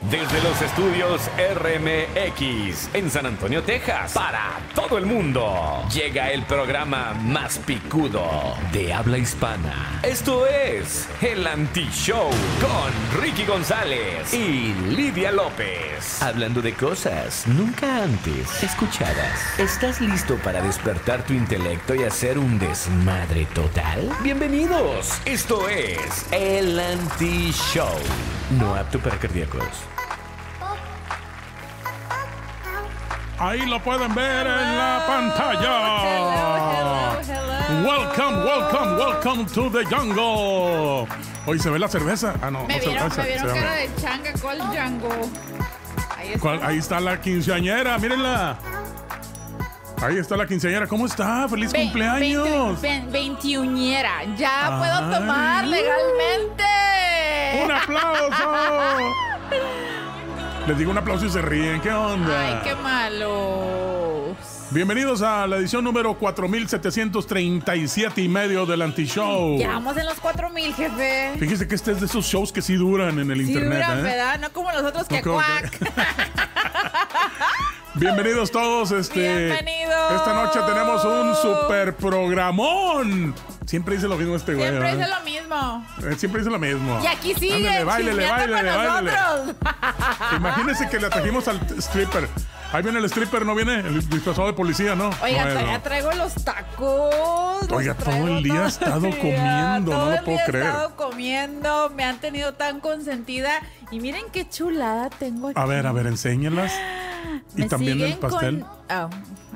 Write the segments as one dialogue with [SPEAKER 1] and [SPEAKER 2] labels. [SPEAKER 1] Desde los estudios RMX en San Antonio, Texas, para todo el mundo, llega el programa más picudo de habla hispana. Esto es El Anti-Show con Ricky González y Lidia López. Hablando de cosas nunca antes escuchadas. ¿Estás listo para despertar tu intelecto y hacer un desmadre total? Bienvenidos. Esto es El Anti-Show. No apto para cardíacos.
[SPEAKER 2] Ahí lo pueden ver en la pantalla. Welcome, welcome, welcome to the jungle. Hoy se ve la cerveza. Ah, no.
[SPEAKER 3] Me
[SPEAKER 2] no se-
[SPEAKER 3] vieron,
[SPEAKER 2] ah, se-
[SPEAKER 3] me vieron
[SPEAKER 2] se ve.
[SPEAKER 3] cara de changa, col Django. Ahí está.
[SPEAKER 2] ¿Cuál? Ahí está la quinceañera, mírenla. Ahí está la quinceañera. ¿Cómo está? ¡Feliz
[SPEAKER 3] Ve-
[SPEAKER 2] cumpleaños!
[SPEAKER 3] veinti- ve- Veintiuñera. Ya
[SPEAKER 2] Ay.
[SPEAKER 3] puedo tomar legalmente.
[SPEAKER 2] ¡Un aplauso! Les digo un aplauso y se ríen. ¿Qué onda?
[SPEAKER 3] Ay, qué malos.
[SPEAKER 2] Bienvenidos a la edición número 4737 y medio del Anti-Show.
[SPEAKER 3] Ya vamos en los 4000, jefe.
[SPEAKER 2] Fíjese que este es de esos shows que sí duran en el
[SPEAKER 3] Sí,
[SPEAKER 2] internet.
[SPEAKER 3] duran,
[SPEAKER 2] ¿eh?
[SPEAKER 3] ¿verdad? No como los otros que
[SPEAKER 2] No, como que-
[SPEAKER 3] cuac.
[SPEAKER 2] Bienvenidos todos, este.
[SPEAKER 3] Bienvenidos.
[SPEAKER 2] Esta noche tenemos un super programón. Siempre dice lo mismo este güey.
[SPEAKER 3] Siempre
[SPEAKER 2] ¿verdad?
[SPEAKER 3] hice lo mismo.
[SPEAKER 2] Eh, Siempre dice lo mismo.
[SPEAKER 3] Y aquí sigue.
[SPEAKER 2] Ándale, báilele, báilele, báilele.
[SPEAKER 3] nosotros.
[SPEAKER 2] Imagínense que le trajimos al t- stripper. Ahí viene el stripper, no viene el disfrazado de policía, ¿no?
[SPEAKER 3] Oiga,
[SPEAKER 2] Bueno.
[SPEAKER 3] todavía traigo los tacos. los
[SPEAKER 2] Oiga, todo
[SPEAKER 3] traigo
[SPEAKER 2] el día he estado
[SPEAKER 3] todavía,
[SPEAKER 2] comiendo, no
[SPEAKER 3] todo
[SPEAKER 2] lo
[SPEAKER 3] el
[SPEAKER 2] puedo
[SPEAKER 3] día he
[SPEAKER 2] creer.
[SPEAKER 3] estado comiendo, me han tenido tan consentida. Y miren qué chulada tengo aquí.
[SPEAKER 2] A ver, a ver, enséñalas. Y
[SPEAKER 3] Me
[SPEAKER 2] también el
[SPEAKER 3] siguen con-
[SPEAKER 2] pastel.
[SPEAKER 3] Ah,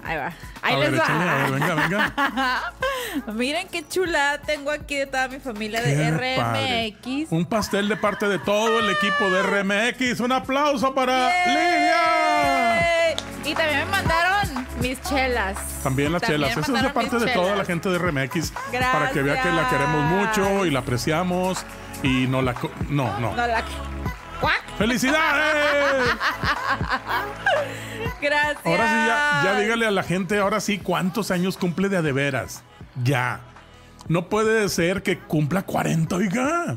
[SPEAKER 3] ahí va. Ahí
[SPEAKER 2] a
[SPEAKER 3] les
[SPEAKER 2] ver,
[SPEAKER 3] va.
[SPEAKER 2] échale, a ver, venga, venga.
[SPEAKER 3] Miren qué chulada tengo aquí de toda mi familia de
[SPEAKER 2] Qué padre.
[SPEAKER 3] RMX.
[SPEAKER 2] Un pastel de parte de todo el equipo de RMX. Un aplauso para Lidia.
[SPEAKER 3] ¡Yay! Y también me mandaron mis chelas.
[SPEAKER 2] También las chelas. Eso
[SPEAKER 3] me
[SPEAKER 2] es de
[SPEAKER 3] mandaron
[SPEAKER 2] parte
[SPEAKER 3] mis
[SPEAKER 2] de toda la
[SPEAKER 3] chelas.
[SPEAKER 2] gente de RMX. Para que vea que la queremos mucho y la apreciamos. Y no la. co- No, no.
[SPEAKER 3] No, la... ¡Cuac!
[SPEAKER 2] ¡Felicidades!
[SPEAKER 3] Gracias.
[SPEAKER 2] Ahora sí, ya, ya dígale a la gente, ahora sí, cuántos años cumple de a de veras. Ya. No puede ser que cumpla 40, oiga.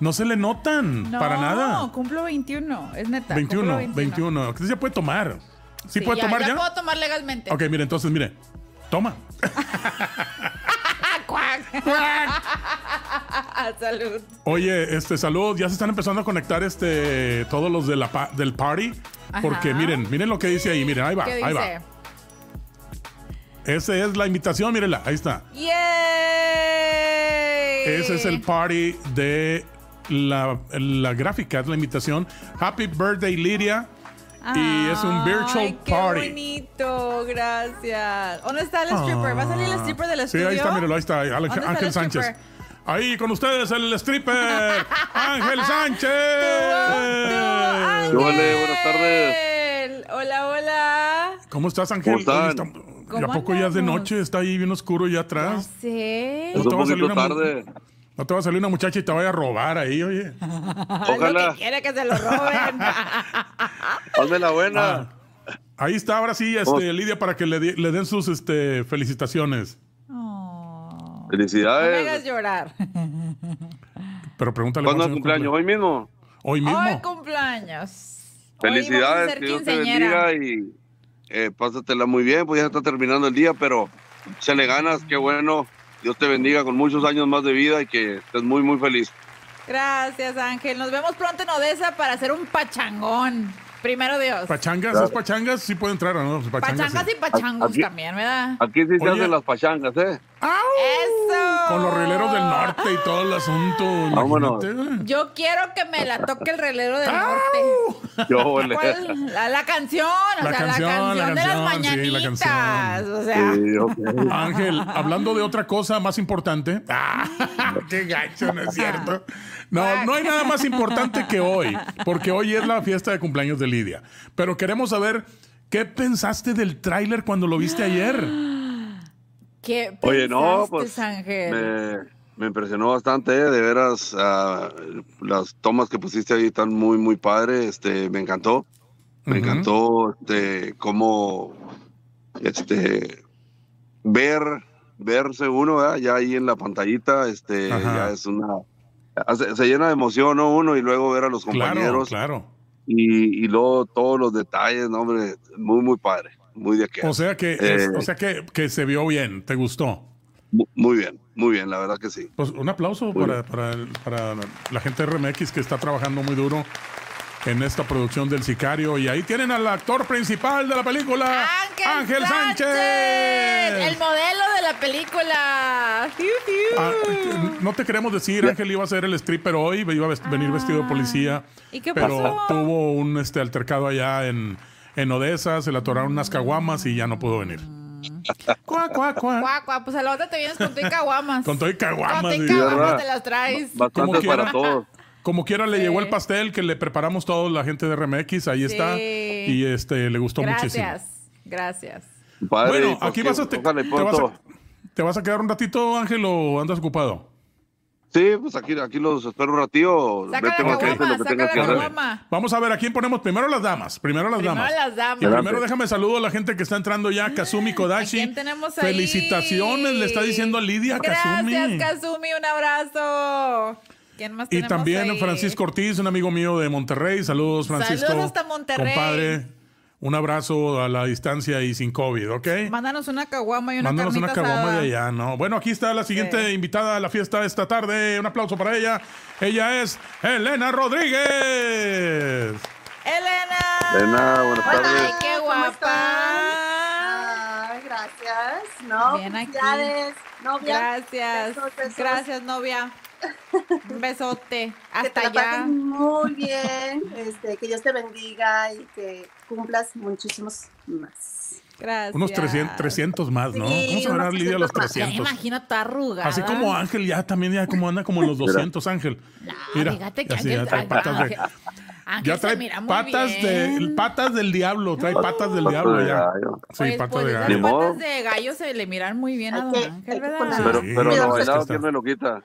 [SPEAKER 2] No se le notan para nada.
[SPEAKER 3] No, cumplo 21, es neta.
[SPEAKER 2] 21,
[SPEAKER 3] cumplo
[SPEAKER 2] 21. Sí se puede tomar. ¿Sí,
[SPEAKER 3] Sí,
[SPEAKER 2] puede
[SPEAKER 3] ya,
[SPEAKER 2] tomar ya?
[SPEAKER 3] Ya puedo tomar legalmente.
[SPEAKER 2] Ok, mire, entonces, mire. Toma.
[SPEAKER 3] Ah, cuac. Salud.
[SPEAKER 2] Oye, este salud, ya se están empezando a conectar este todos los de la pa- del party. Porque
[SPEAKER 3] Ajá.
[SPEAKER 2] miren, miren lo que dice ahí, miren, ahí va,
[SPEAKER 3] ¿Qué
[SPEAKER 2] ahí
[SPEAKER 3] dice?
[SPEAKER 2] va. Esa es la invitación, mírenla, ahí está.
[SPEAKER 3] ¡Yay!
[SPEAKER 2] Ese es el party de la, la gráfica, es la invitación. Happy birthday, Lidia. Y es un virtual
[SPEAKER 3] Ay, qué
[SPEAKER 2] party.
[SPEAKER 3] bonito, gracias. ¿Dónde está el stripper? ¿Va a salir el stripper del
[SPEAKER 2] Ah. Sí,
[SPEAKER 3] estudio?
[SPEAKER 2] ahí está, mírenlo, ahí está, ahí,
[SPEAKER 3] ¿Dónde
[SPEAKER 2] Ángel,
[SPEAKER 3] está
[SPEAKER 2] Ángel
[SPEAKER 3] el
[SPEAKER 2] Sánchez.
[SPEAKER 3] stripper?
[SPEAKER 2] Ahí con ustedes el stripper, Ángel
[SPEAKER 3] ¡Tuvo,
[SPEAKER 2] Sánchez.
[SPEAKER 3] Ángel!
[SPEAKER 4] ¿Qué vale? Buenas
[SPEAKER 3] Hola, hola.
[SPEAKER 2] ¿Cómo estás, Ángel?
[SPEAKER 4] ¿Cómo están?
[SPEAKER 2] Oye, está- ¿Y a
[SPEAKER 3] ¿Cómo
[SPEAKER 2] poco ya es de
[SPEAKER 3] andamos?
[SPEAKER 2] noche? Está ahí bien oscuro ya
[SPEAKER 3] Ya
[SPEAKER 2] atrás.
[SPEAKER 3] sé.
[SPEAKER 4] Es
[SPEAKER 2] te
[SPEAKER 4] un
[SPEAKER 2] va a salir
[SPEAKER 4] poquito
[SPEAKER 2] una mu-
[SPEAKER 4] tarde.
[SPEAKER 2] No te va a salir una muchacha y te vaya a robar ahí, oye.
[SPEAKER 3] Ojalá.
[SPEAKER 4] Ojalá.
[SPEAKER 3] que quiere que se lo roben.
[SPEAKER 4] Hazme la buena.
[SPEAKER 2] Ah, ahí está, ahora sí, este, Lidia, para que le, di- le den sus este, felicitaciones.
[SPEAKER 3] Oh, no me hagas
[SPEAKER 4] Felicidades.
[SPEAKER 3] llorar.
[SPEAKER 2] Pero pregúntale cuándo
[SPEAKER 4] ¿Cuándo es
[SPEAKER 2] se
[SPEAKER 4] tu
[SPEAKER 2] cumple.
[SPEAKER 4] cumpleaños? Hoy mismo.
[SPEAKER 2] Hoy mismo.
[SPEAKER 3] Hoy cumpleaños. Hoy vamos a
[SPEAKER 4] Felicidades.
[SPEAKER 3] ser
[SPEAKER 4] Que Dios te
[SPEAKER 3] quinceañera.
[SPEAKER 4] bendiga y eh, pásatela muy bien. Pues ya está terminando el día, pero se le ganas. Qué bueno. Dios te bendiga con muchos años más de vida y que estés muy, muy feliz.
[SPEAKER 3] Gracias, Ángel. Nos vemos pronto en Odessa para hacer un pachangón. Primero Dios.
[SPEAKER 2] Pachangas,
[SPEAKER 4] Claro.
[SPEAKER 2] es pachangas, sí puede entrar, ¿o ¿no? Pues Pachangas.
[SPEAKER 3] Pachangas
[SPEAKER 2] sí.
[SPEAKER 3] y pachangos
[SPEAKER 4] Aquí-
[SPEAKER 3] también, ¿verdad?
[SPEAKER 4] Aquí sí
[SPEAKER 2] Oye.
[SPEAKER 4] se hacen las pachangas, ¿eh?
[SPEAKER 3] ¡Eso!
[SPEAKER 2] Con los rileros del norte y todo el asunto.
[SPEAKER 4] Vámonos.
[SPEAKER 2] imagínate.
[SPEAKER 3] Yo quiero que me la toque el relero del norte.
[SPEAKER 2] ¡Au!
[SPEAKER 4] Yo, ole.
[SPEAKER 3] ¿Cuál? La, la canción, o
[SPEAKER 2] La
[SPEAKER 3] sea,
[SPEAKER 2] canción,
[SPEAKER 3] la canción
[SPEAKER 2] la
[SPEAKER 3] de las
[SPEAKER 2] canción, sí, la
[SPEAKER 3] mañanitas.
[SPEAKER 2] canción.
[SPEAKER 3] O sea,
[SPEAKER 4] Sí, ok.
[SPEAKER 2] Ángel, hablando de otra cosa más importante. ¡Ah! ¡Qué gacho,
[SPEAKER 3] Ah.
[SPEAKER 2] no es cierto! No, no hay nada más importante que hoy, porque hoy es la fiesta de cumpleaños de Lidia. Pero queremos saber qué pensaste del tráiler cuando lo viste ayer.
[SPEAKER 3] ¿qué
[SPEAKER 4] Oye, no,
[SPEAKER 3] pensaste,
[SPEAKER 4] pues
[SPEAKER 3] Ángel?
[SPEAKER 4] me, me impresionó bastante, eh, de veras, ah, las tomas que pusiste ahí están muy, muy padre, este, me encantó, me
[SPEAKER 2] Ujú.
[SPEAKER 4] encantó este, cómo, este, ver, verse uno, ¿verdad? ya ahí en la pantallita, este,
[SPEAKER 2] Ajá.
[SPEAKER 4] ya es una, hace- se llena de emoción, ¿no? Uno y luego ver a los
[SPEAKER 2] Claro,
[SPEAKER 4] compañeros
[SPEAKER 2] claro.
[SPEAKER 4] y, y luego todos los detalles, no, hombre, muy, muy padre, muy de aquí.
[SPEAKER 2] O sea que, es- o sea que, que se vio bien, ¿te gustó?
[SPEAKER 4] Eh, Mu- Muy bien, muy bien, la verdad que sí.
[SPEAKER 2] Pues un aplauso para, para el- para la gente de RMX que está trabajando muy duro en esta producción del Sicario. Y ahí tienen al actor principal de la película,
[SPEAKER 3] Ángel,
[SPEAKER 2] Ángel Sánchez.
[SPEAKER 3] El modelo de la película. Tiu, tiu.
[SPEAKER 2] Ah, no te queremos decir, Ángel iba a ser el stripper hoy, iba a vest- venir vestido de policía.
[SPEAKER 3] Ah. ¿Y qué
[SPEAKER 2] pero
[SPEAKER 3] pasó?
[SPEAKER 2] tuvo un este, altercado allá en, en Odessa, se le atoraron unas caguamas y ya no pudo venir. Ah, Cuá, cuá, cuá.
[SPEAKER 3] Guau, guau, pues a la otra te vienes con tu y caguamas.
[SPEAKER 2] Con todo y
[SPEAKER 3] Con
[SPEAKER 2] caguamas.
[SPEAKER 3] tu y
[SPEAKER 2] y-
[SPEAKER 4] ¿verdad?
[SPEAKER 3] caguamas te las traes.
[SPEAKER 4] Bastante
[SPEAKER 2] quiera.
[SPEAKER 4] para todos.
[SPEAKER 2] Como quiera le llegó el pastel que le preparamos todos la gente de RMX, ahí está.
[SPEAKER 3] Sí.
[SPEAKER 2] Y este le gustó muchísimo.
[SPEAKER 3] Gracias, gracias.
[SPEAKER 4] Padre, y
[SPEAKER 2] Bueno,
[SPEAKER 4] pues
[SPEAKER 2] aquí
[SPEAKER 4] que-
[SPEAKER 2] vas a te,
[SPEAKER 4] ojalá y
[SPEAKER 2] te vas
[SPEAKER 4] pronto-
[SPEAKER 2] a te vas a quedar un ratito, Ángel, o andas ocupado.
[SPEAKER 4] Sí, pues aquí, aquí los espero un ratío.
[SPEAKER 3] Saca la
[SPEAKER 4] con ustedes
[SPEAKER 3] caguama, saca la
[SPEAKER 4] que hacer.
[SPEAKER 3] caguama. Toma.
[SPEAKER 2] Vamos a ver a quién ponemos primero las damas, primero las
[SPEAKER 3] Primero
[SPEAKER 2] damas.
[SPEAKER 3] las damas.
[SPEAKER 2] Y primero
[SPEAKER 4] Adelante.
[SPEAKER 2] déjame saludo a la gente que está entrando ya, Kazumi Kodashi.
[SPEAKER 3] ¿A quién tenemos ahí?
[SPEAKER 2] Felicitaciones, le está diciendo a Lidia Kazumi.
[SPEAKER 3] Gracias, Kazumi, un abrazo. ¿Quién más
[SPEAKER 2] Y
[SPEAKER 3] tenemos
[SPEAKER 2] también
[SPEAKER 3] ahí?
[SPEAKER 2] Francisco Ortiz, un amigo mío de Monterrey. Saludos, Francisco.
[SPEAKER 3] Saludos hasta Monterrey.
[SPEAKER 2] Compadre, un abrazo a la distancia y sin COVID, ¿ok?
[SPEAKER 3] Mándanos una caguama y una
[SPEAKER 2] Mándanos una
[SPEAKER 3] carnita
[SPEAKER 2] caguama
[SPEAKER 3] asada.
[SPEAKER 2] de allá, ¿no? Bueno, aquí está la siguiente
[SPEAKER 3] Sí.
[SPEAKER 2] invitada a la fiesta esta tarde. Un aplauso para ella. Ella es Elena Rodríguez.
[SPEAKER 3] Elena.
[SPEAKER 4] Elena, buenas tardes.
[SPEAKER 3] Ay, qué
[SPEAKER 5] ¿Cómo
[SPEAKER 3] guapa.
[SPEAKER 5] están? Ay, gracias. No,
[SPEAKER 3] Bien aquí.
[SPEAKER 5] felicidades, novia.
[SPEAKER 3] Gracias.
[SPEAKER 5] Besos, besos.
[SPEAKER 3] Gracias, novia. Un besote.
[SPEAKER 5] Que
[SPEAKER 3] Hasta
[SPEAKER 5] te la pases
[SPEAKER 3] allá.
[SPEAKER 5] muy bien. Este, que Dios te bendiga y que cumplas muchísimos más.
[SPEAKER 3] Gracias.
[SPEAKER 2] Unos 300, 300 más, ¿no?
[SPEAKER 5] Sí,
[SPEAKER 2] ¿Cómo se verá
[SPEAKER 5] unos
[SPEAKER 2] Lidia los
[SPEAKER 5] 300
[SPEAKER 3] Ya
[SPEAKER 2] 300?
[SPEAKER 3] imagínate arrugada.
[SPEAKER 2] Así como Ángel, ya también, ya como anda como en los 200, Ángel.
[SPEAKER 3] fíjate que
[SPEAKER 2] así
[SPEAKER 3] Ángel
[SPEAKER 2] ya trae
[SPEAKER 3] trae-
[SPEAKER 2] patas de.
[SPEAKER 3] Ángel- Ángel
[SPEAKER 2] Ya
[SPEAKER 3] se
[SPEAKER 2] trae
[SPEAKER 3] mira muy
[SPEAKER 2] patas, de,
[SPEAKER 3] bien.
[SPEAKER 2] patas del diablo, trae patas del
[SPEAKER 4] Patas
[SPEAKER 2] diablo
[SPEAKER 4] de
[SPEAKER 2] ya.
[SPEAKER 4] gallo.
[SPEAKER 2] Sí,
[SPEAKER 3] Pues,
[SPEAKER 2] patas
[SPEAKER 3] pues,
[SPEAKER 2] de
[SPEAKER 3] esas
[SPEAKER 4] Ni
[SPEAKER 2] gallo.
[SPEAKER 4] modo.
[SPEAKER 3] patas de gallo se le miran muy bien a
[SPEAKER 5] Hay
[SPEAKER 3] don
[SPEAKER 5] que- hay
[SPEAKER 3] Ángel,
[SPEAKER 5] que
[SPEAKER 3] ¿verdad?
[SPEAKER 5] ponerse-
[SPEAKER 4] Pero,
[SPEAKER 2] Sí,
[SPEAKER 4] pero
[SPEAKER 2] es
[SPEAKER 4] lo
[SPEAKER 2] que
[SPEAKER 4] bailado,
[SPEAKER 2] está-
[SPEAKER 4] ¿quién me lo quita?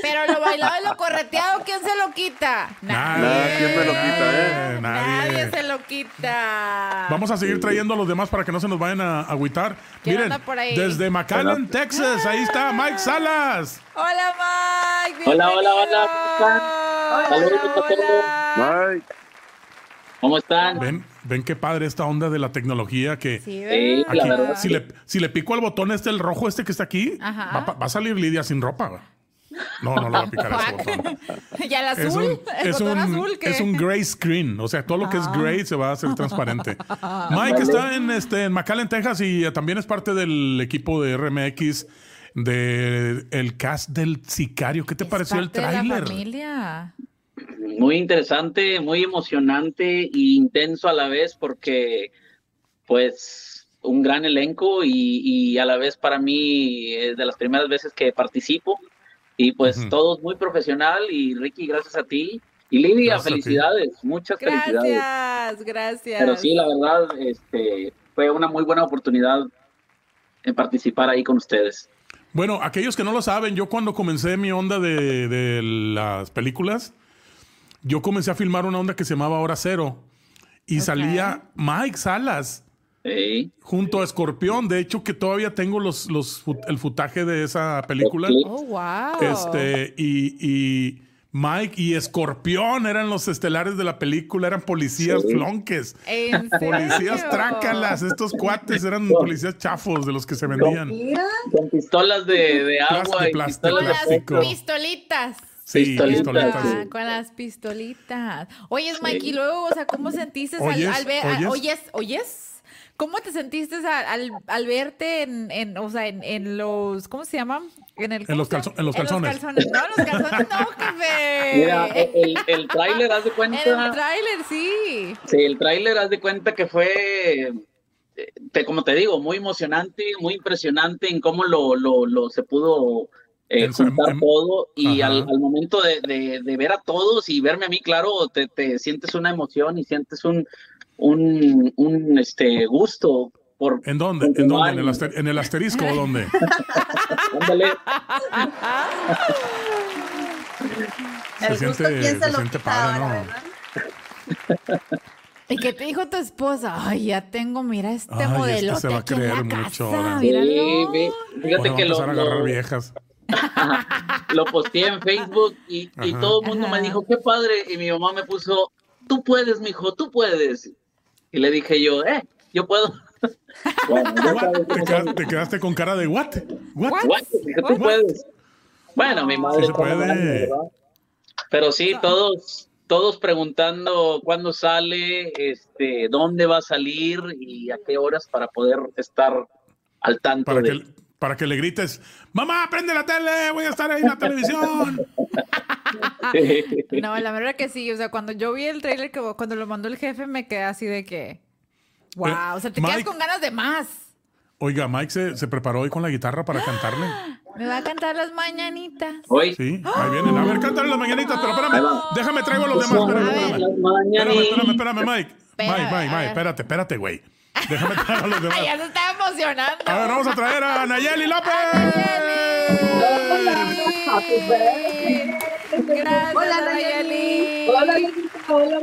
[SPEAKER 3] Pero lo bailado y lo correteado, ¿quién se lo quita?
[SPEAKER 4] Nadie, ¿quién me lo quita,
[SPEAKER 2] eh?
[SPEAKER 3] Nadie
[SPEAKER 2] Nadie.
[SPEAKER 3] se lo quita.
[SPEAKER 2] Vamos a seguir trayendo a los demás para que no se nos vayan a agüitar.
[SPEAKER 3] ¿Quién
[SPEAKER 2] Miren,
[SPEAKER 3] anda por ahí?
[SPEAKER 2] desde McAllen, Texas, ahí está Mike Salas.
[SPEAKER 3] Hola, Mike.
[SPEAKER 6] Hola, hola, hola,
[SPEAKER 3] bienvenido.
[SPEAKER 6] ¿cómo están?
[SPEAKER 3] Hola,
[SPEAKER 6] Saludos a todos.
[SPEAKER 3] hola.
[SPEAKER 4] Ay,
[SPEAKER 6] ¿Cómo están?
[SPEAKER 2] Ven, ven qué padre esta onda de la tecnología que
[SPEAKER 3] Sí,
[SPEAKER 6] Sí,
[SPEAKER 2] aquí,
[SPEAKER 6] la
[SPEAKER 3] ¿verdad?
[SPEAKER 6] verdad.
[SPEAKER 2] si, le, si le pico al botón este, el rojo este que está aquí,
[SPEAKER 3] Ajá.
[SPEAKER 2] va, pa- va a salir Lidia sin ropa. güey. No, no le va a picar ese
[SPEAKER 3] Fuck.
[SPEAKER 2] botón.
[SPEAKER 3] y al azul, el
[SPEAKER 2] es un-
[SPEAKER 3] botón azul Ah. que
[SPEAKER 2] es un gray screen, o sea, todo lo que es gray se va a hacer transparente. Mike está en, este, en McAllen, Texas y eh, también es parte del equipo de RMX del cast del Sicario. ¿Qué te pareció el
[SPEAKER 3] parte de la
[SPEAKER 2] tráiler?
[SPEAKER 3] familia.
[SPEAKER 6] Muy interesante, muy emocionante e intenso a la vez porque, pues, un gran elenco y, y a la vez para mí es de las primeras veces que participo y pues
[SPEAKER 2] Ujú.
[SPEAKER 6] todo muy profesional y Ricky, gracias a ti. Y Lidia,
[SPEAKER 2] Gracias a ti.
[SPEAKER 6] felicidades, muchas felicidades.
[SPEAKER 3] Gracias, gracias.
[SPEAKER 6] Pero sí, la verdad, este, fue una muy buena oportunidad en participar ahí con ustedes.
[SPEAKER 2] Bueno, aquellos que no lo saben, yo cuando comencé mi onda de, de las películas, yo comencé a filmar una onda que se llamaba Hora Cero y salía Mike Salas
[SPEAKER 6] Sí.
[SPEAKER 2] junto a Escorpión. De hecho, que todavía tengo los, los, fut- el futaje de esa película.
[SPEAKER 6] clips.
[SPEAKER 3] Oh, wow.
[SPEAKER 2] Este, y, y Mike y Escorpión eran los estelares de la película, eran policías
[SPEAKER 6] Sí.
[SPEAKER 2] flonques,
[SPEAKER 3] ¿En
[SPEAKER 2] policías
[SPEAKER 3] serio?
[SPEAKER 2] trácalas, estos cuates eran policías chafos de los que se vendían.
[SPEAKER 5] Mira,
[SPEAKER 6] Con pistolas de, de
[SPEAKER 2] Plas-
[SPEAKER 6] agua
[SPEAKER 2] de
[SPEAKER 6] y
[SPEAKER 2] plástico.
[SPEAKER 3] Con
[SPEAKER 6] pistolas de
[SPEAKER 3] las
[SPEAKER 2] Plástico.
[SPEAKER 3] pistolitas.
[SPEAKER 2] Sí,
[SPEAKER 6] Pistolitas.
[SPEAKER 2] pistolitas.
[SPEAKER 3] Ah, con las pistolitas. Oyes,
[SPEAKER 6] Sí.
[SPEAKER 3] Mike, y luego, o sea, ¿cómo sentiste al-
[SPEAKER 2] Oyes,
[SPEAKER 3] al, ver? al-
[SPEAKER 2] oyes.
[SPEAKER 3] oyes, oyes. ¿Cómo te sentiste al, al- al verte en, en, o sea, en, en los, ¿cómo se llaman? En, el, ¿cómo
[SPEAKER 2] los
[SPEAKER 3] se llama?
[SPEAKER 2] calzo- en los calzones.
[SPEAKER 3] No, en los calzones no, jefe.
[SPEAKER 6] Mira, el, el tráiler, haz de
[SPEAKER 3] en
[SPEAKER 6] cuenta.
[SPEAKER 3] el tráiler, sí.
[SPEAKER 6] Sí, el tráiler, haz de cuenta que fue, eh, te, como te digo, muy emocionante, muy impresionante en cómo lo, lo, lo se pudo eh,
[SPEAKER 2] En su-
[SPEAKER 6] juntar
[SPEAKER 2] en-
[SPEAKER 6] todo y
[SPEAKER 2] em- Ajá.
[SPEAKER 6] al, al momento de, de- de ver a todos y verme a mí, claro, te, te sientes una emoción y sientes un, un, un, este, gusto por...
[SPEAKER 2] ¿En dónde? ¿En dónde? ¿En el, aster- en el asterisco o dónde?
[SPEAKER 6] ándale.
[SPEAKER 3] Ah,
[SPEAKER 2] Se
[SPEAKER 5] el gusto,
[SPEAKER 2] siente-
[SPEAKER 5] ¿quién se,
[SPEAKER 2] se
[SPEAKER 5] lo
[SPEAKER 2] siente
[SPEAKER 5] quita
[SPEAKER 2] padre,
[SPEAKER 5] ahora,
[SPEAKER 2] ¿no?
[SPEAKER 5] verdad?
[SPEAKER 3] ¿Y qué te dijo tu esposa? Ay, ya tengo, mira este
[SPEAKER 2] Ay, este
[SPEAKER 3] modelo.
[SPEAKER 2] se va a
[SPEAKER 3] aquí en la
[SPEAKER 2] creer mucho
[SPEAKER 3] casa,
[SPEAKER 2] ahora.
[SPEAKER 6] Sí,
[SPEAKER 3] míralo.
[SPEAKER 6] ve, fíjate
[SPEAKER 2] Ahora va a
[SPEAKER 6] que lo,
[SPEAKER 2] empezar a agarrar
[SPEAKER 6] lo-
[SPEAKER 2] viejas.
[SPEAKER 6] lo posteé en Facebook y, y
[SPEAKER 2] Ajá.
[SPEAKER 6] todo el mundo
[SPEAKER 3] Ajá.
[SPEAKER 6] me dijo, qué padre. Y mi mamá me puso, tú puedes, mijo, tú puedes. Y le dije yo, eh, yo puedo. bueno, ya sabes
[SPEAKER 2] Te,
[SPEAKER 6] cómo
[SPEAKER 2] queda-
[SPEAKER 6] son.
[SPEAKER 2] te quedaste con cara de what? What?
[SPEAKER 6] What? Dije, tú
[SPEAKER 2] What?
[SPEAKER 6] puedes. Bueno, mi madre.
[SPEAKER 2] Sí se
[SPEAKER 6] estaba
[SPEAKER 2] puede.
[SPEAKER 6] grande, ¿verdad? Pero sí, todos, todos preguntando cuándo sale, este, dónde va a salir y a qué horas para poder estar al tanto.
[SPEAKER 2] Para
[SPEAKER 6] de-
[SPEAKER 2] que, para que le grites,
[SPEAKER 3] ¡Ah,
[SPEAKER 2] mamá, prende la tele, voy a estar ahí en la televisión.
[SPEAKER 3] Ah, No, la verdad que sí. O sea, cuando yo vi el trailer que cuando lo mandó el jefe, me quedé así de que. Wow.
[SPEAKER 2] Eh,
[SPEAKER 3] o sea, te
[SPEAKER 2] Mike.
[SPEAKER 3] quedas con ganas de más.
[SPEAKER 2] Oiga, Mike se, se preparó hoy con la guitarra para cantarle.
[SPEAKER 3] Me va a cantar las mañanitas.
[SPEAKER 6] Hoy.
[SPEAKER 2] Sí, ahí viene. A ver, cántale las mañanitas, pero espérame, déjame traigo los demás. Espérame, espérame,
[SPEAKER 6] Las mañanitas.
[SPEAKER 2] espérame, espérame, espérame, Mike.
[SPEAKER 3] Espérame,
[SPEAKER 2] Mike, Mike,
[SPEAKER 3] a
[SPEAKER 2] Mike,
[SPEAKER 3] ver.
[SPEAKER 2] espérate, espérate, güey. Déjame traigo los demás.
[SPEAKER 3] Ay, ya se está emocionando.
[SPEAKER 2] A ver, vamos a traer a Nayeli López.
[SPEAKER 3] Nayeli. Gracias,
[SPEAKER 5] Hola,
[SPEAKER 3] Nayeli.
[SPEAKER 5] Nayeli. Hola, Nayelita. Hola,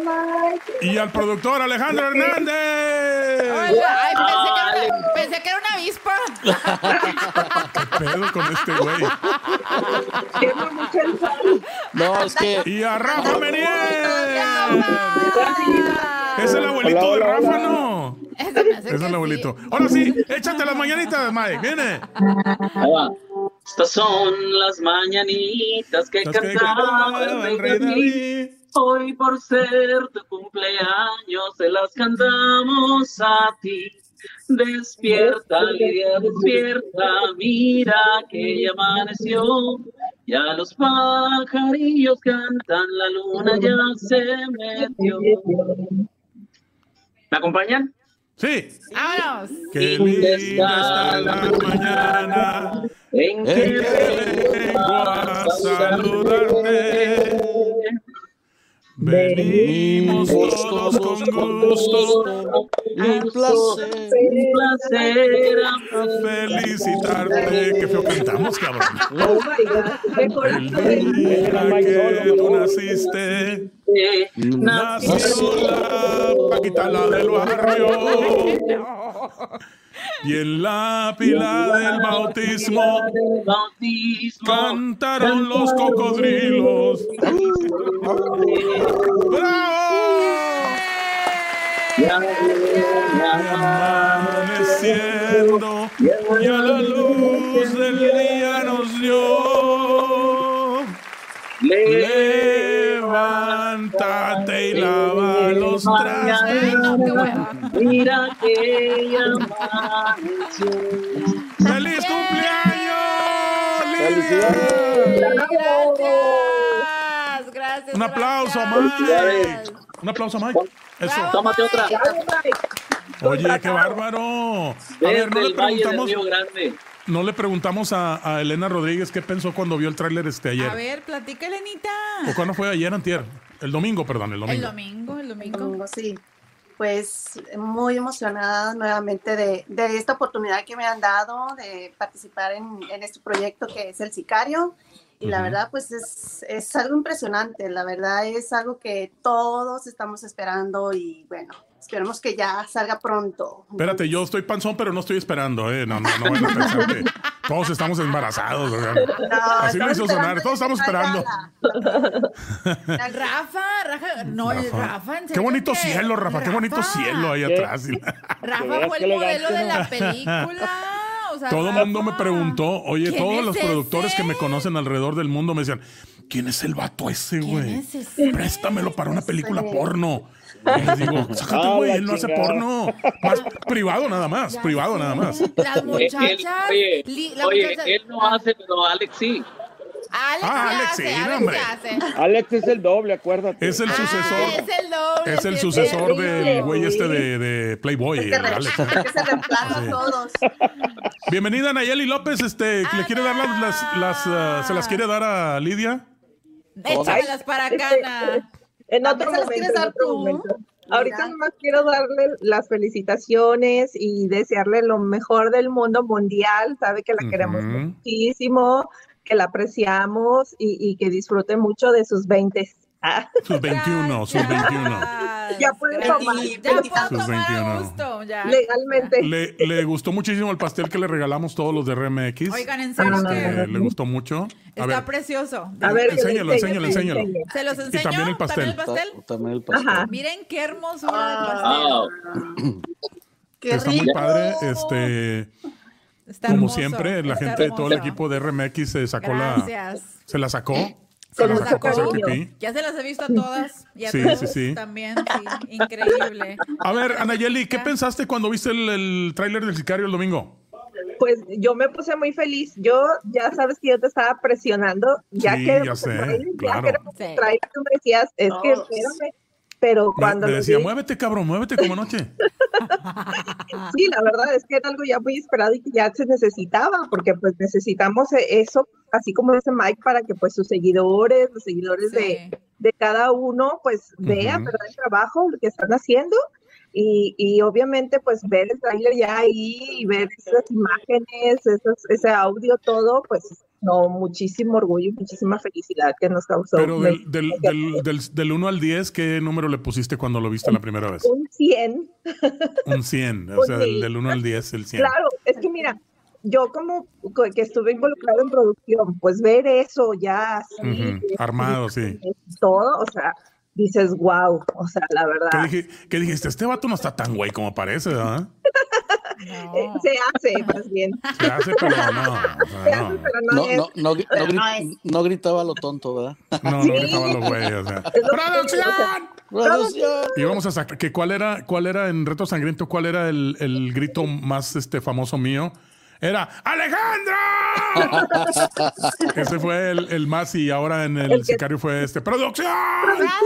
[SPEAKER 5] Mike.
[SPEAKER 2] Y al productor Alejandro Hernández.
[SPEAKER 3] Hola. Ay, pensé que, era una, pensé que era una avispa.
[SPEAKER 2] ¿Qué pedo con este güey?
[SPEAKER 5] Tengo mucho enfado.
[SPEAKER 7] No, es que.
[SPEAKER 2] Y a Rafa Menier.
[SPEAKER 3] Rafa.
[SPEAKER 2] Es el abuelito de
[SPEAKER 7] Hola, hola,
[SPEAKER 2] Rafa,
[SPEAKER 7] hola.
[SPEAKER 2] ¿no?
[SPEAKER 3] Ese me hace
[SPEAKER 2] Es
[SPEAKER 3] que
[SPEAKER 2] el
[SPEAKER 3] sí.
[SPEAKER 2] abuelito. Ahora sí, échate las mañanitas, Mike. Viene.
[SPEAKER 6] Ahí va. Estas son las mañanitas que
[SPEAKER 2] Las que
[SPEAKER 6] cantaba
[SPEAKER 2] cantaba
[SPEAKER 6] el
[SPEAKER 2] el rey David.
[SPEAKER 6] Hoy por ser tu cumpleaños se las cantamos a ti. Despierta, Lidia, despierta, mira que ya amaneció. Ya los pajarillos cantan, la luna ya se metió. ¿Me acompañan?
[SPEAKER 2] Sí.
[SPEAKER 3] Vámonos.
[SPEAKER 2] Qué linda está la mañana
[SPEAKER 6] En
[SPEAKER 7] que
[SPEAKER 2] que vengo a saludarte. Venimos todos con gusto
[SPEAKER 7] Un placer.
[SPEAKER 6] Un placer.
[SPEAKER 2] a felicitarte. Qué feo cantamos, cabrón.
[SPEAKER 5] Oh, my God. Qué
[SPEAKER 2] El
[SPEAKER 5] corto.
[SPEAKER 2] día que tú naciste, nació la paquita la del barrio. Y en la pila del bautismo cantaron los cocodrilos. ¡Bravo! Y amaneciendo y a la luz del día nos dio. Levántate y lava los
[SPEAKER 3] Ay,
[SPEAKER 2] trastes.
[SPEAKER 3] no, qué hueva.
[SPEAKER 6] Mira que ya amaneció.
[SPEAKER 2] ¡Feliz cumpleaños, Lidia!
[SPEAKER 3] Gracias. Gracias.
[SPEAKER 2] Un aplauso,
[SPEAKER 3] gracias.
[SPEAKER 2] Mike. Un aplauso, Mike. Eso.
[SPEAKER 3] Bravo,
[SPEAKER 6] Tómate otra.
[SPEAKER 3] Mike.
[SPEAKER 5] Bravo, Mike.
[SPEAKER 2] Oye, qué bárbaro. A
[SPEAKER 6] Desde
[SPEAKER 2] ver, no le
[SPEAKER 6] el Valle del
[SPEAKER 2] preguntamos,
[SPEAKER 6] Río Grande.
[SPEAKER 2] no le preguntamos a, a Elena Rodríguez qué pensó cuando vio el tráiler este
[SPEAKER 3] A
[SPEAKER 2] ayer.
[SPEAKER 3] ver, platica, Elenita.
[SPEAKER 2] ¿O cuándo fue ayer, antier? El domingo, perdón, el
[SPEAKER 3] El
[SPEAKER 2] domingo.
[SPEAKER 3] domingo, el domingo.
[SPEAKER 5] Domingo, sí. Pues muy emocionada nuevamente de, de esta oportunidad que me han dado de participar en, en este proyecto que es El Sicario. Y la
[SPEAKER 2] Ujú.
[SPEAKER 5] verdad, pues es, es algo impresionante. La verdad es algo que todos estamos esperando y bueno, esperemos que ya salga pronto.
[SPEAKER 2] Espérate, yo estoy panzón, pero no estoy esperando, ¿eh? No, no, no vayan a pensar que todos estamos embarazados. o sea,
[SPEAKER 5] No,
[SPEAKER 2] Así lo
[SPEAKER 5] estamos
[SPEAKER 2] hizo sonar,
[SPEAKER 5] esperando
[SPEAKER 2] todos
[SPEAKER 5] que
[SPEAKER 2] estamos
[SPEAKER 5] salga
[SPEAKER 2] esperando.
[SPEAKER 5] la- la-
[SPEAKER 3] Rafa, Rafa, no, el
[SPEAKER 2] Rafa.
[SPEAKER 3] Rafa, en
[SPEAKER 2] Qué
[SPEAKER 3] serio
[SPEAKER 2] bonito
[SPEAKER 3] que-
[SPEAKER 2] cielo, Rafa, qué bonito cielo ahí
[SPEAKER 7] ¿Qué?
[SPEAKER 2] atrás.
[SPEAKER 3] Rafa
[SPEAKER 7] veas
[SPEAKER 3] fue
[SPEAKER 7] qué
[SPEAKER 3] el
[SPEAKER 7] elegante,
[SPEAKER 3] modelo de
[SPEAKER 7] ¿no?
[SPEAKER 3] la película. O sea,
[SPEAKER 2] Todo el
[SPEAKER 3] Rafa.
[SPEAKER 2] mundo me preguntó, oye,
[SPEAKER 3] ¿Quién
[SPEAKER 2] todos
[SPEAKER 3] es
[SPEAKER 2] los
[SPEAKER 3] ese?
[SPEAKER 2] productores que me conocen alrededor del mundo me decían, ¿quién es el vato ese,
[SPEAKER 3] ¿Quién
[SPEAKER 2] güey?
[SPEAKER 3] es ese?
[SPEAKER 2] Préstamelo para una película
[SPEAKER 5] Sí.
[SPEAKER 2] porno. Y les digo, sácate,
[SPEAKER 7] Ah,
[SPEAKER 2] güey,
[SPEAKER 7] la
[SPEAKER 2] él no hace
[SPEAKER 7] chingada.
[SPEAKER 2] porno. Más privado nada más,
[SPEAKER 3] Ya
[SPEAKER 2] privado
[SPEAKER 3] sé.
[SPEAKER 2] nada más.
[SPEAKER 3] Las
[SPEAKER 6] Eh, él-
[SPEAKER 3] muchachas.
[SPEAKER 6] Oye,
[SPEAKER 3] li- la
[SPEAKER 6] oye,
[SPEAKER 3] muchacha-
[SPEAKER 6] él no hace, pero Alex sí.
[SPEAKER 2] Ah,
[SPEAKER 3] Alex, se
[SPEAKER 2] Alex,
[SPEAKER 3] hace,
[SPEAKER 2] sí,
[SPEAKER 3] Alex
[SPEAKER 2] hombre.
[SPEAKER 3] se hace.
[SPEAKER 7] Alex Este es el doble, acuérdate.
[SPEAKER 2] Es el
[SPEAKER 3] Ah,
[SPEAKER 2] sucesor.
[SPEAKER 3] Es el doble.
[SPEAKER 2] Es el
[SPEAKER 3] sí,
[SPEAKER 2] sucesor
[SPEAKER 3] cierto.
[SPEAKER 2] del güey este de, de Playboy.
[SPEAKER 5] que
[SPEAKER 2] el
[SPEAKER 5] se
[SPEAKER 6] Este
[SPEAKER 5] re-
[SPEAKER 2] Alex.
[SPEAKER 5] que se reemplaza a todos.
[SPEAKER 2] Bienvenida Nayeli López, este, le quiere dar las, las, las, ah, se las quiere dar a Lidia.
[SPEAKER 3] Échamelas para acá, Ana.
[SPEAKER 8] Este, En
[SPEAKER 5] ¿También
[SPEAKER 8] otro
[SPEAKER 5] se las
[SPEAKER 8] momento,
[SPEAKER 5] quieres
[SPEAKER 8] en
[SPEAKER 5] dar
[SPEAKER 8] otro
[SPEAKER 5] tú?
[SPEAKER 8] momento.
[SPEAKER 5] Mira.
[SPEAKER 8] Ahorita nomás quiero darle las felicitaciones y desearle lo mejor del mundo mundial. Sabe que la queremos
[SPEAKER 2] Ujú.
[SPEAKER 8] muchísimo, que la apreciamos y, y que disfrute mucho de sus 20.
[SPEAKER 2] Sus 21, sus 21.
[SPEAKER 3] Gracias.
[SPEAKER 8] Ah, Ya puedes tomar.
[SPEAKER 3] Ya puedo
[SPEAKER 2] Sus
[SPEAKER 3] tomar a
[SPEAKER 2] 21.
[SPEAKER 3] gusto. Ya.
[SPEAKER 8] Legalmente.
[SPEAKER 2] Le, le gustó muchísimo el pastel que le regalamos todos los de RMX.
[SPEAKER 3] Oigan, en serio
[SPEAKER 2] Eh,
[SPEAKER 3] que
[SPEAKER 2] le gustó mucho. A
[SPEAKER 3] está
[SPEAKER 2] ver,
[SPEAKER 3] precioso.
[SPEAKER 8] A ver,
[SPEAKER 2] Enséñalo,
[SPEAKER 8] que-
[SPEAKER 2] enséñalo, enséñalo.
[SPEAKER 8] enséñale.
[SPEAKER 3] Se los enseño.
[SPEAKER 2] Ah, también el pastel.
[SPEAKER 7] Ah, También el pastel.
[SPEAKER 8] Ajá.
[SPEAKER 3] Miren qué hermosura del pastel.
[SPEAKER 6] Wow.
[SPEAKER 5] Qué
[SPEAKER 2] está muy
[SPEAKER 5] rico.
[SPEAKER 2] padre. Este,
[SPEAKER 3] Está
[SPEAKER 2] como
[SPEAKER 3] hermoso,
[SPEAKER 2] siempre, la
[SPEAKER 3] está
[SPEAKER 2] gente, todo el
[SPEAKER 3] hermoso.
[SPEAKER 2] equipo de RMX se sacó la.
[SPEAKER 3] Gracias.
[SPEAKER 2] Se la sacó.
[SPEAKER 3] Se
[SPEAKER 8] Con
[SPEAKER 3] las
[SPEAKER 8] mucho
[SPEAKER 3] sacó.
[SPEAKER 8] cariño.
[SPEAKER 2] pipí.
[SPEAKER 3] Ya se las he visto a todas y a
[SPEAKER 2] Sí,
[SPEAKER 3] todos
[SPEAKER 2] sí, sí.
[SPEAKER 3] también. Sí, increíble.
[SPEAKER 2] A ver, Anayeli, ¿qué pensaste cuando viste el, el tráiler del Sicario el domingo?
[SPEAKER 8] Pues yo me puse muy feliz. Yo ya sabes que yo te estaba presionando. Ya
[SPEAKER 2] Sí,
[SPEAKER 8] que
[SPEAKER 2] ya sé, claro.
[SPEAKER 3] Sí.
[SPEAKER 8] tú me decías, es que
[SPEAKER 5] No.
[SPEAKER 8] espérame. Pero
[SPEAKER 2] Me,
[SPEAKER 8] cuando
[SPEAKER 2] me
[SPEAKER 8] lo
[SPEAKER 2] decía,
[SPEAKER 8] vi-
[SPEAKER 2] muévete, cabrón, muévete como anoche.
[SPEAKER 8] Sí, la verdad es que era algo ya muy esperado y que ya se necesitaba, porque pues necesitamos eh, eso, así como dice Mike, para que pues sus seguidores, los seguidores de,
[SPEAKER 3] Sí.
[SPEAKER 8] de cada uno, pues vean
[SPEAKER 2] Ujú.
[SPEAKER 8] ¿verdad? el trabajo que están haciendo y, y obviamente pues ver el trailer ya ahí y ver esas imágenes, esos- ese audio, todo, pues no, muchísimo orgullo y muchísima felicidad que nos causó.
[SPEAKER 2] Pero
[SPEAKER 8] Me-
[SPEAKER 2] del, del, del, del, 1 al 10, ¿qué número le pusiste cuando lo viste la primera vez?
[SPEAKER 8] un 100
[SPEAKER 2] Un 100. O
[SPEAKER 8] Un
[SPEAKER 2] sea,
[SPEAKER 8] mil.
[SPEAKER 2] del, 1 al 10, el 100.
[SPEAKER 8] Claro, es que mira, yo como co- que estuve involucrado en producción, pues ver eso ya así,
[SPEAKER 2] Ujú,
[SPEAKER 8] eh,
[SPEAKER 2] armado, sí.
[SPEAKER 8] eh, todo, o sea, dices, wow, o sea, la
[SPEAKER 2] ¿Qué,
[SPEAKER 8] verdad.
[SPEAKER 2] dije- qué dijiste? Este vato no está tan güey como parece, ¿verdad?
[SPEAKER 8] eh,
[SPEAKER 3] No.
[SPEAKER 8] Se hace más bien,
[SPEAKER 2] Se hace, pero no. Ah, o sea,
[SPEAKER 8] se hace, pero no,
[SPEAKER 7] No,
[SPEAKER 8] es.
[SPEAKER 7] no, no, gri- no,
[SPEAKER 5] Pero
[SPEAKER 7] gri-
[SPEAKER 5] no es.
[SPEAKER 7] no gritaba lo tonto, ¿verdad?
[SPEAKER 2] no, no, no gritaba los güeyes. O sea.
[SPEAKER 8] Es lo que
[SPEAKER 2] ¡Producción!
[SPEAKER 8] te digo,
[SPEAKER 7] Producción.
[SPEAKER 2] Y vamos a sacar que cuál era, cuál era en Reto Sangriento, cuál era el, el grito más este famoso mío. Era "Ah, ¡Alejandro! ah". Ese fue el, el más y ahora en el,
[SPEAKER 8] El que-
[SPEAKER 2] sicario fue este ¡Producción!
[SPEAKER 3] ¡Producción!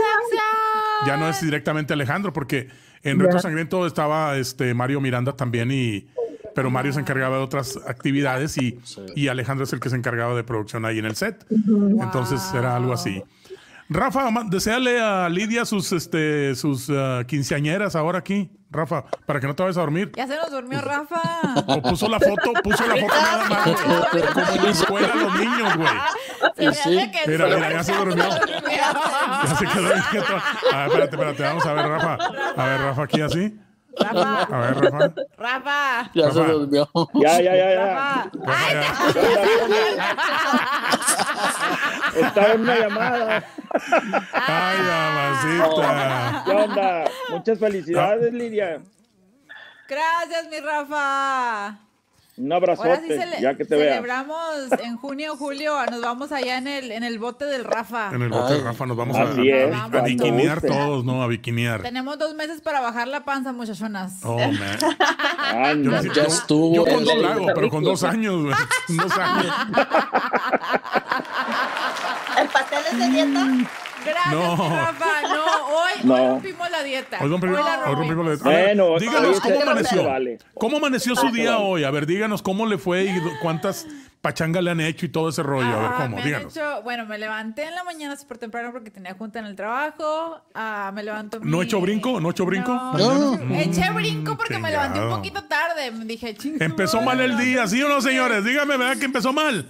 [SPEAKER 2] Ya no es directamente Alejandro, porque en Reto Sangriento estaba este Mario Miranda también y pero Mario se encargaba de otras actividades y, y Alejandro es el que se encargaba de producción ahí en el set. Entonces era algo así. Rafa, ma- deséale a Lidia sus este sus ah, quinceañeras ahora aquí, Rafa, para que no te vayas a dormir.
[SPEAKER 3] Ya se nos durmió Rafa.
[SPEAKER 2] O puso la foto, puso la foto nada más. Como en la escuela los niños, güey.
[SPEAKER 3] Se me
[SPEAKER 7] Sí.
[SPEAKER 3] hace que
[SPEAKER 2] Mira,
[SPEAKER 3] sí,
[SPEAKER 2] mira, ya se durmió. Ya se quedó inquieto. A ver, espérate, espérate, vamos a ver, Rafa. A ver, Rafa, aquí así.
[SPEAKER 3] Rafa,
[SPEAKER 2] A ver, Rafa.
[SPEAKER 3] Rafa,
[SPEAKER 7] Ya se
[SPEAKER 2] Rafa.
[SPEAKER 7] durmió.
[SPEAKER 9] Ya, ya, ya, ya.
[SPEAKER 3] Rafa.
[SPEAKER 2] Rafa, ya.
[SPEAKER 9] Estaba en una llamada.
[SPEAKER 2] Ay, mamacita.
[SPEAKER 9] ¿Qué onda? Muchas felicidades, Lidia.
[SPEAKER 3] Gracias, mi Rafa.
[SPEAKER 9] Un
[SPEAKER 3] Ahora sí
[SPEAKER 9] abrazote,
[SPEAKER 3] cele-
[SPEAKER 9] ya que te vea.
[SPEAKER 3] celebramos en junio, julio. ah, Nos vamos allá en el, en el bote del Rafa.
[SPEAKER 2] En el bote de Rafa nos vamos a,
[SPEAKER 9] Así es,
[SPEAKER 2] a,
[SPEAKER 9] cuando
[SPEAKER 2] biquinear
[SPEAKER 9] guste.
[SPEAKER 2] todos, ¿no? A biquinear.
[SPEAKER 3] Tenemos dos meses para bajar la panza, muchachonas.
[SPEAKER 2] Oh, man. Yo,
[SPEAKER 9] Anda.
[SPEAKER 2] no sé-
[SPEAKER 7] Ya
[SPEAKER 2] yo-
[SPEAKER 7] estuvo,
[SPEAKER 2] yo con
[SPEAKER 7] ya
[SPEAKER 2] dos
[SPEAKER 7] estuvo.
[SPEAKER 2] lagos, pero con dos años, güey. Con Dos años.
[SPEAKER 5] ¿El pastel es de dieta?
[SPEAKER 3] Gracias,
[SPEAKER 2] No.
[SPEAKER 3] mi Rafa. No, hoy,
[SPEAKER 9] No.
[SPEAKER 3] hoy rompimos la dieta.
[SPEAKER 2] Hoy rompimos-
[SPEAKER 3] la
[SPEAKER 2] hoy rompimos la- A ver,
[SPEAKER 9] Bueno,
[SPEAKER 2] díganos
[SPEAKER 9] oye,
[SPEAKER 2] cómo
[SPEAKER 9] se- se
[SPEAKER 2] amaneció.
[SPEAKER 9] vale.
[SPEAKER 2] ¿Cómo amaneció su día hoy? A ver, díganos cómo le fue y do- cuántas pachangas le han hecho y todo ese rollo. A ver,
[SPEAKER 3] Ah,
[SPEAKER 2] cómo,
[SPEAKER 3] me han
[SPEAKER 2] díganos.
[SPEAKER 3] hecho- bueno, me levanté en la mañana súper temprano porque tenía junta en el trabajo. Ah, me levanto.
[SPEAKER 2] ¿No
[SPEAKER 3] mi-
[SPEAKER 2] echó brinco? ¿No echó brinco?
[SPEAKER 3] No,
[SPEAKER 2] No.
[SPEAKER 3] Eché brinco porque me levanté un
[SPEAKER 2] Chingado.
[SPEAKER 3] poquito tarde. Me dije, "Chin, su
[SPEAKER 2] Empezó
[SPEAKER 3] madre,
[SPEAKER 2] mal el
[SPEAKER 3] no,
[SPEAKER 2] día,
[SPEAKER 3] no,
[SPEAKER 2] ¿sí o no, señores? Dígame, ¿verdad que empezó mal?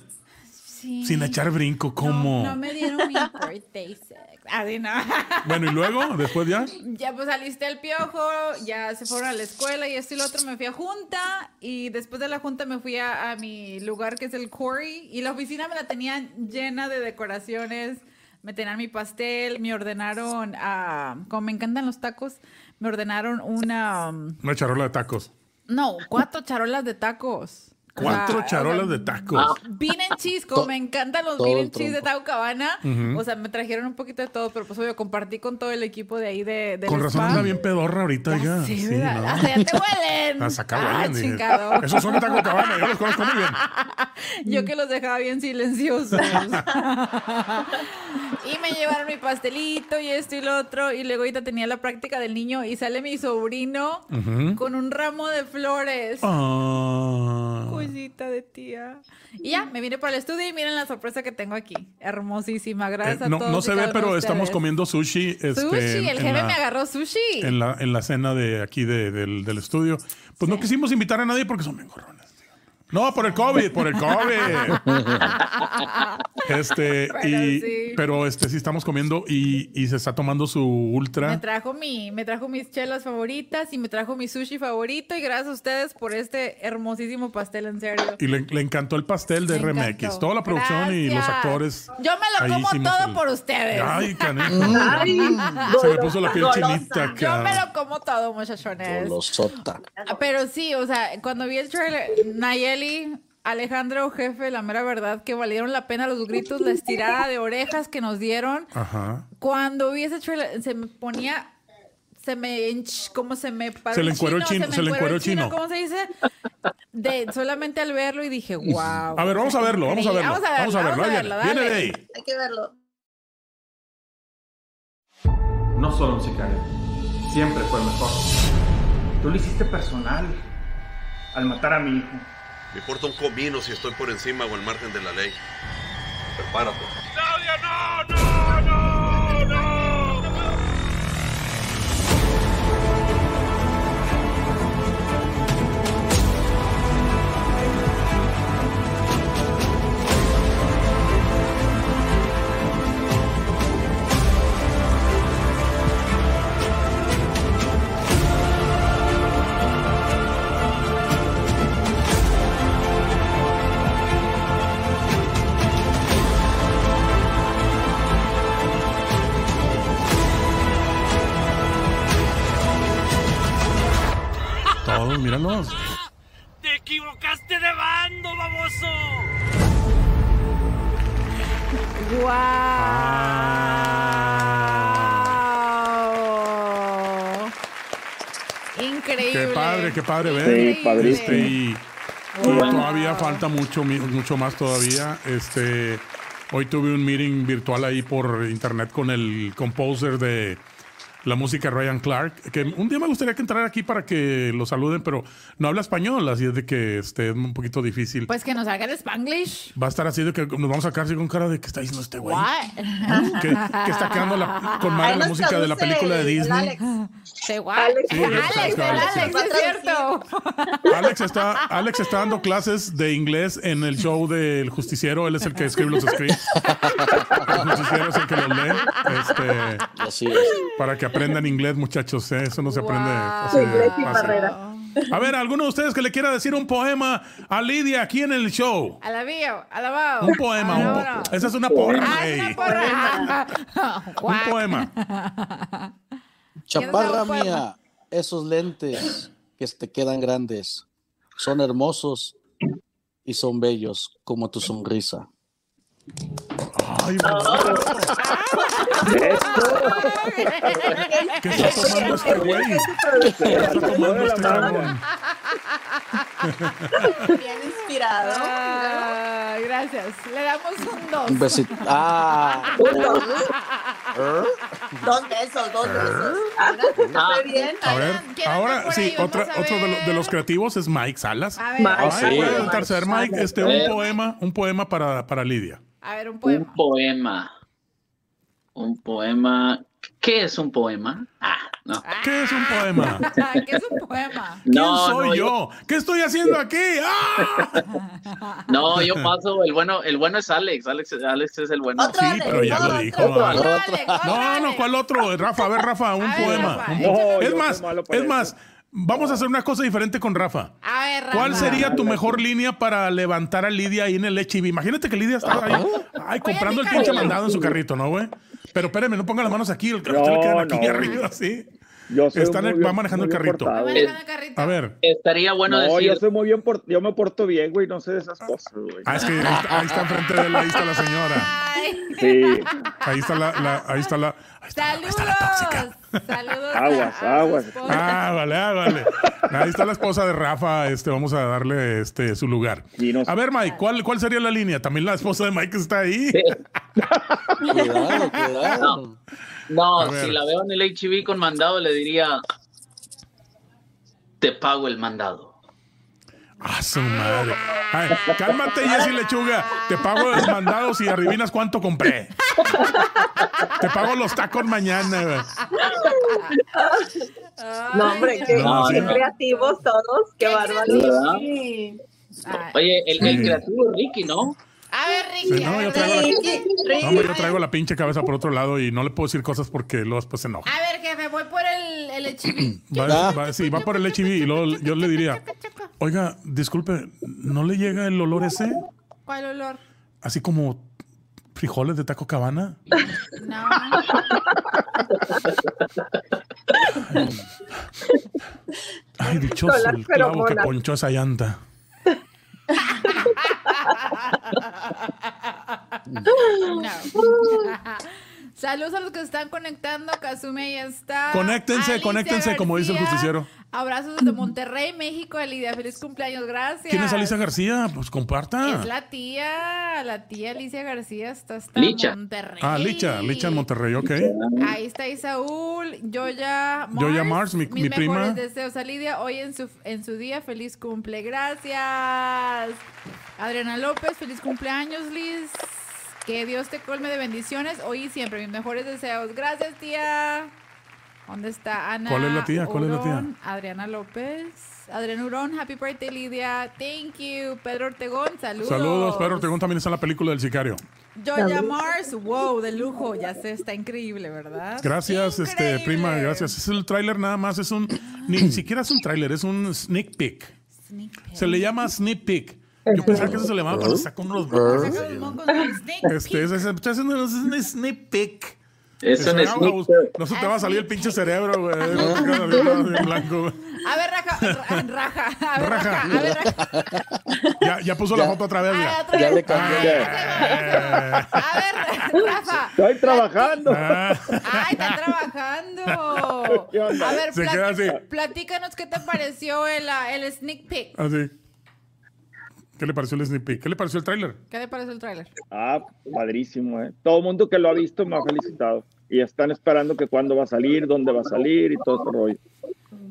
[SPEAKER 3] sí.
[SPEAKER 2] Sin echar brinco, ¿cómo?
[SPEAKER 3] No, no me dieron mi birthday sex. Así no.
[SPEAKER 2] Bueno, y luego, después ya.
[SPEAKER 3] Ya pues saliste el piojo, ya se fueron a la escuela y esto y lo otro, me fui a junta y después de la junta me fui a, a mi lugar que es el Quarry y la oficina me la tenían llena de decoraciones, me tenían mi pastel, me ordenaron, ah, como me encantan los tacos, me ordenaron una, um,
[SPEAKER 2] Una charola de tacos.
[SPEAKER 3] no, cuatro charolas de tacos. O sea,
[SPEAKER 2] Cuatro
[SPEAKER 3] o sea,
[SPEAKER 2] charolas de
[SPEAKER 3] Ah,
[SPEAKER 2] tacos.
[SPEAKER 3] Bean and cheese, como me encantan los
[SPEAKER 7] todo
[SPEAKER 3] bean
[SPEAKER 7] el
[SPEAKER 3] and cheese de
[SPEAKER 7] trompo.
[SPEAKER 3] Taucabana. O sea, me trajeron un poquito de todo, pero pues obvio, compartí con todo el equipo de ahí de, del
[SPEAKER 2] Con razón
[SPEAKER 3] spa.
[SPEAKER 2] anda bien pedorra ahorita ya.
[SPEAKER 3] Ya sé,
[SPEAKER 2] Sí,
[SPEAKER 3] ¿verdad?
[SPEAKER 2] ¿no?
[SPEAKER 3] Hasta ya te huelen.
[SPEAKER 2] A sacar
[SPEAKER 3] Ah,
[SPEAKER 2] huelen, dije.
[SPEAKER 3] chingado.
[SPEAKER 2] Esos son de taco cabana, yo los conozco muy bien.
[SPEAKER 3] Yo que los dejaba bien silenciosos. y me llevaron mi pastelito y esto y lo otro. Y luego ahorita tenía la práctica del niño y sale mi sobrino con un ramo de flores.
[SPEAKER 2] Ah.
[SPEAKER 3] Joyita de tía. Y ya, me vine para el estudio y miren la sorpresa que tengo aquí. Hermosísima.
[SPEAKER 2] Eh,
[SPEAKER 3] Gracias a
[SPEAKER 2] no,
[SPEAKER 3] todos.
[SPEAKER 2] no
[SPEAKER 3] y
[SPEAKER 2] se
[SPEAKER 3] cada
[SPEAKER 2] ve,
[SPEAKER 3] uno de
[SPEAKER 2] pero estamos
[SPEAKER 3] ustedes.
[SPEAKER 2] comiendo sushi. Este,
[SPEAKER 3] Sushi,
[SPEAKER 2] en
[SPEAKER 3] el jefe
[SPEAKER 2] la-
[SPEAKER 3] me agarró sushi.
[SPEAKER 2] En la, en la cena de aquí de- del, del estudio. Pues no quisimos invitar a nadie porque son bien gorrones. No, por el COVID, por el COVID. Este,
[SPEAKER 3] Bueno,
[SPEAKER 2] y,
[SPEAKER 3] sí.
[SPEAKER 2] pero este sí estamos comiendo y, y se está tomando su
[SPEAKER 3] Me
[SPEAKER 2] ultra.
[SPEAKER 3] trajo, mi, me trajo mis chelas favoritas y me trajo mi sushi favorito. Y gracias a ustedes por este hermosísimo pastel, en serio.
[SPEAKER 2] Y le, le encantó el pastel de
[SPEAKER 3] Me
[SPEAKER 2] RMX.
[SPEAKER 3] encantó.
[SPEAKER 2] Toda la producción y los
[SPEAKER 3] Gracias.
[SPEAKER 2] actores.
[SPEAKER 3] Yo me
[SPEAKER 2] ahí
[SPEAKER 3] lo como
[SPEAKER 2] hicimos
[SPEAKER 3] todo
[SPEAKER 2] el-
[SPEAKER 3] por ustedes.
[SPEAKER 2] Ay, canejo.
[SPEAKER 7] Ay,
[SPEAKER 2] se me puso la piel
[SPEAKER 5] golosa.
[SPEAKER 2] chinita,
[SPEAKER 3] Yo me
[SPEAKER 2] cara.
[SPEAKER 3] lo como todo, muchachones.
[SPEAKER 7] Golosota.
[SPEAKER 3] Ah, Pero sí, o sea, cuando vi el trailer, Nayeli, Alejandro, jefe, la mera verdad, que valieron la pena los gritos, la estirada de orejas que nos dieron.
[SPEAKER 2] Ajá.
[SPEAKER 3] Cuando vi ese trailer, se me ponía. Se me. hinch- ¿Cómo se me paró
[SPEAKER 2] Se le encueró el chino,
[SPEAKER 3] me
[SPEAKER 2] se le
[SPEAKER 3] encueró
[SPEAKER 2] encueró el chino.
[SPEAKER 3] ¿Cómo se dice? De, solamente al verlo y dije, wow.
[SPEAKER 2] A ver, vamos a verlo, vamos a verlo.
[SPEAKER 3] Vamos a verlo,
[SPEAKER 2] Vamos a verlo. ahí
[SPEAKER 3] vamos a
[SPEAKER 2] viene,
[SPEAKER 3] verlo,
[SPEAKER 2] Viene de
[SPEAKER 3] dale.
[SPEAKER 2] ahí.
[SPEAKER 5] Hay que verlo.
[SPEAKER 10] No solo musical, siempre fue el mejor. Tú lo hiciste personal al matar a mi hijo.
[SPEAKER 4] Me importa un comino si estoy por encima o al margen de la ley. Prepárate.
[SPEAKER 2] Todos, míralos.
[SPEAKER 10] ¡Te equivocaste de bando, baboso!
[SPEAKER 3] ¡Wow! Increíble.
[SPEAKER 2] Qué padre, qué padre ver.
[SPEAKER 3] Increíble.
[SPEAKER 9] padrísimo.
[SPEAKER 2] Este, y, y
[SPEAKER 3] Wow.
[SPEAKER 2] todavía falta mucho, mi- mucho más todavía. Este, hoy tuve un meeting virtual ahí por internet con el composer de la música Ryan Clark, que un día me gustaría que entrara aquí para que lo saluden, pero no habla español, así es de que este, es un poquito difícil.
[SPEAKER 3] Pues que nos haga el Spanglish.
[SPEAKER 2] Va a estar así de que nos vamos a sacar así con cara de que está diciendo este güey. Mm,
[SPEAKER 3] What?
[SPEAKER 2] Que, que está quedando la- con madre
[SPEAKER 5] Ahí
[SPEAKER 2] la
[SPEAKER 5] nos
[SPEAKER 2] música de la
[SPEAKER 5] traduce
[SPEAKER 2] película de
[SPEAKER 5] el
[SPEAKER 2] Disney.
[SPEAKER 5] Alex.
[SPEAKER 3] Say what?
[SPEAKER 8] Alex.
[SPEAKER 2] Sí,
[SPEAKER 3] Alex,
[SPEAKER 2] Alex,
[SPEAKER 3] el
[SPEAKER 2] Alex.
[SPEAKER 3] Alex, es cierto.
[SPEAKER 2] Alex está, Alex está dando clases de inglés en el show del justiciero. Él es el que escribe los scripts. El justiciero es el que los lee. Este,
[SPEAKER 7] Así es.
[SPEAKER 2] para que aprendan inglés, muchachos. ¿eh? Eso no se aprende.
[SPEAKER 3] Wow.
[SPEAKER 2] así de
[SPEAKER 8] Inglés y
[SPEAKER 2] fácil.
[SPEAKER 8] barrera.
[SPEAKER 2] A ver, ¿alguno de ustedes que le quiera decir un poema a Lidia aquí en el show?
[SPEAKER 3] Alabío, alabado.
[SPEAKER 2] Un poema, un
[SPEAKER 3] Alabado.
[SPEAKER 2] po- Esa es una porra.
[SPEAKER 3] Ah, es una
[SPEAKER 2] ey.
[SPEAKER 3] porra.
[SPEAKER 2] Un
[SPEAKER 3] Guac.
[SPEAKER 2] poema.
[SPEAKER 7] Chaparra
[SPEAKER 3] ¿Quieres dar un
[SPEAKER 7] mía, esos lentes que te quedan grandes son hermosos y son bellos como tu sonrisa.
[SPEAKER 2] Ay, bueno, ¿Qué está tomando este güey? ¿Qué está tomando este cabrón?
[SPEAKER 5] Bien inspirado.
[SPEAKER 3] Ah, gracias. Le damos un dos.
[SPEAKER 7] Un besito. Ah,
[SPEAKER 5] Dos besos, dos besos. Mira, Fue bien.
[SPEAKER 2] Ah. A ver,
[SPEAKER 3] ¿quién anda
[SPEAKER 2] ahora
[SPEAKER 3] por
[SPEAKER 2] sí,
[SPEAKER 3] ahí? Vamos
[SPEAKER 2] otra,
[SPEAKER 3] a
[SPEAKER 2] otro de, lo- de los
[SPEAKER 3] ver.
[SPEAKER 2] creativos es Mike Salas.
[SPEAKER 3] A ver,
[SPEAKER 8] Ma-
[SPEAKER 7] Ah, sí.
[SPEAKER 2] Puede aventarse. A ver, Mike, este, un poema, un poema para, para Lidia.
[SPEAKER 3] a ver, un
[SPEAKER 6] Un
[SPEAKER 3] poema.
[SPEAKER 6] poema. Un poema. ¿Qué es un poema? Ah, no.
[SPEAKER 2] ¿Qué es un poema?
[SPEAKER 3] Ay, ¿Qué es un poema?
[SPEAKER 2] ¿Quién
[SPEAKER 6] No,
[SPEAKER 2] soy
[SPEAKER 6] no,
[SPEAKER 2] yo? ¿Qué estoy haciendo aquí? ¡Ah!
[SPEAKER 6] No, yo paso. El bueno, el bueno es Alex. Alex, Alex es el bueno.
[SPEAKER 5] Otro
[SPEAKER 2] Sí,
[SPEAKER 5] Alex,
[SPEAKER 2] pero ya
[SPEAKER 5] otro
[SPEAKER 2] lo
[SPEAKER 5] Alex.
[SPEAKER 2] dijo.
[SPEAKER 6] Otro
[SPEAKER 2] No,
[SPEAKER 3] Otro Alex, otro
[SPEAKER 2] no,
[SPEAKER 3] Alex.
[SPEAKER 2] ¿cuál otro? Rafa, a ver, Rafa, un
[SPEAKER 3] A ver,
[SPEAKER 2] poema.
[SPEAKER 3] Rafa,
[SPEAKER 2] un
[SPEAKER 3] échame-
[SPEAKER 2] poema.
[SPEAKER 9] No, yo
[SPEAKER 2] es
[SPEAKER 9] soy
[SPEAKER 2] más,
[SPEAKER 9] malo para
[SPEAKER 2] es
[SPEAKER 9] eso.
[SPEAKER 2] más, vamos a hacer una cosa diferente con Rafa.
[SPEAKER 3] A ver, Rafa.
[SPEAKER 2] ¿Cuál sería tu mejor línea para levantar a Lidia ahí en el HIV? Imagínate que Lidia está ahí, ay, comprando el pinche mandado en su carrito, ¿no, güey? Pero espérame, no ponga las manos aquí, el carrito le quedan aquí
[SPEAKER 9] no.
[SPEAKER 2] arriba, así.
[SPEAKER 9] Yo soy
[SPEAKER 2] Está en el-
[SPEAKER 9] muy
[SPEAKER 2] va
[SPEAKER 9] bien-
[SPEAKER 2] manejando
[SPEAKER 9] muy
[SPEAKER 2] el
[SPEAKER 9] bien
[SPEAKER 2] carrito.
[SPEAKER 9] portado.
[SPEAKER 3] Va manejando el carrito.
[SPEAKER 2] A ver.
[SPEAKER 6] Estaría bueno
[SPEAKER 9] no,
[SPEAKER 6] decir.
[SPEAKER 9] yo soy muy bien por- yo me porto bien, güey, no sé de esas cosas, güey.
[SPEAKER 2] Ah, es que ahí está, ahí está enfrente de él, ahí está la señora.
[SPEAKER 3] Ay,
[SPEAKER 9] Sí,
[SPEAKER 2] Ahí está la, la- ahí está la, ahí está, la- ahí
[SPEAKER 3] saludos.
[SPEAKER 2] está la tóxica.
[SPEAKER 3] Saludos. a-
[SPEAKER 9] Aguas,
[SPEAKER 3] a
[SPEAKER 9] aguas.
[SPEAKER 3] su esposa.
[SPEAKER 2] Ah, vale, ah, vale. Ahí está la esposa de Rafa, este, vamos a darle este su lugar.
[SPEAKER 9] Y nos-
[SPEAKER 2] A ver, Mike, ¿cuál, cuál sería la línea? También la esposa de Mike está ahí.
[SPEAKER 7] cuidado, cuidado.
[SPEAKER 6] No,
[SPEAKER 2] A ver.
[SPEAKER 6] si la veo en el HIV con mandado, le diría: Te pago el mandado.
[SPEAKER 2] Ah, su madre. Ay, cálmate, Jessy Lechuga. Te pago los mandados y adivinas cuánto compré. Te pago los tacos mañana. güey.
[SPEAKER 3] Ay,
[SPEAKER 8] No, hombre,
[SPEAKER 3] Dios
[SPEAKER 8] qué,
[SPEAKER 2] No,
[SPEAKER 8] qué
[SPEAKER 2] sí.
[SPEAKER 8] creativos todos, qué
[SPEAKER 3] Qué
[SPEAKER 8] bárbaro.
[SPEAKER 6] ¿Verdad?
[SPEAKER 5] Sí.
[SPEAKER 6] Oye, el, el
[SPEAKER 2] Sí.
[SPEAKER 6] creativo es Ricky, ¿no?
[SPEAKER 3] A ver, Ricky.
[SPEAKER 2] Sí, no,
[SPEAKER 3] a
[SPEAKER 2] yo
[SPEAKER 3] ver,
[SPEAKER 2] traigo la-
[SPEAKER 3] Ricky,
[SPEAKER 2] No,
[SPEAKER 3] Ricky,
[SPEAKER 2] hombre, yo
[SPEAKER 3] a ver.
[SPEAKER 2] traigo la pinche cabeza por otro lado y no le puedo decir cosas porque luego después se enoja.
[SPEAKER 3] A ver, jefe, voy por el, el HIV.
[SPEAKER 2] Va, va- sí, va por el HIV y luego yo le diría, oiga, disculpe, ¿no le llega el olor ese?
[SPEAKER 3] ¿Cuál olor?
[SPEAKER 2] Así como frijoles de taco cabana.
[SPEAKER 3] No.
[SPEAKER 2] Ay, dichoso
[SPEAKER 8] Son
[SPEAKER 2] el
[SPEAKER 8] las
[SPEAKER 2] clavo que
[SPEAKER 8] feromonas.
[SPEAKER 2] ponchó esa llanta.
[SPEAKER 3] No. Saludos a los que se están conectando. Kazume ya está.
[SPEAKER 2] Conéctense,
[SPEAKER 3] Alicia
[SPEAKER 2] conéctense, como dice el
[SPEAKER 3] García.
[SPEAKER 2] justiciero.
[SPEAKER 3] Abrazos desde Monterrey, México, Lidia. Feliz cumpleaños, gracias.
[SPEAKER 2] ¿Quién es Alicia García? Pues comparta.
[SPEAKER 3] ah. Es la tía, la tía Alicia García está hasta
[SPEAKER 2] Licha.
[SPEAKER 3] Monterrey.
[SPEAKER 2] Ah, Licha, Licha en Monterrey, ok.
[SPEAKER 3] Ahí está Isaúl, Yoya Mars.
[SPEAKER 2] Yoya Mars, mi-
[SPEAKER 3] mis
[SPEAKER 2] mi
[SPEAKER 3] mejores
[SPEAKER 2] prima.
[SPEAKER 3] deseos a Lidia hoy en su, en su día. Feliz cumple, gracias. Adriana López, feliz cumpleaños, Liz. Que Dios te colme de bendiciones hoy y siempre. Mis mejores deseos. Gracias, tía. ¿Dónde está Ana?
[SPEAKER 2] ¿Cuál es la tía? ¿Cuál es la tía?
[SPEAKER 3] Urón, Adriana López. Adriana Urón, happy birthday, Lidia. Thank you. Pedro Ortegón, saludos.
[SPEAKER 2] Saludos, Pedro Ortegón también está en la película del sicario.
[SPEAKER 3] Joya Mars, wow, de lujo, ya sé, está increíble, ¿verdad?
[SPEAKER 2] Gracias, este, prima, gracias. Es el tráiler nada más, es un, ni siquiera es un tráiler, es un sneak peek. Se le llama sneak peek. Yo pensaba que eso se le llamaba cuando saca uno de los mocos. Este, es, es, es un- es un sneak peek.
[SPEAKER 6] Es
[SPEAKER 2] Eso
[SPEAKER 6] un
[SPEAKER 2] era,
[SPEAKER 6] sneak
[SPEAKER 2] vamos,
[SPEAKER 6] peek.
[SPEAKER 2] No se te va a salir el pinche cerebro, güey. En blanco, güey.
[SPEAKER 3] A ver, raja, ra- raja, a ver, raja, a ver, raja.
[SPEAKER 2] Ya, ya puso la foto otra vez.
[SPEAKER 3] Ah,
[SPEAKER 2] Ya,
[SPEAKER 3] otra Ya vez. Ah, le
[SPEAKER 2] cambió.
[SPEAKER 3] Rafa,
[SPEAKER 9] Estoy trabajando.
[SPEAKER 2] Ah.
[SPEAKER 3] ay, está trabajando.
[SPEAKER 9] ¿Qué onda?
[SPEAKER 3] A ver,
[SPEAKER 2] Se
[SPEAKER 3] plati-
[SPEAKER 2] queda así.
[SPEAKER 3] platícanos qué te pareció el, ah, el sneak peek.
[SPEAKER 2] Así. ¿Qué le pareció el sneak peek? ¿Qué le pareció el tráiler?
[SPEAKER 3] ¿Qué te pareció el tráiler?
[SPEAKER 9] Ah, padrísimo, ¿eh? Todo el mundo que lo ha visto me ha felicitado. Y están esperando que cuándo va a salir, dónde va a salir y todo ese rollo.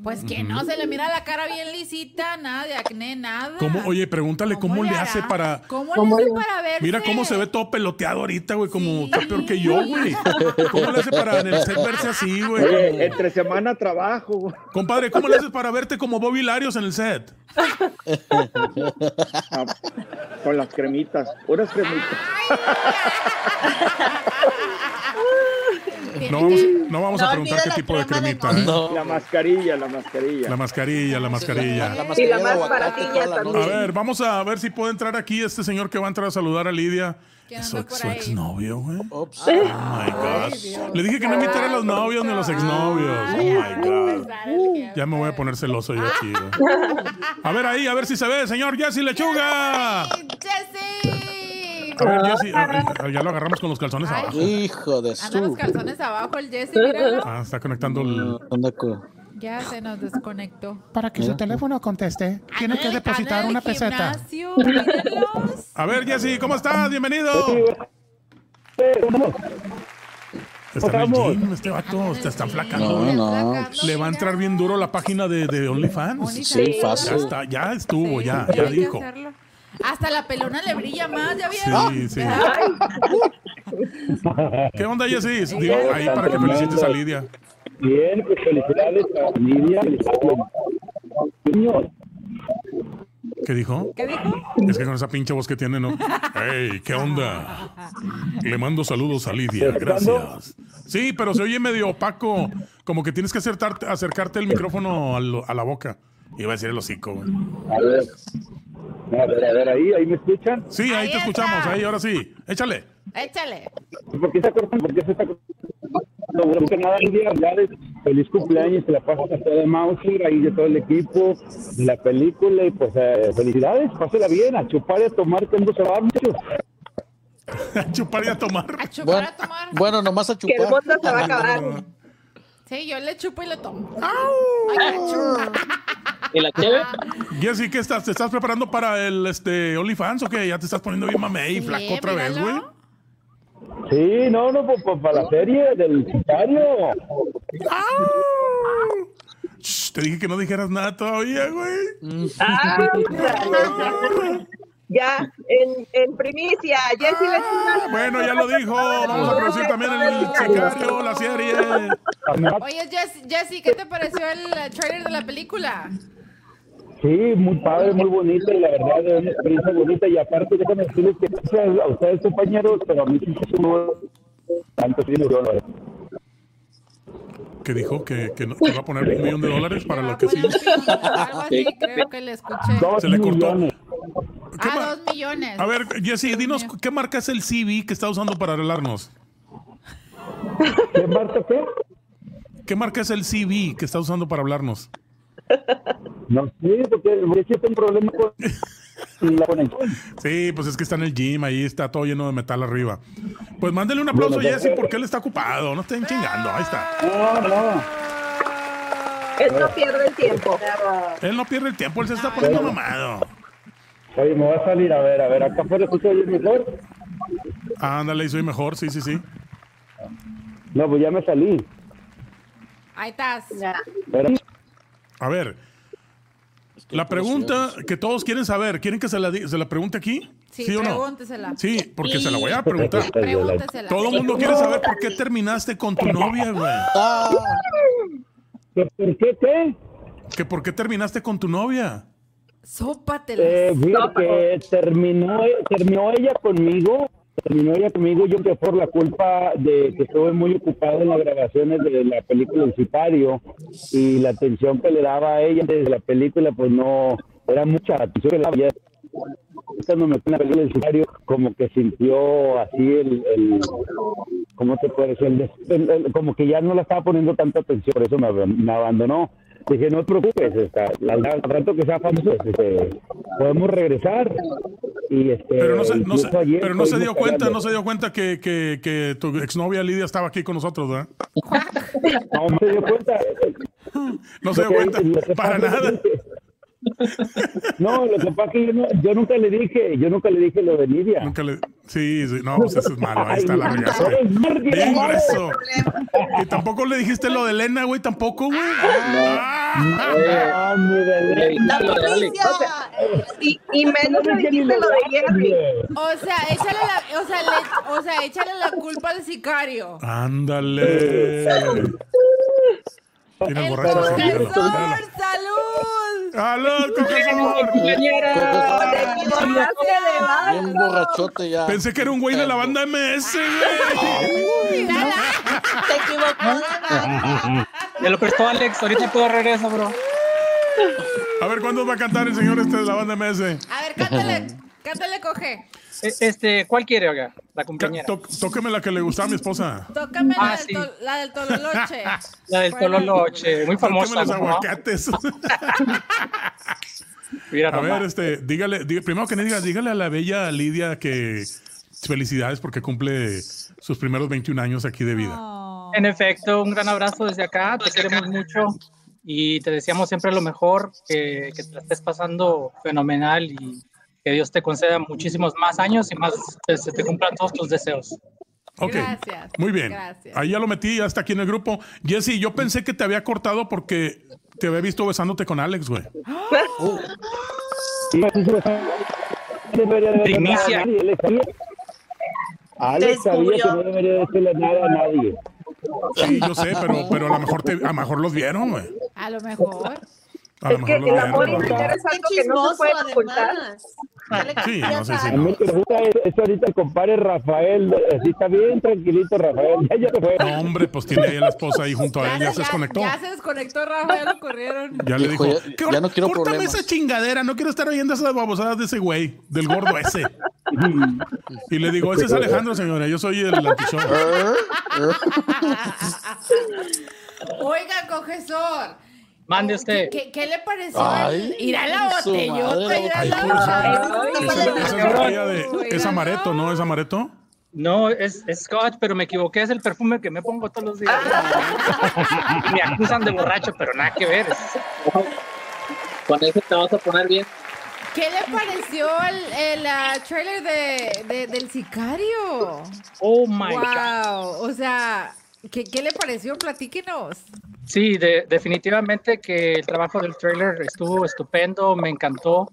[SPEAKER 3] Pues que no, se le mira la cara bien lisita, nada de acné, nada.
[SPEAKER 2] ¿Cómo? Oye, pregúntale cómo, le,
[SPEAKER 3] Ah. hará?
[SPEAKER 2] hace para.
[SPEAKER 3] ¿Cómo, le hace para ver?
[SPEAKER 2] Mira cómo se ve todo peloteado ahorita, güey, como está peor que yo, güey. ¿Cómo le hace para en el set verse así, güey? Como-
[SPEAKER 9] Oye, entre semana trabajo, güey.
[SPEAKER 2] Compadre, ¿cómo le haces para verte como Bobby Larios en el set?
[SPEAKER 9] Ah, con las cremitas, unas cremitas.
[SPEAKER 2] No vamos, no vamos a preguntar qué tipo de cremita. ¿eh?
[SPEAKER 9] La mascarilla, la mascarilla.
[SPEAKER 2] La mascarilla, la mascarilla.
[SPEAKER 8] Y la más baratilla también.
[SPEAKER 2] A ver, vamos a ver si puede entrar aquí este señor que va a entrar a saludar a Lidia. Es su, su exnovio, güey. Oh my God. Le dije que no invitara a los novios ni a los exnovios. Oh my God. Ya me voy a poner celoso yo aquí. güey. A ver ahí, a ver si se ve, señor Jesse Lechuga. A
[SPEAKER 3] ¡Jessy!
[SPEAKER 2] ver, Jesse, ah, ah, ya lo agarramos con los calzones abajo.
[SPEAKER 7] Hijo de
[SPEAKER 3] Andan los
[SPEAKER 7] su.
[SPEAKER 3] calzones abajo el Jesse, míralo.
[SPEAKER 2] Ah, está conectando el.
[SPEAKER 7] Mm, Anda co-
[SPEAKER 3] Ya se nos desconectó.
[SPEAKER 11] Para que su teléfono conteste, tiene que depositar una peseta.
[SPEAKER 3] Gimnasio, mírenlos.
[SPEAKER 2] A ver, Jesse, ¿cómo estás? Bienvenido. Está en el gym, este vato, está, está flacando.
[SPEAKER 7] No, no.
[SPEAKER 2] Le va a entrar bien duro la página de, de OnlyFans.
[SPEAKER 7] Sí,
[SPEAKER 2] Ya
[SPEAKER 7] fácil.
[SPEAKER 2] está, ya estuvo, ya,
[SPEAKER 3] Hay
[SPEAKER 2] ya
[SPEAKER 3] que
[SPEAKER 2] dijo.
[SPEAKER 3] hacerlo. Hasta la pelona le brilla más, ¿ya vieron?
[SPEAKER 2] Sí, sí. ¿Qué onda, Jessis? Digo, ahí para que felicites a Lidia.
[SPEAKER 10] Bien, pues felicidades a Lidia.
[SPEAKER 2] ¿Qué dijo?
[SPEAKER 3] ¿Qué dijo?
[SPEAKER 2] Es que con esa pinche voz que tiene, ¿no? ¡Ey, qué onda! Le mando saludos a Lidia, gracias. Sí, pero se oye medio opaco. Como que tienes que acertarte- acercarte el micrófono al- a la boca. Iba a decir el hocico, güey.
[SPEAKER 10] A ver, a ver, a ver, ahí, ahí me escuchan.
[SPEAKER 2] Sí, ahí,
[SPEAKER 3] Ahí
[SPEAKER 2] te
[SPEAKER 3] está.
[SPEAKER 2] escuchamos, ahí, ahora sí. Échale.
[SPEAKER 3] Échale.
[SPEAKER 10] ¿Por qué se cortan? ¿Por qué se está cortando? No, bueno, que nada, Lidia, hablarles feliz cumpleaños, que la pases a todo de Mauser, ahí de todo el equipo, de la película, y pues eh, felicidades, pásela bien, a chupar y a tomar, que no se va, muchachos.
[SPEAKER 2] A chupar y a tomar.
[SPEAKER 3] A chupar,
[SPEAKER 7] Bueno,
[SPEAKER 3] a tomar.
[SPEAKER 7] bueno, nomás a
[SPEAKER 8] Que el
[SPEAKER 7] chupar.
[SPEAKER 8] mundo se va a acabar.
[SPEAKER 3] Sí, yo le chupo y le tomo. Ay, qué chulo.
[SPEAKER 6] ¿Y la cheve?
[SPEAKER 2] Jessy, ¿qué estás? ¿Te estás preparando para el este OnlyFans o qué? Ya te estás poniendo bien mamey y
[SPEAKER 3] Sí,
[SPEAKER 2] flaco otra vez, güey.
[SPEAKER 3] míralo.
[SPEAKER 10] Sí, no, no, pues, pues, para la serie del sicario.
[SPEAKER 2] Shh, Te dije que no dijeras nada todavía, güey.
[SPEAKER 8] Ah, Ya, en, en primicia, Jessy Lechuga.
[SPEAKER 2] Ah, Bueno, ya lo dijo. Vamos a producir también el sicario, la serie.
[SPEAKER 3] Oye, Jess- Jessy, ¿qué te pareció el eh, trailer de la película?
[SPEAKER 10] Sí, Sí, muy padre, muy bonita y la verdad es una experiencia bonita y aparte déjame decirles que gracias a ustedes compañeros, pero a mí sí se sumó tanto sí, yo, la verdad.
[SPEAKER 2] que dijo que, que no- que va a poner un millón de dólares para lo que sigue.
[SPEAKER 3] Algo así, creo que le escuché.
[SPEAKER 2] Se le cortó.
[SPEAKER 3] Ah, dos millones.
[SPEAKER 2] A ver, Jesse, dinos qué marca es el CV que está usando para arreglarnos.
[SPEAKER 10] ¿Qué marca qué?
[SPEAKER 2] ¿Qué marca es el CV que está usando para hablarnos?
[SPEAKER 10] No sé, porque existe un problema con la conexión.
[SPEAKER 2] Sí, pues es que está en el gym, ahí está todo lleno de metal arriba. Pues mándale un aplauso a
[SPEAKER 10] Bueno,
[SPEAKER 2] Jesse porque él está ocupado, no estén chingando, ahí está.
[SPEAKER 8] Él no pierde el tiempo.
[SPEAKER 2] Él no pierde el tiempo, él se está poniendo mamado.
[SPEAKER 10] Oye, me va a salir, a ver, a ver, acá afuera se oye mejor.
[SPEAKER 2] Ándale, y soy mejor, sí, sí, sí.
[SPEAKER 10] No, pues ya me salí.
[SPEAKER 3] Ahí estás.
[SPEAKER 2] A ver, la pregunta que todos quieren saber, ¿quieren que se la, di- se la pregunte aquí?
[SPEAKER 3] Sí,
[SPEAKER 2] ¿Sí, o no?
[SPEAKER 3] pregúntesela.
[SPEAKER 2] Sí, porque se la voy a preguntar.
[SPEAKER 3] Pregúntesela.
[SPEAKER 2] Todo el mundo quiere saber por qué terminaste con tu novia, güey.
[SPEAKER 10] ¿Que ¿Por qué qué?
[SPEAKER 2] ¿Que por qué terminaste con tu novia?
[SPEAKER 3] Sópatelas.
[SPEAKER 10] Eh, fíjate que terminó, eh, terminó ella conmigo, terminó ella conmigo, yo que por la culpa de que estuve muy ocupado en las grabaciones de la película El Sicario y la atención que le daba a ella desde la película, pues no, era mucha la atención que le daba. Ya cuando me fui en la película El Sicario, como que sintió así el, el ¿cómo te puedo decir? El des- el- el- como que ya no le estaba poniendo tanta atención, por eso me, ab- me abandonó. Dije, no te preocupes, esta, al, al rato que sea famoso, este, podemos regresar. Y, este,
[SPEAKER 2] Pero no se, no se-
[SPEAKER 10] incluso ayer
[SPEAKER 2] pero no se dio
[SPEAKER 10] estuvimos
[SPEAKER 2] cuenta,
[SPEAKER 10] hablando.
[SPEAKER 2] no se dio cuenta que, que, que tu exnovia Lidia estaba aquí con nosotros, ¿verdad?
[SPEAKER 10] No, no se dio cuenta.
[SPEAKER 2] No se dio cuenta, para nada.
[SPEAKER 10] No, lo que pasa es que yo, no- yo nunca le dije, yo nunca le dije lo de Nidia.
[SPEAKER 2] Nunca le, sí, sí, no, pues eso es malo, ahí está la
[SPEAKER 10] Ay,
[SPEAKER 2] regaste.
[SPEAKER 10] eres nervio,
[SPEAKER 2] Bien
[SPEAKER 10] no,
[SPEAKER 2] grueso. Y tampoco le dijiste lo de Elena, güey, tampoco, güey. Ah.
[SPEAKER 10] No, mi bebé.
[SPEAKER 8] La
[SPEAKER 10] noticia.
[SPEAKER 8] O sea, y, y menos le dijiste lo de Jerry.
[SPEAKER 3] O sea, échale la, o sea, le- o sea, échale la culpa al sicario.
[SPEAKER 2] Ándale. Tiene el borracho. sí, míralo, míralo.
[SPEAKER 3] ¡Salud!
[SPEAKER 2] ¡Salud, Coca-Cola!
[SPEAKER 7] Bien borrachote ya.
[SPEAKER 2] Pensé que era un güey de la banda MS, güey.
[SPEAKER 5] Te equivocó.
[SPEAKER 12] Ya lo prestó Alex, ahorita todo regresa, bro.
[SPEAKER 2] A ver, ¿cuándo va a cantar el señor este de la banda MS?
[SPEAKER 3] A ver, cántale, cántale, coge.
[SPEAKER 12] E- Este, ¿cuál quiere, oiga? La compañera.
[SPEAKER 2] Tóqueme la que le gustaba a mi esposa.
[SPEAKER 3] Tócame la,
[SPEAKER 12] Ah,
[SPEAKER 3] del
[SPEAKER 12] sí.
[SPEAKER 3] tol- la del Tololoche.
[SPEAKER 12] La del Tololoche, muy famosa.
[SPEAKER 2] Tóqueme los
[SPEAKER 12] ¿no?
[SPEAKER 2] aguacates.
[SPEAKER 12] Mira
[SPEAKER 2] a ver,
[SPEAKER 12] nomás.
[SPEAKER 2] este, dígale, dí- primero que diga, dígale a la bella Lidia que felicidades porque cumple sus primeros 21 años aquí de vida.
[SPEAKER 12] En efecto, un gran abrazo desde acá, te queremos mucho y te deseamos siempre lo mejor, que, que te la estés pasando fenomenal y que Dios te conceda muchísimos más años y más pues, que se te cumplan todos tus deseos.
[SPEAKER 2] Ok.
[SPEAKER 3] Gracias.
[SPEAKER 2] Muy bien.
[SPEAKER 3] Gracias.
[SPEAKER 2] Ahí ya lo metí, ya está aquí en el grupo. Jesse, yo pensé que te había cortado porque te había visto besándote con Alex, güey.
[SPEAKER 10] Sí, así se lo sabe. No debería de hacer nada a nadie, Alex sabía. Alex sabía que no debería decirle nada a nadie.
[SPEAKER 2] Sí, yo sé, pero, pero a lo mejor te, a lo mejor los vieron, güey.
[SPEAKER 3] A lo mejor.
[SPEAKER 2] A lo
[SPEAKER 8] Es que
[SPEAKER 2] mejor los
[SPEAKER 8] el amor
[SPEAKER 2] vieron.
[SPEAKER 8] interior es algo que no se
[SPEAKER 5] chismoso,
[SPEAKER 8] puede
[SPEAKER 5] además.
[SPEAKER 8] ocultar.
[SPEAKER 2] Sí, no sé si
[SPEAKER 10] A
[SPEAKER 2] no.
[SPEAKER 10] mí me gusta eso, eso ahorita el compadre Rafael. Así está bien tranquilito, Rafael. Ya, ya se fue.
[SPEAKER 2] No, hombre, pues tiene ahí a la esposa ahí junto a él, ya se desconectó.
[SPEAKER 3] Ya se desconectó Rafa, ya lo corrieron.
[SPEAKER 2] Ya le dijo,
[SPEAKER 7] Hijo, ya-
[SPEAKER 2] "Cor-
[SPEAKER 7] ya no quiero
[SPEAKER 2] córtame
[SPEAKER 7] problemas".
[SPEAKER 2] esa chingadera, no quiero estar oyendo esas babosadas de ese güey, del gordo ese. Y le digo, ese es Alejandro, señora, yo soy el antichón.
[SPEAKER 7] Ah,
[SPEAKER 3] Oiga, cogesor.
[SPEAKER 12] Mande usted.
[SPEAKER 5] Este,
[SPEAKER 3] ¿Qué, qué le pareció?
[SPEAKER 12] Ay,
[SPEAKER 3] ir a la
[SPEAKER 12] su
[SPEAKER 3] botellota,
[SPEAKER 12] madre,
[SPEAKER 3] ir a
[SPEAKER 12] ay,
[SPEAKER 3] la
[SPEAKER 12] por
[SPEAKER 3] botellota.
[SPEAKER 2] Esa- esa es la botella de-
[SPEAKER 3] Uy,
[SPEAKER 2] es amareto, ¿no? ¿Es amareto?
[SPEAKER 12] No, es, es Scotch, pero me equivoqué, es el perfume que me pongo todos los días. me acusan de borracho, pero nada que ver.
[SPEAKER 6] Con eso te vas a poner bien.
[SPEAKER 3] ¿Qué le pareció el, el, ah, trailer de, de- del sicario?
[SPEAKER 12] Oh my
[SPEAKER 3] wow. O sea, ¿qué, ¿qué le pareció? Platíquenos.
[SPEAKER 12] Sí, de- definitivamente que el trabajo del trailer estuvo estupendo, me encantó,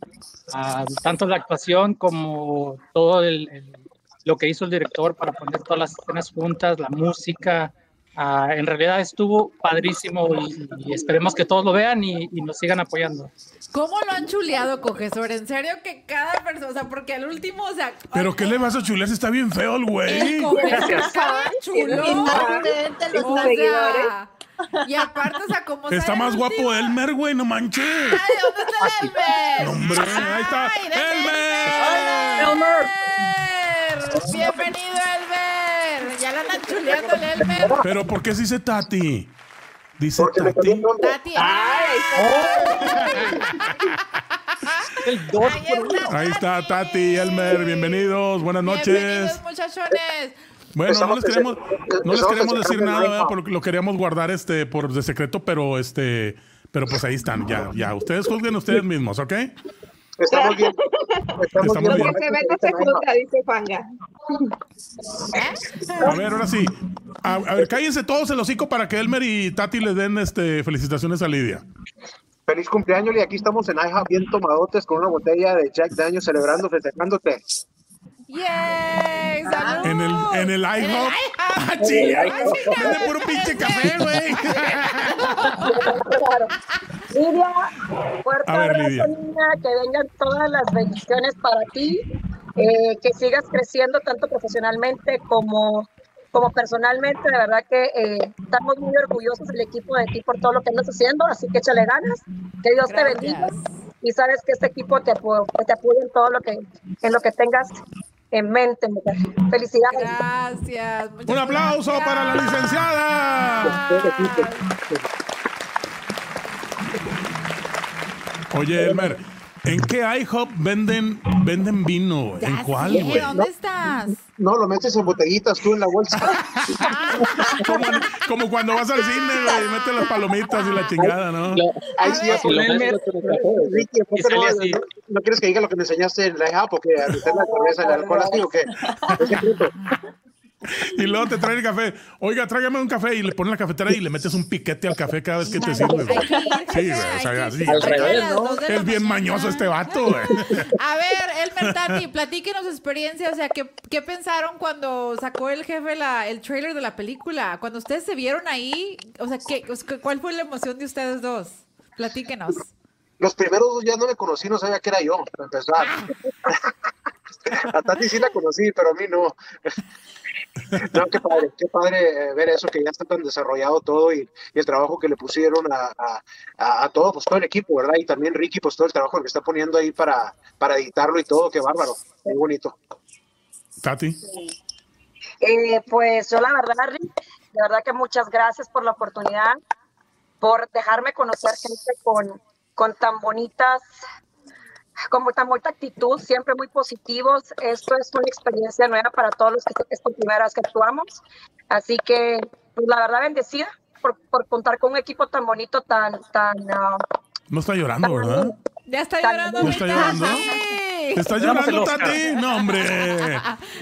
[SPEAKER 12] ah, tanto la actuación como todo el- el- lo que hizo el director para poner todas las escenas juntas, la música, Ah, en realidad estuvo padrísimo y, y esperemos que todos lo vean y, y nos sigan apoyando.
[SPEAKER 3] ¿Cómo lo han chuleado, cogesor? En serio que cada persona, o sea, porque al último, o sea,
[SPEAKER 2] ¿Pero qué le vas a chulear? Si Está bien feo el güey.
[SPEAKER 3] el cogesor cada chulo.
[SPEAKER 5] Imagínate los
[SPEAKER 3] O sea,
[SPEAKER 5] seguidores.
[SPEAKER 3] Y aparte, o sea, ¿cómo
[SPEAKER 2] Está
[SPEAKER 3] sale
[SPEAKER 2] más
[SPEAKER 3] el
[SPEAKER 2] guapo
[SPEAKER 3] último?
[SPEAKER 2] Elmer, güey, no manches.
[SPEAKER 3] Ay, ¿dónde está el Elmer?
[SPEAKER 2] Hombre, ahí está.
[SPEAKER 3] Elmer. Bienvenido, Elmer. Ya la andan chuleando el Elmer.
[SPEAKER 2] Pero ¿por qué se dice Tati? Dice Tati.
[SPEAKER 3] Tati. Ay,
[SPEAKER 2] El Ahí está Tati, Elmer, bienvenidos, buenas noches.
[SPEAKER 3] Bienvenidos, muchachones.
[SPEAKER 2] Bueno, no
[SPEAKER 13] Empezamos
[SPEAKER 2] les
[SPEAKER 13] a
[SPEAKER 2] queremos,
[SPEAKER 13] hacer-
[SPEAKER 2] no les
[SPEAKER 13] empezamos a
[SPEAKER 2] queremos
[SPEAKER 13] sacar
[SPEAKER 2] decir
[SPEAKER 13] del
[SPEAKER 2] nada,
[SPEAKER 13] iPhone.
[SPEAKER 2] ¿verdad? Porque lo queríamos guardar este por de secreto, pero este, pero pues ahí están, ya, ya. Ustedes juzguen ustedes mismos, ¿ok?
[SPEAKER 10] Estamos bien.
[SPEAKER 2] Estamos
[SPEAKER 8] Lo que
[SPEAKER 2] bien.
[SPEAKER 8] se ve no se juzga, dice Fanga.
[SPEAKER 2] A ver, ahora sí. A, a ver, cállense todos el hocico para que Elmer y Tati les den este felicitaciones a Lidia.
[SPEAKER 13] Feliz cumpleaños y aquí estamos en IHOP bien tomadotes con una botella de Jack Daniels celebrando, festejándote.
[SPEAKER 3] ¡Yay! ¡Salud!
[SPEAKER 2] En el, en el
[SPEAKER 3] En el
[SPEAKER 2] IHOP.
[SPEAKER 3] IHOP.
[SPEAKER 2] Ah, chinga.
[SPEAKER 3] Ay, chinga.
[SPEAKER 2] Vende puro pinche café, güey.
[SPEAKER 14] Claro. Lidia, fuerte
[SPEAKER 2] A ver,
[SPEAKER 14] abrazo,
[SPEAKER 2] Lidia.
[SPEAKER 14] niña, que vengan todas las bendiciones para ti, eh, que sigas creciendo tanto profesionalmente como, como personalmente. De verdad que eh, estamos muy orgullosos del equipo de ti por todo lo que andas haciendo, así que échale ganas, que Dios te bendiga y sabes que este equipo te, apo- que te apoya en todo lo que, en lo que tengas en mente, mujer. Felicidades.
[SPEAKER 3] Gracias. muchas
[SPEAKER 2] Un aplauso
[SPEAKER 3] gracias.
[SPEAKER 2] para la licenciada. Oye, Elmer, ¿en qué IHOP venden, venden vino? güey? ¿En cuál,
[SPEAKER 3] Sí,
[SPEAKER 2] güey?
[SPEAKER 3] ¿Dónde estás?
[SPEAKER 13] No, lo metes en botellitas tú en la bolsa.
[SPEAKER 2] Como, como cuando vas al cine, güey, mete las palomitas y la chingada, ¿no?
[SPEAKER 13] Ahí sí,
[SPEAKER 2] Con
[SPEAKER 13] lo
[SPEAKER 2] Elmer.
[SPEAKER 13] metes con el café. Ricky, ¿a poco no, no, no quieres que diga lo que me enseñaste en la IHOP o que a meter la cerveza, el alcohol así o qué?
[SPEAKER 2] Y luego te traen el café. Oiga, tráigame un café y le pones la cafetera y le metes un piquete al café cada vez que te sirves. güey. Sí, güey, o sea, así.
[SPEAKER 3] Al revés, ¿no?
[SPEAKER 2] Es bien mañoso este vato, güey.
[SPEAKER 3] A ver, Elmer Tati, platíquenos su experiencia. O sea, ¿qué, qué pensaron cuando sacó el jefe la, el trailer de la película? Cuando ustedes se vieron ahí, o sea, ¿qué, os- ¿cuál fue la emoción de ustedes dos? Platíquenos.
[SPEAKER 13] Los primeros dos ya no me conocí, no sabía que era yo, para empezar. A Tati sí la conocí, pero a mí no. No, qué padre, qué padre eh, ver eso, que ya está tan desarrollado todo y, y el trabajo que le pusieron a, a- a- a todo, pues todo el equipo, ¿verdad? Y también Ricky, pues todo el trabajo que está poniendo ahí para, para editarlo y todo, qué bárbaro, muy bonito.
[SPEAKER 2] Tati.
[SPEAKER 14] Eh, pues yo la verdad, Rick, de verdad que muchas gracias por la oportunidad, por dejarme conocer gente con, con tan bonitas, con tan bonita actitud, siempre muy positivos. Esto es una experiencia nueva para todos los que es por primera vez que actuamos. Así que, pues, la verdad, bendecida por, por contar con un equipo tan bonito, tan, tan... ah,
[SPEAKER 2] No está llorando, ¿verdad?
[SPEAKER 3] Ya está
[SPEAKER 14] tan
[SPEAKER 3] llorando.
[SPEAKER 2] ¿No está llorando?
[SPEAKER 3] Sí.
[SPEAKER 2] ¿Está llorando, Tati? No, hombre.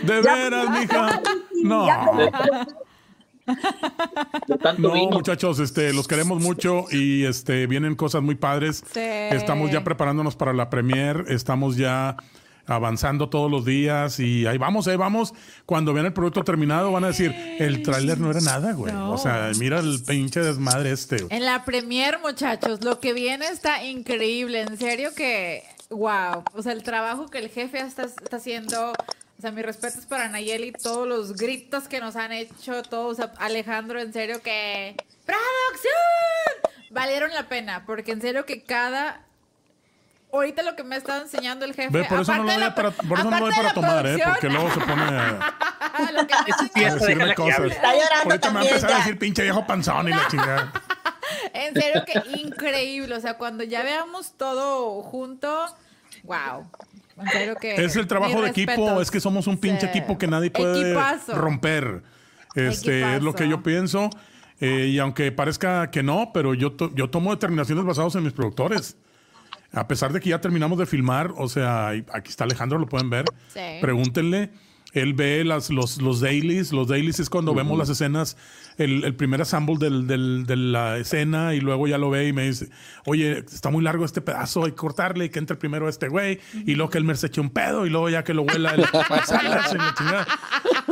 [SPEAKER 2] De veras, mija. No. No, muchachos, este, los queremos mucho y este, vienen cosas muy padres.
[SPEAKER 3] Sí.
[SPEAKER 2] Estamos ya preparándonos para la premier, estamos ya avanzando todos los días y ahí vamos, ahí vamos. Cuando vean el producto terminado van a decir, el tráiler no era nada, güey.
[SPEAKER 3] No.
[SPEAKER 2] O sea, mira el pinche desmadre este.
[SPEAKER 3] En la premier, muchachos, lo que viene está increíble. En serio que, wow. O sea, el trabajo que el jefe está, está haciendo. O sea, mis respetos para Nayeli, todos los gritos que nos han hecho, todos. o sea, Alejandro, en serio que. ¡Producción! Valieron la pena, porque en serio que cada. Ahorita lo que me ha estado enseñando el jefe.
[SPEAKER 2] Ve, por eso no lo
[SPEAKER 3] aparte
[SPEAKER 2] voy
[SPEAKER 3] de
[SPEAKER 2] a
[SPEAKER 3] la
[SPEAKER 2] para,
[SPEAKER 3] pro-
[SPEAKER 2] por eso no lo voy
[SPEAKER 3] aparte
[SPEAKER 2] para
[SPEAKER 3] de la
[SPEAKER 2] tomar, ¿eh?
[SPEAKER 3] producción,
[SPEAKER 2] Porque luego se pone a,
[SPEAKER 3] ah, lo que me ha
[SPEAKER 2] a
[SPEAKER 3] enseñado-
[SPEAKER 2] decirme cosas.
[SPEAKER 3] Está llorando
[SPEAKER 2] Ahorita me va a
[SPEAKER 3] también,
[SPEAKER 2] empezar a
[SPEAKER 3] ya.
[SPEAKER 2] decir pinche viejo panzón y la chingada.
[SPEAKER 3] En serio que increíble. O sea, cuando ya veamos todo junto, wow. En serio que.
[SPEAKER 2] Es el trabajo
[SPEAKER 3] mis
[SPEAKER 2] de equipo,
[SPEAKER 3] respetos.
[SPEAKER 2] es que somos un pinche
[SPEAKER 3] Sí.
[SPEAKER 2] equipo que nadie puede
[SPEAKER 3] Equipazo.
[SPEAKER 2] romper. Este es lo que yo pienso. Eh, y aunque parezca que no, pero yo, to- yo tomo determinaciones basadas en mis productores. A pesar de que ya terminamos de filmar, o sea, y- aquí está Alejandro, lo pueden ver.
[SPEAKER 15] Sí.
[SPEAKER 2] Pregúntenle. Él ve las, los, los dailies. Los dailies es cuando vemos las escenas, el, el primer assemble del- del- de la escena y luego ya lo ve y me dice, oye, está muy largo este pedazo, hay que cortarle y que entre primero este güey. Y luego que Elmer se eche un pedo y luego ya que lo huela él. "Sálgase", y la chingada.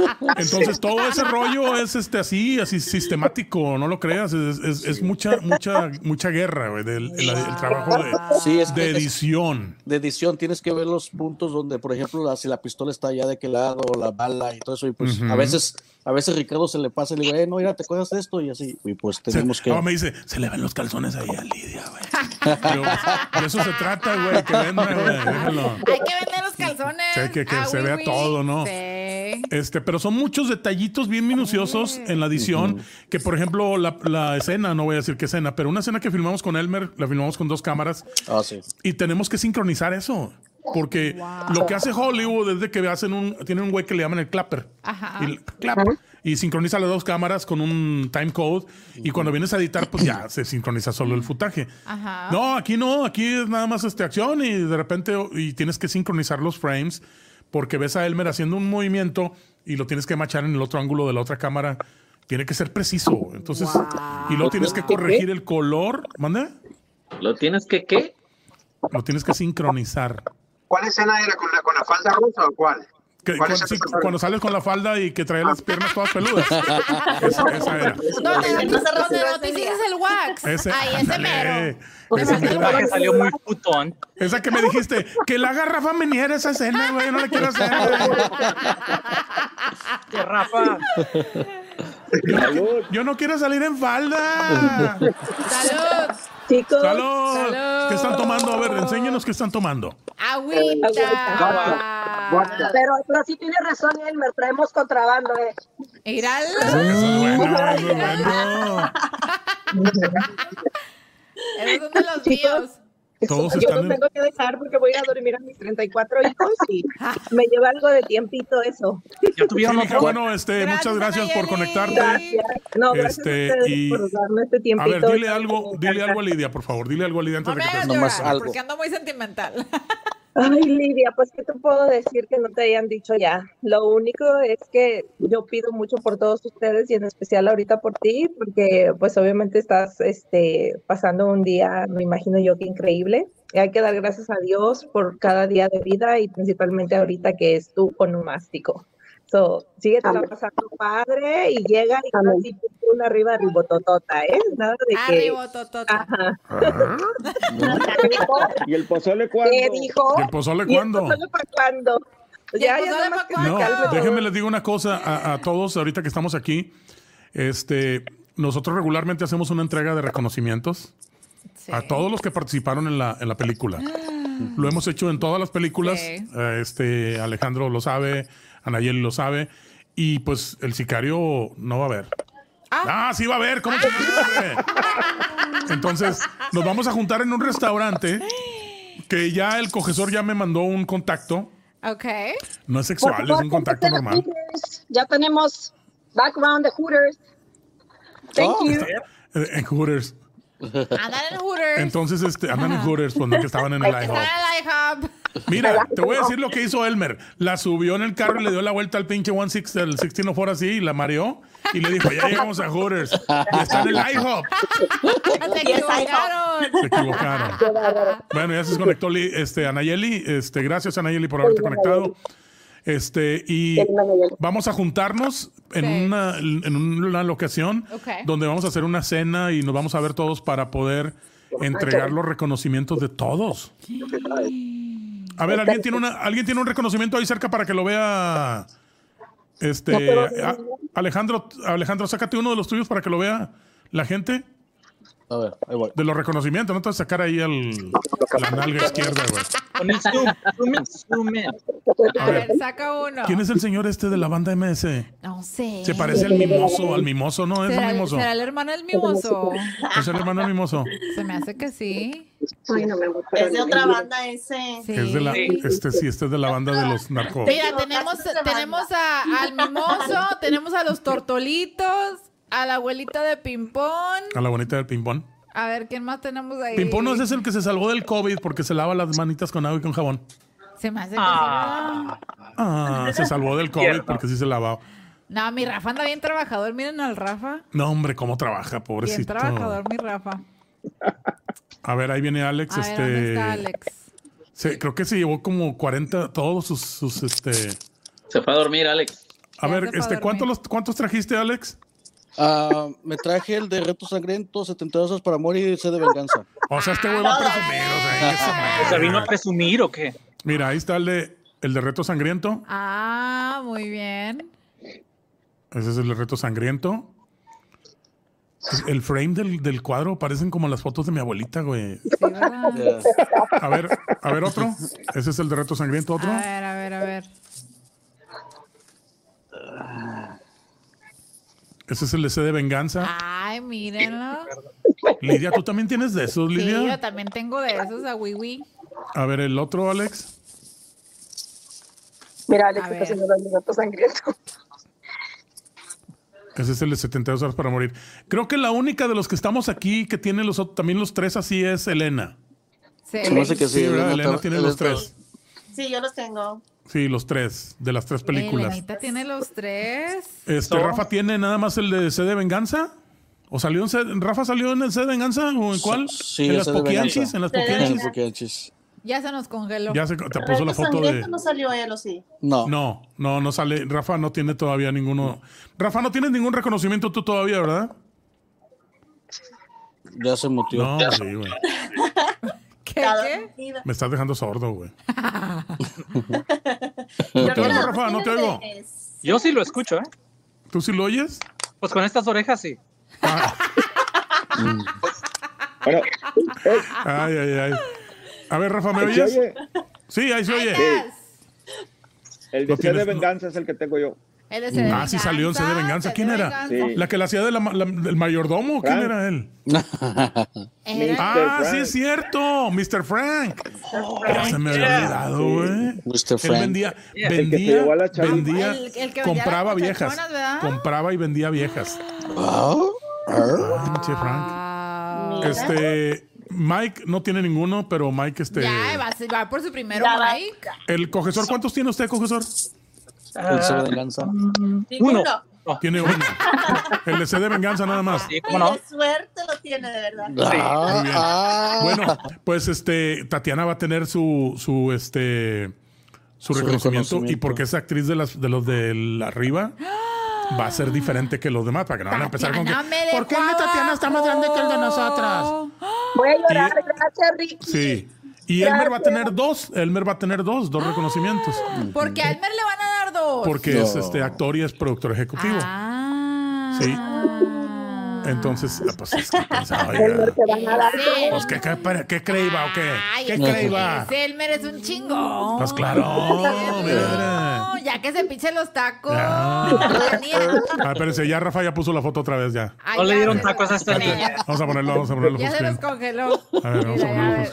[SPEAKER 16] Ah,
[SPEAKER 2] Entonces todo ese rollo es este así, así sistemático, no lo creas, es, es- es mucha, mucha, mucha guerra, güey, del el- el trabajo de,
[SPEAKER 7] Sí, es que
[SPEAKER 2] de
[SPEAKER 7] es-
[SPEAKER 2] edición.
[SPEAKER 7] de edición tienes que ver los puntos donde, por ejemplo, la- si la pistola está allá de qué lado, la bala y todo eso. Y pues
[SPEAKER 2] Ujú.
[SPEAKER 7] a veces, a veces Ricardo se le pasa y le digo, eh, no, mira, te acuerdas de esto y así. Y pues tenemos que.
[SPEAKER 2] Ahora Ah, me dice, se le ven los calzones ahí a Lidia, güey. Yo, De eso se trata, güey, que venda, güey, déjalo.
[SPEAKER 3] Hay que vender los calzones.
[SPEAKER 2] Sí, que- que
[SPEAKER 3] Ah,
[SPEAKER 2] se
[SPEAKER 3] oui,
[SPEAKER 2] vea
[SPEAKER 3] oui.
[SPEAKER 2] todo, ¿no?
[SPEAKER 3] Sí.
[SPEAKER 2] Este, pero son muchos detallitos bien minuciosos en la edición, que por ejemplo la, la escena, no voy a decir qué escena, pero una escena que filmamos con Elmer, la filmamos con dos cámaras,
[SPEAKER 7] Ah, sí.
[SPEAKER 2] y tenemos que sincronizar eso, porque lo que hace Hollywood es de que hacen un, tienen un güey que le llaman el clapper,
[SPEAKER 3] Ajá.
[SPEAKER 2] y, el clap, y sincroniza las dos cámaras con un time code, y cuando vienes a editar, pues ya se sincroniza solo el futaje.
[SPEAKER 6] Ah.
[SPEAKER 3] Ajá.
[SPEAKER 2] No, aquí no, aquí es nada más este acción y de repente y tienes que sincronizar los frames porque ves a Elmer haciendo un movimiento y lo tienes que machar en el otro ángulo de la otra cámara. Tiene que ser preciso. Entonces, y luego tienes que corregir el color. ¿Mande?
[SPEAKER 6] ¿Lo tienes que qué?
[SPEAKER 2] Lo tienes que sincronizar.
[SPEAKER 13] ¿Cuál escena era? ¿Con la, con la falda rosa o cuál?
[SPEAKER 2] Que-
[SPEAKER 13] ¿Cuál
[SPEAKER 2] cuando,
[SPEAKER 13] es el
[SPEAKER 2] sí,
[SPEAKER 13] personaje?
[SPEAKER 2] cuando sales con la falda y que trae las piernas todas peludas. Esa, esa era.
[SPEAKER 3] Donde donde no te hiciste el wax.
[SPEAKER 2] Ese-
[SPEAKER 3] Ahí, ese
[SPEAKER 2] ándale.
[SPEAKER 3] mero.
[SPEAKER 2] Ese mero.
[SPEAKER 12] que salió muy putón.
[SPEAKER 2] Esa que me dijiste, que la haga Rafa Menier esa escena, güey, no la quiero hacer.
[SPEAKER 12] Que Rafa.
[SPEAKER 2] Yo no, qui- yo no quiero salir en falda.
[SPEAKER 3] Salud.
[SPEAKER 8] Chicos.
[SPEAKER 2] ¡Salud! ¿Qué están tomando? A ver, enséñenos qué están tomando.
[SPEAKER 3] Agüita.
[SPEAKER 14] Pero, pero sí tiene razón, Elmer, traemos contrabando, eh.
[SPEAKER 2] Pues
[SPEAKER 3] Irala.
[SPEAKER 8] Esos
[SPEAKER 3] son de los
[SPEAKER 8] míos.
[SPEAKER 2] Todos
[SPEAKER 8] yo
[SPEAKER 2] están
[SPEAKER 8] los
[SPEAKER 2] en-
[SPEAKER 8] tengo que dejar porque voy a ir a dormir a mis 34 hijos y me lleva algo de tiempito eso.
[SPEAKER 2] Sí, mija, Bueno, este, muchas gracias por conectarte.
[SPEAKER 8] Gracias. No, gracias
[SPEAKER 2] Este,
[SPEAKER 8] a ustedes
[SPEAKER 2] y-
[SPEAKER 8] por darme este
[SPEAKER 2] A
[SPEAKER 8] tiempito.
[SPEAKER 2] ver, dile algo, dile algo a Lidia, por favor. Dile algo a Lidia antes de que te
[SPEAKER 3] Llorar, Porque ando muy sentimental.
[SPEAKER 8] Ay, Lidia, pues qué te puedo decir que no te hayan dicho ya. Lo único es que yo pido mucho por todos ustedes y en especial ahorita por ti, porque pues obviamente estás este, pasando un día, me imagino yo que increíble. Y hay que dar gracias a Dios por cada día de vida y principalmente ahorita que es tu onomástico. So, sigue
[SPEAKER 14] Amén.
[SPEAKER 8] pasando padre y llega y ahora sí, una arriba ribototota, ¿eh? Nada de que...
[SPEAKER 3] Arribototota.
[SPEAKER 8] Ajá.
[SPEAKER 9] ¿Y el pozole cuándo?
[SPEAKER 8] ¿Qué dijo?
[SPEAKER 2] ¿Y el pozole
[SPEAKER 8] ¿Y
[SPEAKER 2] cuándo?
[SPEAKER 8] pozole para cuándo? Ya, ya nada más que se
[SPEAKER 2] No,
[SPEAKER 8] calme todo.
[SPEAKER 2] déjenme les digo una cosa a, a todos ahorita que estamos aquí. Este, nosotros regularmente hacemos una entrega de reconocimientos a todos los que participaron en la, en la película. Lo hemos hecho en todas las películas.
[SPEAKER 3] Sí.
[SPEAKER 2] Eh, Este, Alejandro lo sabe, Anayeli lo sabe. Y pues el sicario no va a ver. Ah, sí va a ver, ¿cómo te Entonces, nos vamos a juntar en un restaurante que ya el cogesor ya me mandó un contacto.
[SPEAKER 3] Ok.
[SPEAKER 2] No es sexual, es un contacto normal.
[SPEAKER 14] Ya tenemos background de Hooters. Thank
[SPEAKER 2] Oh,
[SPEAKER 14] you.
[SPEAKER 2] está- eh, en Hooters.
[SPEAKER 3] Andan en Hooters.
[SPEAKER 2] Entonces, este, andan en Hooters, pues no, que estaban en el
[SPEAKER 3] Están
[SPEAKER 2] IHOP.
[SPEAKER 3] en el IHOP.
[SPEAKER 2] Mira, te voy a decir lo que hizo Elmer. La subió en el carro y le dio la vuelta al pinche One Six, el 1604 así, y la mareó. Y le dijo, ya llegamos a Hooters. Y está en el IHOP.
[SPEAKER 3] Te equivocaron.
[SPEAKER 2] Se equivocaron. Bueno, ya se desconectó Li- este, Anayeli. Este, gracias, Anayeli, por haberte conectado. Este, y vamos a juntarnos en,
[SPEAKER 3] Sí.
[SPEAKER 2] una, en una locación
[SPEAKER 3] Ok.
[SPEAKER 2] donde vamos a hacer una cena y nos vamos a ver todos para poder entregar los reconocimientos de todos. A ver, ¿alguien tiene, una, ¿alguien tiene un reconocimiento ahí cerca para que lo vea? Este,
[SPEAKER 10] No, pero-
[SPEAKER 2] a- Alejandro, Alejandro, sácate uno de los tuyos para que lo vea la gente.
[SPEAKER 7] A ver, ahí voy.
[SPEAKER 2] De los reconocimientos, no te vas a sacar ahí el, la nalga izquierda, güey.
[SPEAKER 12] Con el zoom, zoom in, zoom in.
[SPEAKER 2] A
[SPEAKER 3] A ver,
[SPEAKER 2] ver,
[SPEAKER 3] saca uno.
[SPEAKER 2] ¿quién es el señor este de la banda MS?
[SPEAKER 3] No sé.
[SPEAKER 2] Se parece al mimoso, al mimoso, ¿no? Es
[SPEAKER 3] ¿Será,
[SPEAKER 2] un
[SPEAKER 3] el-
[SPEAKER 2] mimoso.
[SPEAKER 3] será el hermano del mimoso?
[SPEAKER 2] Es el hermano del mimoso.
[SPEAKER 3] Se me hace que sí.
[SPEAKER 5] Es de otra banda ese.
[SPEAKER 2] Es de la, este sí, este es de la banda de los narcos.
[SPEAKER 3] Mira, tenemos, tenemos a, al mimoso, tenemos a los tortolitos, a la abuelita de Pimpón.
[SPEAKER 2] A la bonita del ping-pong.
[SPEAKER 3] A ver, ¿quién más tenemos ahí?
[SPEAKER 2] Pimpón no ese es el que se salvó del COVID porque se lava las manitas con agua y con jabón.
[SPEAKER 3] Se me hace que sí, ¿verdad?
[SPEAKER 2] Ah, se salvó del COVID porque sí se lavaba.
[SPEAKER 3] No, mi Rafa anda bien trabajador. Miren al Rafa.
[SPEAKER 2] No, hombre, cómo trabaja,
[SPEAKER 3] Bien
[SPEAKER 2] pobrecito.
[SPEAKER 3] trabajador, mi Rafa.
[SPEAKER 2] A ver, ahí viene Alex.
[SPEAKER 3] A ver,
[SPEAKER 2] este...
[SPEAKER 3] ¿dónde está Alex?
[SPEAKER 2] Se- creo que se llevó como 40, todos sus, sus, este...
[SPEAKER 6] Se fue a dormir, Alex.
[SPEAKER 2] A ver, este, ¿cuántos, los- ¿cuántos trajiste, Alex?
[SPEAKER 7] Ah, me traje el de Reto Sangriento, 72 horas para morir y sed de venganza.
[SPEAKER 2] O sea, este güey
[SPEAKER 3] Ah,
[SPEAKER 2] va a presumir.
[SPEAKER 12] O sea, vino a presumir o qué?
[SPEAKER 2] Mira, ahí está el de, el de Reto Sangriento.
[SPEAKER 3] Ah, muy bien.
[SPEAKER 2] Ese es el reto sangriento. El frame del, del cuadro parecen como las fotos de mi abuelita, güey.
[SPEAKER 3] ¿verdad?
[SPEAKER 2] A ver, a ver otro. Ese es el de reto sangriento, otro.
[SPEAKER 3] A ver, a ver, a ver.
[SPEAKER 2] Ese es el de C de venganza.
[SPEAKER 3] Ay, Eh, mírenlo.
[SPEAKER 2] Lidia, ¿tú también tienes de esos,
[SPEAKER 3] Sí, yo
[SPEAKER 2] Lidia?
[SPEAKER 3] también tengo de esos a Wiwi.
[SPEAKER 2] A ver, el otro, Alex.
[SPEAKER 14] Mira, Alex,
[SPEAKER 3] A
[SPEAKER 14] está
[SPEAKER 3] ver.
[SPEAKER 14] haciendo el gato sangriento.
[SPEAKER 2] Ese es el de 72 horas para morir. Creo que la única de los que estamos aquí que tiene los ot- también los tres así es Elena.
[SPEAKER 3] Sí.
[SPEAKER 7] Se me hace que sí,
[SPEAKER 2] ¿verdad?
[SPEAKER 7] Elena
[SPEAKER 2] Elena,
[SPEAKER 7] está-
[SPEAKER 2] tiene
[SPEAKER 7] Elena
[SPEAKER 2] los
[SPEAKER 7] está-
[SPEAKER 2] tres.
[SPEAKER 5] Sí, yo los tengo.
[SPEAKER 2] Sí, los tres, de las tres
[SPEAKER 3] Películas.
[SPEAKER 2] películas.
[SPEAKER 3] tiene los tres.
[SPEAKER 2] Este, Rafa tiene nada más el de C de Venganza. ¿O salió en C- Rafa salió en el C de Venganza? ¿O en cuál?
[SPEAKER 7] Sí,
[SPEAKER 2] en
[SPEAKER 7] el
[SPEAKER 2] las
[SPEAKER 7] C de
[SPEAKER 2] Poquianchis,
[SPEAKER 7] Venganza.
[SPEAKER 2] en las
[SPEAKER 5] C de
[SPEAKER 2] Poquianchis.
[SPEAKER 5] Venganza.
[SPEAKER 3] Ya se nos congeló.
[SPEAKER 2] Ya se- te puso la
[SPEAKER 5] Reto
[SPEAKER 2] foto
[SPEAKER 5] Sangriento
[SPEAKER 2] de-
[SPEAKER 5] no salió él, ¿o sí?
[SPEAKER 7] No.
[SPEAKER 2] No, no, no sale. Rafa no tiene todavía ninguno. Rafa, no tienes ningún reconocimiento tú todavía, ¿verdad?
[SPEAKER 7] Ya se mutió.
[SPEAKER 2] No, sí, güey.
[SPEAKER 3] ¿Qué?
[SPEAKER 5] qué?
[SPEAKER 2] Me estás dejando sordo, güey.
[SPEAKER 12] No
[SPEAKER 2] te oigo, Rafa, no te oigo.
[SPEAKER 12] Yo sí lo escucho, ¿eh?
[SPEAKER 2] ¿Tú sí lo oyes?
[SPEAKER 12] Pues con estas orejas sí.
[SPEAKER 2] Ay, ay, ay. A ver, Rafa, ¿me
[SPEAKER 9] ¿Se
[SPEAKER 2] oyes?
[SPEAKER 9] oye?
[SPEAKER 2] Sí, ahí se oye.
[SPEAKER 9] El
[SPEAKER 2] No
[SPEAKER 9] de C de
[SPEAKER 2] tienes- no-
[SPEAKER 9] venganza es el que tengo yo.
[SPEAKER 3] Él es el
[SPEAKER 2] Ah, sí salió en C de Venganza. ¿Quién era?
[SPEAKER 9] Venganza. Sí.
[SPEAKER 2] ¿La que la hacía de la ma- la- del mayordomo? ¿Quién
[SPEAKER 9] Frank.
[SPEAKER 2] era él?
[SPEAKER 3] Era-
[SPEAKER 2] Ah,
[SPEAKER 7] Frank.
[SPEAKER 2] sí es cierto, Mr. Frank. Ya se me había olvidado, güey.
[SPEAKER 7] Mr.
[SPEAKER 2] Él
[SPEAKER 7] Frank.
[SPEAKER 2] vendía,
[SPEAKER 7] El que se
[SPEAKER 2] vendía,
[SPEAKER 7] llevó a la chava.
[SPEAKER 2] vendía,
[SPEAKER 3] El- el que vendía
[SPEAKER 2] compraba
[SPEAKER 3] las
[SPEAKER 2] viejas,
[SPEAKER 3] muchachonas, ¿verdad?
[SPEAKER 2] compraba y vendía viejas. Ah, pinche Frank.
[SPEAKER 3] Mira.
[SPEAKER 2] Este, Mike no tiene ninguno, pero Mike, este,
[SPEAKER 3] Ya, va, se va por su primero
[SPEAKER 5] Ya va.
[SPEAKER 3] Mike.
[SPEAKER 2] el cogesor, ¿cuántos tiene usted, cogesor?
[SPEAKER 12] El C de
[SPEAKER 7] venganza.
[SPEAKER 5] Ninguno.
[SPEAKER 2] Tiene uno. El de C de venganza nada más.
[SPEAKER 5] Y de suerte lo tiene, de verdad.
[SPEAKER 2] Muy bien.
[SPEAKER 7] Ah.
[SPEAKER 2] Bueno, pues este Tatiana va a tener su su este su,
[SPEAKER 7] Su
[SPEAKER 2] reconocimiento, y
[SPEAKER 7] reconocimiento.
[SPEAKER 2] porque es actriz de las de los del arriba va a ser diferente que los demás para que no van a empezar con que
[SPEAKER 11] ¿Por qué el de Tatiana está más grande que el de nosotras?
[SPEAKER 3] Oh.
[SPEAKER 14] Voy a llorar,
[SPEAKER 2] Y-
[SPEAKER 14] gracias, Ricky.
[SPEAKER 2] sí. Y Elmer va a tener dos, Elmer va a tener dos, dos reconocimientos.
[SPEAKER 3] Porque a Elmer le van a dar dos.
[SPEAKER 2] Porque es este actor y es productor ejecutivo. Sí. Entonces, ah, pues es que pensaba, oiga, pues, ¿qué, qué, qué creíba o qué? ¿Qué
[SPEAKER 3] Ay,
[SPEAKER 2] creíba?
[SPEAKER 3] ese Elmer es un chingón.
[SPEAKER 2] Pues claro, mira.
[SPEAKER 3] No, ya que se pinche los tacos.
[SPEAKER 2] Ah, espérense, ya Rafa ya puso la foto otra vez ya.
[SPEAKER 3] Ay, No le ya dieron se- tacos a esta
[SPEAKER 2] Espérate,
[SPEAKER 3] niña.
[SPEAKER 2] Vamos a ponerlo, vamos a ponerlo
[SPEAKER 3] Ya
[SPEAKER 2] full
[SPEAKER 3] se los
[SPEAKER 2] screen.
[SPEAKER 3] congeló.
[SPEAKER 2] A ver, vamos a ponerlo full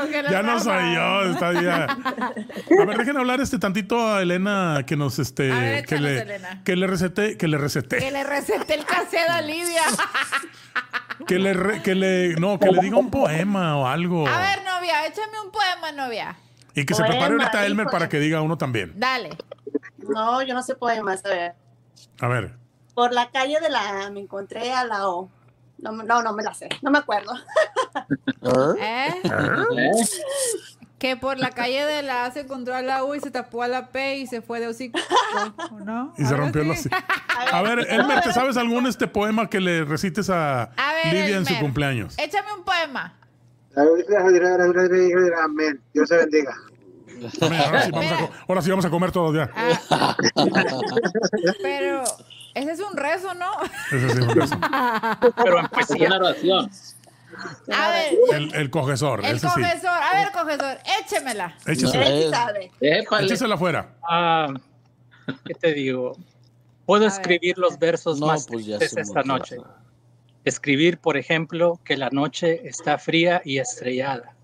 [SPEAKER 2] screen. Ya no soy yo, está ya. A ver, dejen hablar este tantito a Elena que nos este
[SPEAKER 3] A ver,
[SPEAKER 2] que
[SPEAKER 3] échanos,
[SPEAKER 2] le
[SPEAKER 3] Elena.
[SPEAKER 2] que le recete, que le recete,
[SPEAKER 3] Que le receté el cassette a Lidia.
[SPEAKER 2] que le re- que le no, que le diga un poema o algo
[SPEAKER 3] A ver, novia, échame un poema, novia.
[SPEAKER 2] y que se prepare
[SPEAKER 5] poema,
[SPEAKER 2] ahorita Elmer
[SPEAKER 5] híjole.
[SPEAKER 2] para que diga uno también.
[SPEAKER 3] Dale.
[SPEAKER 5] No, yo no sé poemas. A ver.
[SPEAKER 2] A ver.
[SPEAKER 5] Por la calle de la A me encontré a la O. No, me- no, no me la sé. No me acuerdo.
[SPEAKER 3] ¿Eh? Que por la calle de la A se encontró a la U y se tapó a la P y se fue de hocico. ¿O ¿No?
[SPEAKER 2] Y se rompió los A ver, Elmer, ¿te sabes algún este poema que le recites a,
[SPEAKER 3] A ver,
[SPEAKER 2] Lidia en su
[SPEAKER 3] Elmer.
[SPEAKER 2] cumpleaños?
[SPEAKER 3] Échame un poema.
[SPEAKER 13] Amén. Dios te bendiga.
[SPEAKER 2] Amén, Ahora sí, vamos a, co- ahora sí vamos a comer todos ya.
[SPEAKER 3] Ah. Pero ese es un rezo, ¿no?
[SPEAKER 2] Ese sí, bueno, sí.
[SPEAKER 3] Pero en
[SPEAKER 6] Es una oración.
[SPEAKER 3] A ver,
[SPEAKER 2] El, el cogesor,
[SPEAKER 3] el
[SPEAKER 2] ese sí.
[SPEAKER 3] confesor. A ver, confesor, échemela.
[SPEAKER 2] Échesela.
[SPEAKER 3] Él sí sabe.
[SPEAKER 2] Échesela afuera.
[SPEAKER 12] Ah, ¿Qué te digo? Puedo escribir los versos
[SPEAKER 7] No,
[SPEAKER 12] más
[SPEAKER 7] pues ya
[SPEAKER 12] tristes
[SPEAKER 7] se
[SPEAKER 12] esta
[SPEAKER 7] murió.
[SPEAKER 12] noche. Escribir, por ejemplo, que la noche está fría y estrellada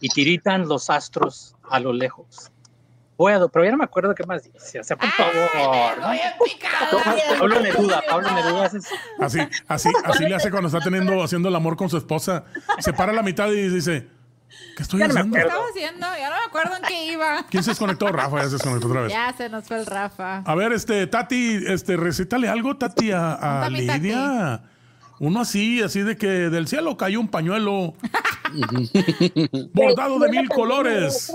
[SPEAKER 12] y tiritan los astros a lo lejos. Puedo, pero ya no me acuerdo qué más dice. O sea, por favor. ¿no? Pablo Neruda, Pablo Neruda. ese es-
[SPEAKER 2] Así, así, así le hace cuando está teniendo, haciendo el amor con su esposa. Se para a la mitad y dice, ¿qué estoy
[SPEAKER 3] Ya no me
[SPEAKER 2] haciendo?
[SPEAKER 3] acuerdo. estaba haciendo? Ya no me acuerdo en qué iba.
[SPEAKER 2] ¿Quién se desconectó? Rafa ya se desconectó otra vez.
[SPEAKER 3] Ya se nos fue el Rafa.
[SPEAKER 2] A ver, este, Tati, este, recítale algo, Tati, a, a
[SPEAKER 3] Cuéntame, Tati.
[SPEAKER 2] Lidia. Uno así, así de que del cielo cayó un pañuelo bordado de mil colores.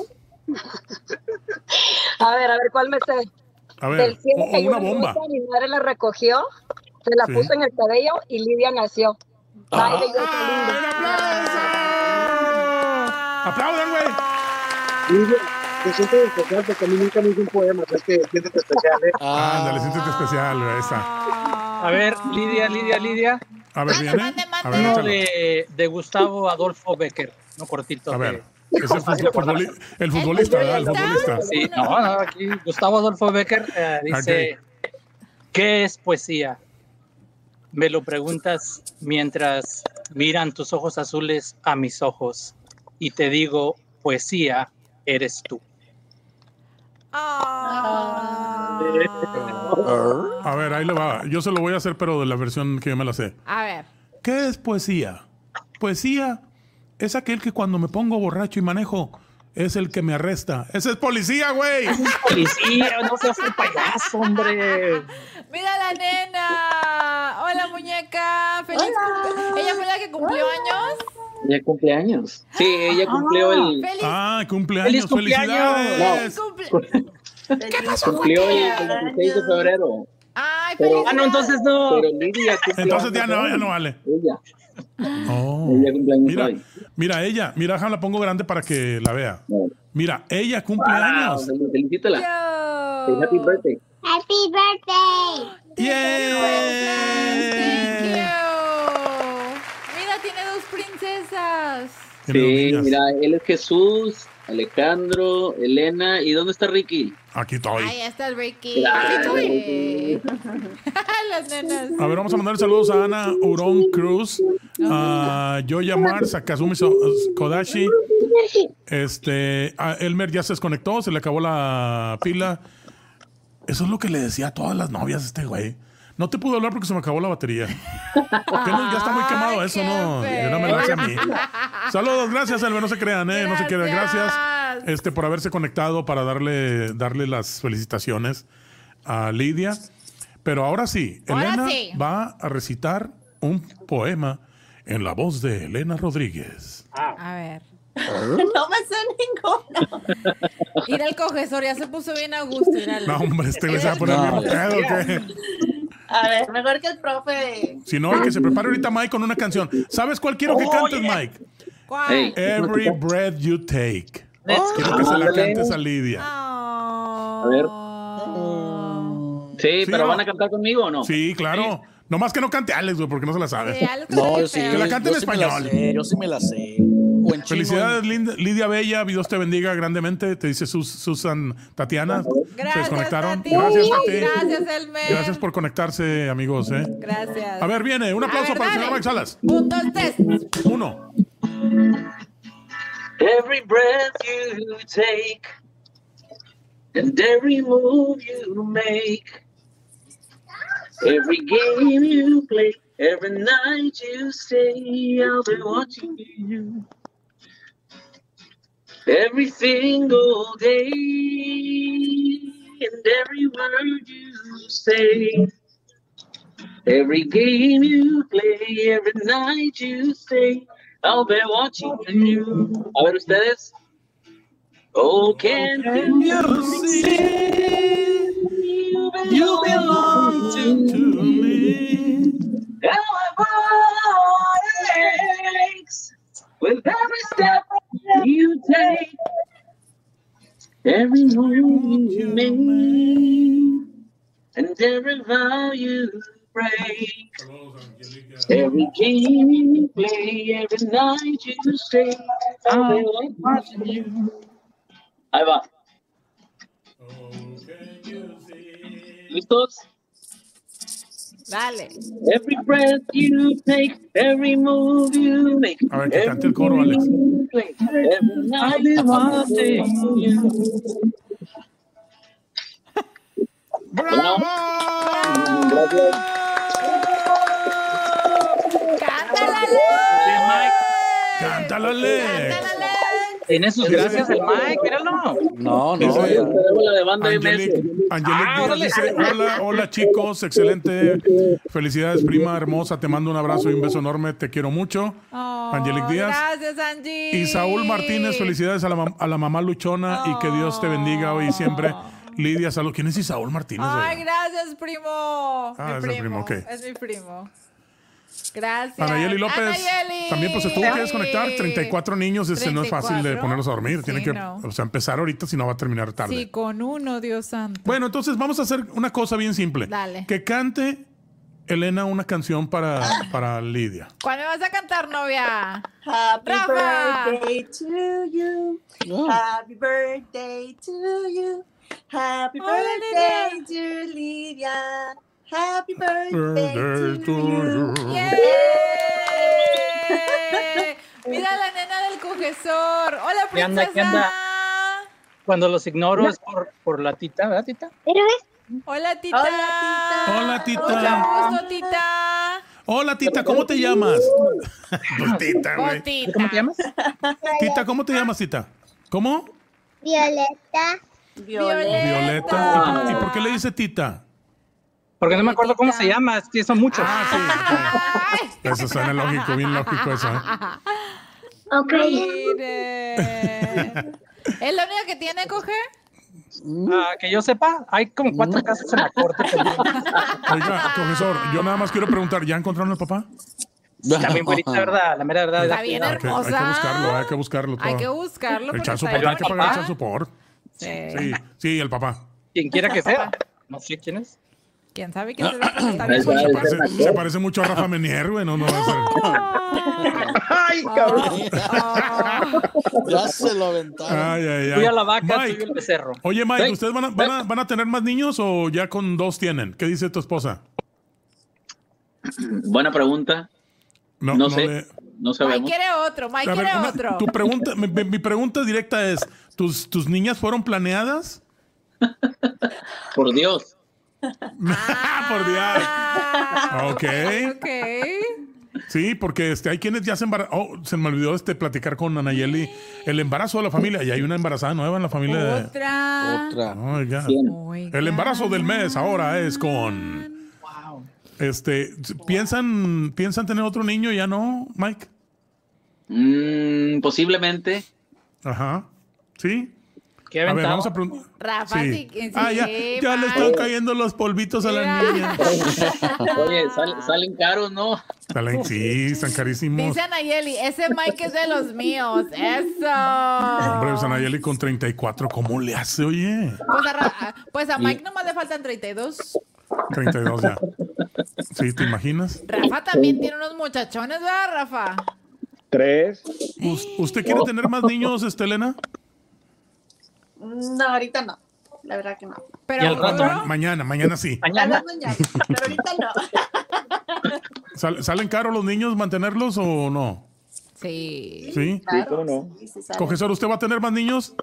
[SPEAKER 14] A ver, a ver, ¿cuál me sé?
[SPEAKER 2] A
[SPEAKER 14] del
[SPEAKER 2] ver,
[SPEAKER 14] cielo
[SPEAKER 2] o- o
[SPEAKER 14] cayó
[SPEAKER 2] una
[SPEAKER 14] una
[SPEAKER 2] bomba.
[SPEAKER 14] rosa, mi madre la recogió, se la
[SPEAKER 2] Sí.
[SPEAKER 14] puso en el cabello y Lidia nació. Ay,
[SPEAKER 2] Ah.
[SPEAKER 14] belleza linda.
[SPEAKER 2] ¡Aplaudan, güey!
[SPEAKER 13] Lidia, te siento especial porque a mí nunca me hizo un poema, así que siéntete especial, ¿eh?
[SPEAKER 2] Ándale, siéntete especial, güey, esa.
[SPEAKER 12] A ver, Lidia, Lidia, Lidia.
[SPEAKER 2] A ver, viene. A ver,
[SPEAKER 12] Uno
[SPEAKER 2] échalo.
[SPEAKER 12] de, de Gustavo Adolfo Becker. No cortito.
[SPEAKER 2] A ver,
[SPEAKER 12] de-
[SPEAKER 2] es el, futbol- futboli- el futbolista, ¿verdad? El futbolista.
[SPEAKER 12] Sí, no, no, aquí Gustavo Adolfo Becker eh, dice, ¿qué es poesía? Me lo preguntas mientras miran tus ojos azules a mis ojos y te digo, poesía eres tú.
[SPEAKER 17] Ah.
[SPEAKER 3] Ah.
[SPEAKER 2] A ver, ahí le va. Yo se lo voy a hacer, pero de la versión que yo me la sé.
[SPEAKER 3] A ver.
[SPEAKER 2] ¿Qué es poesía? Poesía es aquel que cuando me pongo borracho y manejo es el que me arresta. Ese es policía, güey.
[SPEAKER 12] Policía, no seas un payaso, hombre.
[SPEAKER 3] Mira la nena. Hola, muñeca. Feliz cumple- Ella fue la que cumplió años.
[SPEAKER 6] Ya cumpleaños. Sí, ella cumplió el.
[SPEAKER 3] Feliz-
[SPEAKER 2] Ah, cumpleaños.
[SPEAKER 6] ¡Feliz cumpleaños!
[SPEAKER 2] felicidades.
[SPEAKER 3] ¿Qué
[SPEAKER 6] Cumplió el 26 de febrero.
[SPEAKER 3] Ay,
[SPEAKER 6] Pero,
[SPEAKER 3] feliz.
[SPEAKER 6] ah, no, entonces no. Pero Lidia cumplió
[SPEAKER 2] Entonces ya
[SPEAKER 6] años
[SPEAKER 2] no,
[SPEAKER 6] hoy.
[SPEAKER 2] ya no vale.
[SPEAKER 6] Ella.
[SPEAKER 2] Oh. Mira, mira ella, mira, déjame la pongo grande para que la vea. Mira, ella cumple
[SPEAKER 6] Wow,
[SPEAKER 2] años.
[SPEAKER 6] fel- Felicítala. Say Happy birthday.
[SPEAKER 15] Happy birthday.
[SPEAKER 3] Thank you. Mira, tiene dos princesas.
[SPEAKER 6] Sí, mira, él es Jesús, Alejandro, Elena. ¿Y dónde está Ricky?
[SPEAKER 2] Aquí estoy.
[SPEAKER 3] Ahí está el Ricky.
[SPEAKER 6] Ay,
[SPEAKER 3] Aquí estoy. Las nenas.
[SPEAKER 2] A ver, vamos a mandar saludos a Ana Urón Cruz, a Yoya Mar, Sakazumi So- Kodashi. Este, a Elmer ya se desconectó, se le acabó la pila. Eso es lo que le decía a todas las novias este güey. No te pude hablar porque se me acabó la batería. ¿Por qué no? Ya está muy quemado eso, ¿no? Y ahora me lo hace a mí. Saludos, gracias, Elmer. No se crean, ¿eh? No se crean. Gracias este, por haberse conectado para darle, darle las felicitaciones a Lidia. Pero ahora sí,
[SPEAKER 3] Ahora
[SPEAKER 2] Elena
[SPEAKER 3] sí.
[SPEAKER 2] va a recitar un poema en la voz de Elena Rodríguez.
[SPEAKER 3] A ver. No me sé ninguno. Ir al cogesor, ya se puso bien a gusto. ir al-
[SPEAKER 2] No, hombre, este güey se va a poner
[SPEAKER 11] No,
[SPEAKER 2] bien pedo, ¿qué?
[SPEAKER 5] A ver, mejor que el profe.
[SPEAKER 2] Si no, el que se prepare ahorita Mike con una canción. ¿Sabes cuál quiero que cantes, Mike?
[SPEAKER 3] Hey.
[SPEAKER 2] Every breath you take. Quiero que se la
[SPEAKER 6] Ándale.
[SPEAKER 2] cantes a Lidia.
[SPEAKER 6] A ver. Sí, pero van a cantar conmigo o no?
[SPEAKER 2] Sí, claro. Nomás que no cante Alex, güey, porque no se la sabe.
[SPEAKER 6] Sí, Alex
[SPEAKER 7] No, yo sí,
[SPEAKER 2] Que la cante en
[SPEAKER 7] yo sí me la
[SPEAKER 2] español.
[SPEAKER 7] sé, yo sí me la sé. O en chino.
[SPEAKER 2] Felicidades, Linda- Lidia Bella. Dios te bendiga grandemente. Te dice Sus- Susan Tatiana. se desconectaron.
[SPEAKER 3] Tati.
[SPEAKER 2] Gracias, Tati.
[SPEAKER 3] Gracias, Elmer.
[SPEAKER 2] Gracias por conectarse, amigos. ¿eh?
[SPEAKER 3] Gracias.
[SPEAKER 2] A ver, viene. Un
[SPEAKER 3] A
[SPEAKER 2] aplauso
[SPEAKER 3] ver,
[SPEAKER 2] para el
[SPEAKER 3] dale.
[SPEAKER 2] señor Mike Salas.
[SPEAKER 3] Punto tres.
[SPEAKER 2] Uno.
[SPEAKER 6] Every breath you take and every move you make, every game you play, every night you stay, I'll be watching you. Every single day and every word you say, every game you play, every night you stay, I'll be watching you. A ver ustedes. Oh, can you see you belong to me? Our breaks with every step you take, every move you make, and every vow you break. Every game you play, every night you stay, I'll be watching you. Ahí va. ¿Listos?
[SPEAKER 3] Dale.
[SPEAKER 6] Every breath you take, every move you make,
[SPEAKER 2] A ver, que cante el coro, Alex.
[SPEAKER 6] you play, every night you stay.
[SPEAKER 2] Cántalo, Alex.
[SPEAKER 12] Tiene sus gracias el Mike, míralo.
[SPEAKER 7] No, no.
[SPEAKER 2] Dice-
[SPEAKER 7] oiga.
[SPEAKER 2] Angelique, Angelique
[SPEAKER 12] Ah,
[SPEAKER 2] Díaz
[SPEAKER 12] órale.
[SPEAKER 2] dice, hola, hola chicos, excelente. Felicidades, prima hermosa. Te mando un abrazo y un beso enorme. Te quiero mucho. Angelique Díaz.
[SPEAKER 3] Oh, Gracias, Angie. Oh.
[SPEAKER 2] Y Saúl Martínez, felicidades a la, mam- a la mamá luchona y que Dios te bendiga hoy y siempre. Lidia Salud. ¿Quién es Isaúl Martínez? eh?
[SPEAKER 3] Ay, gracias, primo.
[SPEAKER 2] Ah, es el primo, ok.
[SPEAKER 3] Es mi primo. Gracias.
[SPEAKER 2] Anayeli López.
[SPEAKER 3] Anayeli.
[SPEAKER 2] También pues se tuvo que desconectar. 34 niños, este, no es fácil de
[SPEAKER 3] 34.
[SPEAKER 2] ponerlos a dormir. Tiene
[SPEAKER 3] Sí,
[SPEAKER 2] que
[SPEAKER 3] no.
[SPEAKER 2] o sea, empezar ahorita, si no va a terminar tarde.
[SPEAKER 3] Sí, con uno, Dios santo.
[SPEAKER 2] Bueno, entonces vamos a hacer una cosa bien simple.
[SPEAKER 3] Dale.
[SPEAKER 2] Que cante Elena una canción para, para Lidia.
[SPEAKER 3] ¿Cuál me vas a cantar, novia?
[SPEAKER 5] Happy
[SPEAKER 3] Rafa.
[SPEAKER 5] birthday to you. Ah. Happy birthday to you. Happy birthday, dear Lydia. Happy birthday to you.
[SPEAKER 3] Eh, Mira la nena del cogesor. Hola,
[SPEAKER 12] ¿Qué anda,
[SPEAKER 3] princesa.
[SPEAKER 12] qué anda? Cuando los ignoro es por, por la tita, ¿verdad, tita?
[SPEAKER 3] Hola, tita.
[SPEAKER 2] Hola, tita.
[SPEAKER 3] Mucho gusto, tita.
[SPEAKER 2] Hola, Tita, ¿cómo te llamas? Pues, tita, güey.
[SPEAKER 3] Gotita.
[SPEAKER 12] ¿Cómo te llamas?
[SPEAKER 2] Tita, ¿cómo te llamas, Tita? ¿Cómo?
[SPEAKER 15] Violeta.
[SPEAKER 3] Violeta.
[SPEAKER 2] Violeta. ¿Y por qué le dice Tita? Ah,
[SPEAKER 12] Porque no me acuerdo cómo se llama, es que son muchos.
[SPEAKER 2] Eso suena lógico, bien lógico eso. ¿eh?
[SPEAKER 3] Mire. ¿Es la única que tiene, coge?
[SPEAKER 12] Ah, que yo sepa, hay como cuatro casas en la corte.
[SPEAKER 2] Oiga, profesor, yo nada más quiero preguntar, ¿ya encontraron al papá?
[SPEAKER 12] La bien bonita, ¿verdad? La mera verdad.
[SPEAKER 3] Está bien
[SPEAKER 2] Hay que, hay que
[SPEAKER 3] hermosa.
[SPEAKER 2] buscarlo, hay que buscarlo todo.
[SPEAKER 3] Hay que buscarlo
[SPEAKER 2] El
[SPEAKER 3] porque
[SPEAKER 2] chan
[SPEAKER 3] está
[SPEAKER 2] support, hay
[SPEAKER 3] bien
[SPEAKER 2] que pagar el
[SPEAKER 3] bonita. Eh.
[SPEAKER 2] chan support.
[SPEAKER 3] Sí.
[SPEAKER 2] Sí, sí, el papá.
[SPEAKER 12] Quien quiera que sea. No sé quién es.
[SPEAKER 3] ¿Quién sabe quién será? Pero está bien
[SPEAKER 2] Se
[SPEAKER 3] bonita.
[SPEAKER 2] parece, se parece mucho a Rafa Menier, güey, no, no va a ser.
[SPEAKER 12] ¡Ay, cabrón!
[SPEAKER 3] oh.
[SPEAKER 7] Ya se lo aventaron.
[SPEAKER 2] Ay, ay, ay.
[SPEAKER 12] Fui a la vaca,
[SPEAKER 2] Mike,
[SPEAKER 12] soy el becerro.
[SPEAKER 2] Oye, Mike,
[SPEAKER 12] Ven,
[SPEAKER 2] ¿ustedes van a, van, a, van a tener más niños o ya con dos tienen? ¿Qué dice tu esposa?
[SPEAKER 6] Buena pregunta.
[SPEAKER 2] No, no
[SPEAKER 6] No, sé,
[SPEAKER 2] le-
[SPEAKER 6] no
[SPEAKER 3] Mike
[SPEAKER 6] sabemos.
[SPEAKER 3] quiere otro, Mike
[SPEAKER 2] A ver,
[SPEAKER 3] quiere
[SPEAKER 2] una-
[SPEAKER 3] otro.
[SPEAKER 2] tu pregunta, mi, mi- mi pregunta directa es, ¿tus, ¿tus niñas fueron planeadas?
[SPEAKER 6] Por Dios.
[SPEAKER 2] Ah, por Dios. Ok.
[SPEAKER 3] Ok.
[SPEAKER 2] Sí, porque este, hay quienes ya se embarazaron. Oh, se me olvidó este, platicar con Anayeli el embarazo de la familia. Y hay una embarazada nueva en la familia. de-
[SPEAKER 3] Otra.
[SPEAKER 2] Oh, ya.
[SPEAKER 3] Oiga.
[SPEAKER 2] El embarazo del mes ahora es con.
[SPEAKER 12] Wow.
[SPEAKER 2] Este, ¿piensan, ¿piensan tener otro niño? ¿Ya no, Mike?
[SPEAKER 6] Mm, posiblemente.
[SPEAKER 2] Ajá. ¿Sí?
[SPEAKER 12] Qué
[SPEAKER 2] A ver,
[SPEAKER 6] aventado.
[SPEAKER 2] vamos a preguntar.
[SPEAKER 3] Rafa, sí.
[SPEAKER 2] Sí.
[SPEAKER 3] sí,
[SPEAKER 2] Ah, ya,
[SPEAKER 3] sí,
[SPEAKER 2] ya le
[SPEAKER 3] Mike.
[SPEAKER 2] están cayendo los polvitos a la
[SPEAKER 3] Mira.
[SPEAKER 2] niña.
[SPEAKER 6] Oye, sal- salen caros, ¿no?
[SPEAKER 2] Salen- sí, están carísimos.
[SPEAKER 3] Dice Anayeli, ese Mike es de los míos.
[SPEAKER 2] No,
[SPEAKER 3] Eso.
[SPEAKER 2] Hombre, Sanayeli con 34, ¿cómo le hace, oye?
[SPEAKER 3] Pues a, Ra- a- pues a Mike nomás le faltan 32.
[SPEAKER 2] 32 ya. Sí, ¿te imaginas?
[SPEAKER 3] Rafa también tiene unos muchachones, ¿verdad, Rafa?
[SPEAKER 2] Tres. ¿Usted quiere tener más niños, este, Elena?
[SPEAKER 5] No, ahorita no. La verdad que no.
[SPEAKER 3] Pero
[SPEAKER 2] Ma- mañana, mañana sí.
[SPEAKER 5] Mañana. Mañana, pero ahorita no.
[SPEAKER 2] ¿Sal- ¿Salen caros los niños mantenerlos o no?
[SPEAKER 3] Sí.
[SPEAKER 2] Sí.
[SPEAKER 5] Claro, sí, sí sale.
[SPEAKER 2] Cogesor, ¿usted va a tener más niños?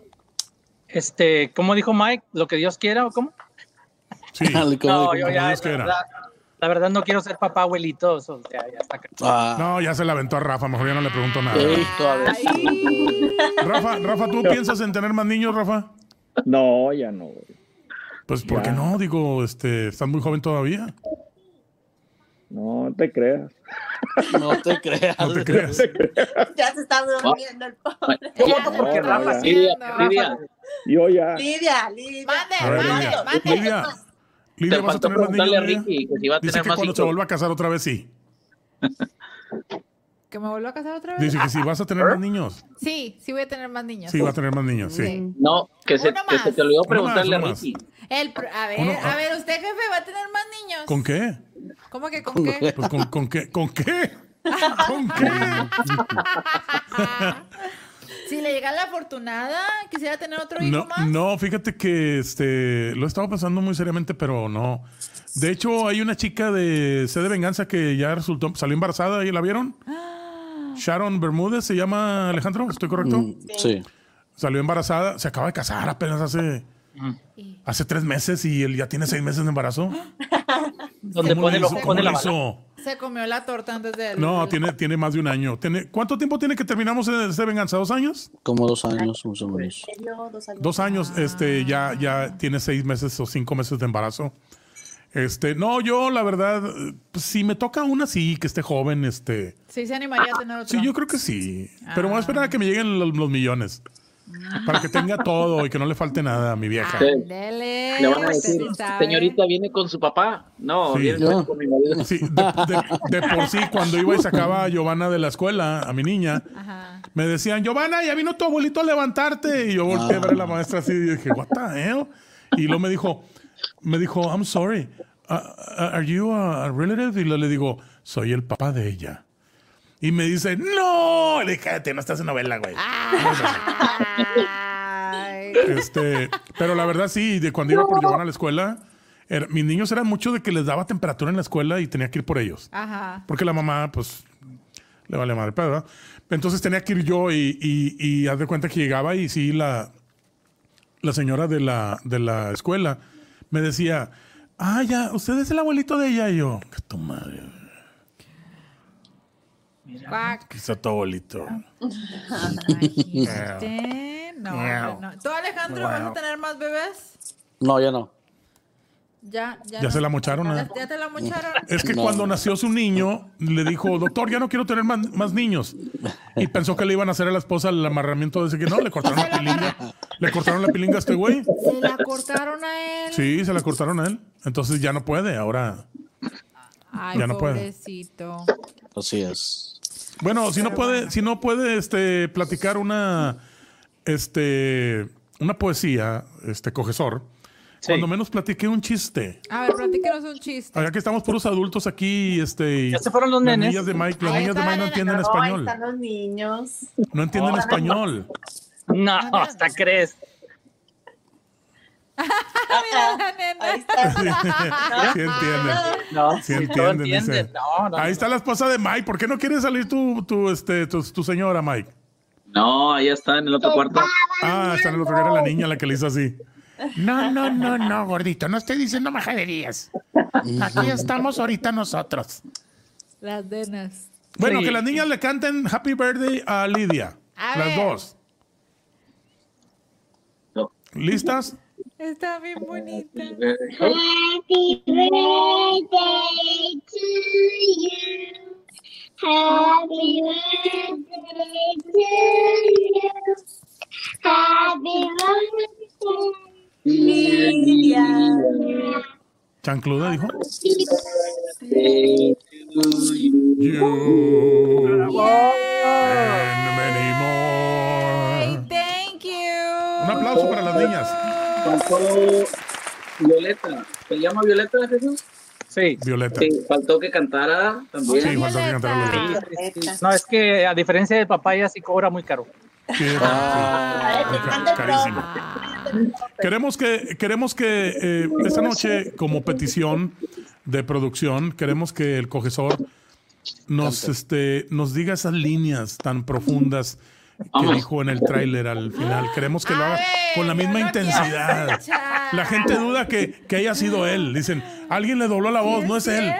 [SPEAKER 12] Este, ¿cómo dijo Mike? ¿Lo que Dios quiera o cómo?
[SPEAKER 2] Sí.
[SPEAKER 12] No, yo ya,
[SPEAKER 2] Dios
[SPEAKER 12] la
[SPEAKER 2] quiera.
[SPEAKER 12] verdad, la verdad no quiero ser papá abuelito, eso, ya, ya está. acá.
[SPEAKER 2] No, ya se la aventó a Rafa, mejor ya no le pregunto nada. Rafa, Rafa, ¿tú piensas en tener más niños, Rafa?
[SPEAKER 9] No, ya no.
[SPEAKER 2] Pues, ¿por qué no? Digo, este, estás muy joven todavía.
[SPEAKER 9] No te creas.
[SPEAKER 7] No te creas.
[SPEAKER 2] No te creas.
[SPEAKER 5] Ya se está durmiendo el pobre.
[SPEAKER 9] Yo voto porque
[SPEAKER 5] Ya.
[SPEAKER 9] Rafa sí.
[SPEAKER 5] Lidia,
[SPEAKER 9] Rafa, Yo ya.
[SPEAKER 5] Lidia, Lidia.
[SPEAKER 2] A ver, Lidia. Lidia, Lidia,
[SPEAKER 6] Te
[SPEAKER 2] ¿vas a
[SPEAKER 6] faltó
[SPEAKER 2] tener más niños?
[SPEAKER 6] preguntarle a
[SPEAKER 2] Lidia?
[SPEAKER 6] Ricky que si va a
[SPEAKER 2] Dice
[SPEAKER 6] tener
[SPEAKER 2] que
[SPEAKER 6] más
[SPEAKER 2] cuando se
[SPEAKER 6] hijos.
[SPEAKER 2] vuelva a casar otra vez, sí.
[SPEAKER 3] ¿Que me vuelvo a casar otra vez? Ah,
[SPEAKER 2] Dice que sí, vas a tener más niños.
[SPEAKER 3] Sí, sí voy a tener más niños.
[SPEAKER 2] Sí, va a tener más niños, sí.
[SPEAKER 6] No, que se,
[SPEAKER 3] Uno
[SPEAKER 6] que se te olvidó preguntarle
[SPEAKER 2] uno
[SPEAKER 6] a
[SPEAKER 2] más.
[SPEAKER 6] Ricky.
[SPEAKER 3] El pr- a ver,
[SPEAKER 2] Uno- ah.
[SPEAKER 3] a ver, usted jefe va a tener más niños.
[SPEAKER 2] ¿Con qué?
[SPEAKER 3] ¿Cómo que con qué?
[SPEAKER 2] Pues con, con qué, con qué. ¿Con
[SPEAKER 3] si le llega la afortunada, quisiera tener otro hijo
[SPEAKER 2] No,
[SPEAKER 3] más.
[SPEAKER 2] no, fíjate que este lo estaba pensando muy seriamente, pero no. De hecho, hay una chica de C de Venganza que ya resultó, salió embarazada y la vieron. Sharon Bermúdez se llama Alejandro, ¿estoy correcto?
[SPEAKER 6] Mm.
[SPEAKER 7] Sí.
[SPEAKER 2] Salió embarazada, se acaba de casar apenas hace, hace tres meses y él ya tiene seis meses de embarazo.
[SPEAKER 12] Donde
[SPEAKER 2] ¿Cómo
[SPEAKER 12] pone,
[SPEAKER 2] le
[SPEAKER 12] lo,
[SPEAKER 2] hizo?
[SPEAKER 12] pone
[SPEAKER 2] ¿Cómo
[SPEAKER 12] la
[SPEAKER 2] le
[SPEAKER 12] bala.
[SPEAKER 2] hizo?
[SPEAKER 3] Se comió la torta antes de él.
[SPEAKER 2] No, tiene, tiene más de un año. Tiene, ¿Cuánto tiempo tiene que terminamos en C de Venganza? ¿Dos años?
[SPEAKER 7] Como dos años, más o menos.
[SPEAKER 5] Medio, dos años.
[SPEAKER 2] Dos años, este, ya, ya tiene seis meses o cinco meses de embarazo. Este, no, yo la verdad, eh, pues, si me toca una sí, que esté joven, este.
[SPEAKER 3] Sí, se animaría a tener otro.
[SPEAKER 2] Sí, yo creo que sí. Pero voy a esperar a que me lleguen los, los millones. Para que tenga todo y que no le falte nada a mi vieja.
[SPEAKER 6] Sí.
[SPEAKER 3] Dele.
[SPEAKER 6] Le van a decir,
[SPEAKER 3] usted sabe.
[SPEAKER 6] señorita, ¿viene con su papá? No,
[SPEAKER 2] Sí.
[SPEAKER 6] viene
[SPEAKER 2] No.
[SPEAKER 6] con mi marido.
[SPEAKER 2] Sí, de, de- de por sí, cuando iba y sacaba a Giovanna de la escuela, a mi niña, me decían, Giovanna, ya vino tu abuelito a levantarte. Y yo volteé a ver a la maestra así y dije, what the hell? Y luego me dijo, me dijo, I'm sorry, uh, uh, are you a relative? Y luego le digo, soy el papá de ella. Y me dice, no, Y le dije, cállate, no estás en novela, güey. Este, pero la verdad sí, de cuando iba por Giovanna a la escuela, era- mis niños eran mucho de que les daba temperatura en la escuela y tenía que ir por ellos.
[SPEAKER 3] Ajá.
[SPEAKER 2] Porque la mamá, pues, le vale madre pedo, ¿verdad? Entonces tenía que ir yo y, y, y haz de cuenta que llegaba y sí, la, la señora de la, de la escuela me decía, ah, ya, usted es el abuelito de ella. Y yo, que tu madre,
[SPEAKER 3] Cuac.
[SPEAKER 2] que sea tu abuelito.
[SPEAKER 3] Imagínate. No,
[SPEAKER 2] Miau.
[SPEAKER 3] no. ¿Tú, Alejandro,
[SPEAKER 2] Wow.
[SPEAKER 3] vas a tener más bebés?
[SPEAKER 7] No, ya no.
[SPEAKER 3] Ya, ya.
[SPEAKER 2] Ya se la mocharon,
[SPEAKER 3] Ya-
[SPEAKER 2] ¿eh?
[SPEAKER 3] Ya te la mocharon.
[SPEAKER 2] Es que cuando nació su niño, le dijo, doctor, ya no quiero tener más, más niños. Y pensó que le iban a hacer a la esposa el amarramiento de ese que no, le cortaron la pilinga. Le cortaron la pilinga a este güey.
[SPEAKER 3] Se la cortaron a él.
[SPEAKER 2] Sí, se la cortaron a él. Entonces ya no puede, ahora.
[SPEAKER 3] Ay,
[SPEAKER 2] Ya no puede.
[SPEAKER 3] pobrecito.
[SPEAKER 7] Así es.
[SPEAKER 2] Bueno, si no puede, si no puede este, platicar una, este, una poesía, este cogesor, cuando menos platique un chiste.
[SPEAKER 3] A ver, platíquenos un chiste.
[SPEAKER 2] Ahora que estamos puros adultos aquí, este. y
[SPEAKER 12] Ya se fueron los
[SPEAKER 2] las
[SPEAKER 12] nenes.
[SPEAKER 2] niñas de Mike, las
[SPEAKER 5] Ahí
[SPEAKER 2] niñas
[SPEAKER 5] está
[SPEAKER 2] de
[SPEAKER 5] la
[SPEAKER 2] Mike no
[SPEAKER 5] nena.
[SPEAKER 2] entienden
[SPEAKER 5] No,
[SPEAKER 2] español.
[SPEAKER 5] Ahí están los niños.
[SPEAKER 2] No entienden
[SPEAKER 5] Oh.
[SPEAKER 2] español.
[SPEAKER 12] No, hasta crees.
[SPEAKER 5] Ahí está.
[SPEAKER 2] Sí entienden.
[SPEAKER 12] No,
[SPEAKER 2] Sí
[SPEAKER 12] sí, todo
[SPEAKER 2] entienden,
[SPEAKER 12] entiende.
[SPEAKER 2] dice.
[SPEAKER 12] No, no,
[SPEAKER 2] Ahí está la esposa de Mike. ¿Por qué no quiere salir tu, tu, este, tu, tu señora, Mike?
[SPEAKER 6] No, allá está en el otro cuarto.
[SPEAKER 2] Ah, está en el otro que era la niña la que le hizo así.
[SPEAKER 11] No, no, no, no, gordito. No estoy diciendo majaderías. Aquí estamos ahorita nosotros.
[SPEAKER 3] Las nenas.
[SPEAKER 2] Bueno,
[SPEAKER 11] Sí.
[SPEAKER 2] que las niñas le canten Happy Birthday a Lidia.
[SPEAKER 3] A
[SPEAKER 2] las
[SPEAKER 3] ver.
[SPEAKER 2] dos. ¿Listas?
[SPEAKER 3] Está bien bonita.
[SPEAKER 15] Happy birthday to you. Happy birthday to you. Happy birthday, Lidia.
[SPEAKER 2] Chancluda dijo. Ah.
[SPEAKER 3] Thank you.
[SPEAKER 2] Un aplauso para las niñas.
[SPEAKER 6] Faltó Violeta. ¿Se llama Violeta Jesús?
[SPEAKER 12] Sí.
[SPEAKER 2] Violeta.
[SPEAKER 6] Sí, faltó que cantara también.
[SPEAKER 12] Sí, faltó que
[SPEAKER 2] cantara
[SPEAKER 12] Sí, sí, sí. No, es que a diferencia del papá, ella sí cobra muy caro.
[SPEAKER 6] Ah.
[SPEAKER 2] Carísimo. Queremos que, queremos que eh, esta noche, como petición de producción, queremos que el cogesor nos, este, nos diga esas líneas tan profundas que
[SPEAKER 6] Vamos.
[SPEAKER 2] dijo en el tráiler al final. Queremos que lo haga con la misma intensidad. La gente duda que, que haya sido él. Dicen, alguien le dobló la voz, no es él.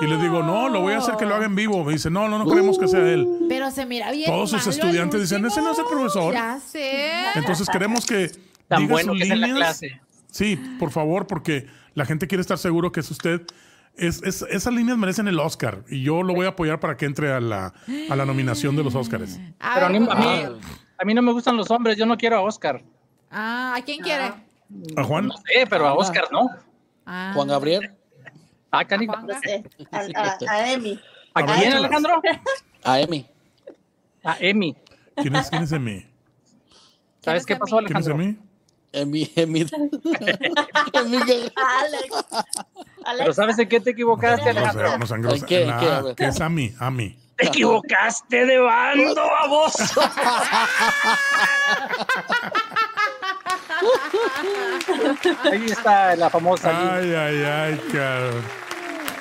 [SPEAKER 2] Y les digo, no, lo voy a hacer que lo haga en vivo. Me dicen, no, no, no queremos que sea él.
[SPEAKER 3] Pero se mira bien.
[SPEAKER 2] Todos sus
[SPEAKER 3] malo el
[SPEAKER 2] estudiantes dicen,
[SPEAKER 3] último.
[SPEAKER 2] ese no es el profesor.
[SPEAKER 3] Ya sé.
[SPEAKER 2] Entonces queremos que
[SPEAKER 12] Tan
[SPEAKER 2] diga
[SPEAKER 12] bueno
[SPEAKER 2] sus
[SPEAKER 12] que es en la
[SPEAKER 2] líneas.
[SPEAKER 12] clase.
[SPEAKER 2] Sí, por favor, porque la gente quiere estar seguro que es usted. Es- es- esas líneas merecen el Oscar y yo lo voy a apoyar para que entre a la, a la nominación de los Oscars.
[SPEAKER 12] Pero a mí, a, mí, a mí no me gustan los hombres, yo no quiero a Oscar.
[SPEAKER 3] Ah, ¿a quién quiere?
[SPEAKER 2] ¿A Juan?
[SPEAKER 12] No sé, pero a Oscar no.
[SPEAKER 3] Ah.
[SPEAKER 12] Juan Gabriel. Ah, canijo.
[SPEAKER 5] A, a, a Emi.
[SPEAKER 12] ¿A
[SPEAKER 5] Emi.
[SPEAKER 12] quién, Alejandro? A Emi. A Emi.
[SPEAKER 2] ¿Quién es, quién es Emi?
[SPEAKER 12] ¿Sabes qué pasó,
[SPEAKER 2] ¿Quién es
[SPEAKER 12] Alejandro?
[SPEAKER 2] Emi?
[SPEAKER 7] Emi, Emi.
[SPEAKER 5] Alex.
[SPEAKER 12] Pero ¿sabes en qué te equivocaste,
[SPEAKER 2] No
[SPEAKER 12] Alejandro?
[SPEAKER 2] sé, no sean grosas-
[SPEAKER 12] ¿En qué? ¿En
[SPEAKER 2] Nah,
[SPEAKER 12] qué? A ver.
[SPEAKER 2] ¿qué es Ami? Ami.
[SPEAKER 12] Te equivocaste de bando, vos. Ahí está la famosa.
[SPEAKER 2] Ay, ay, ay, cabrón.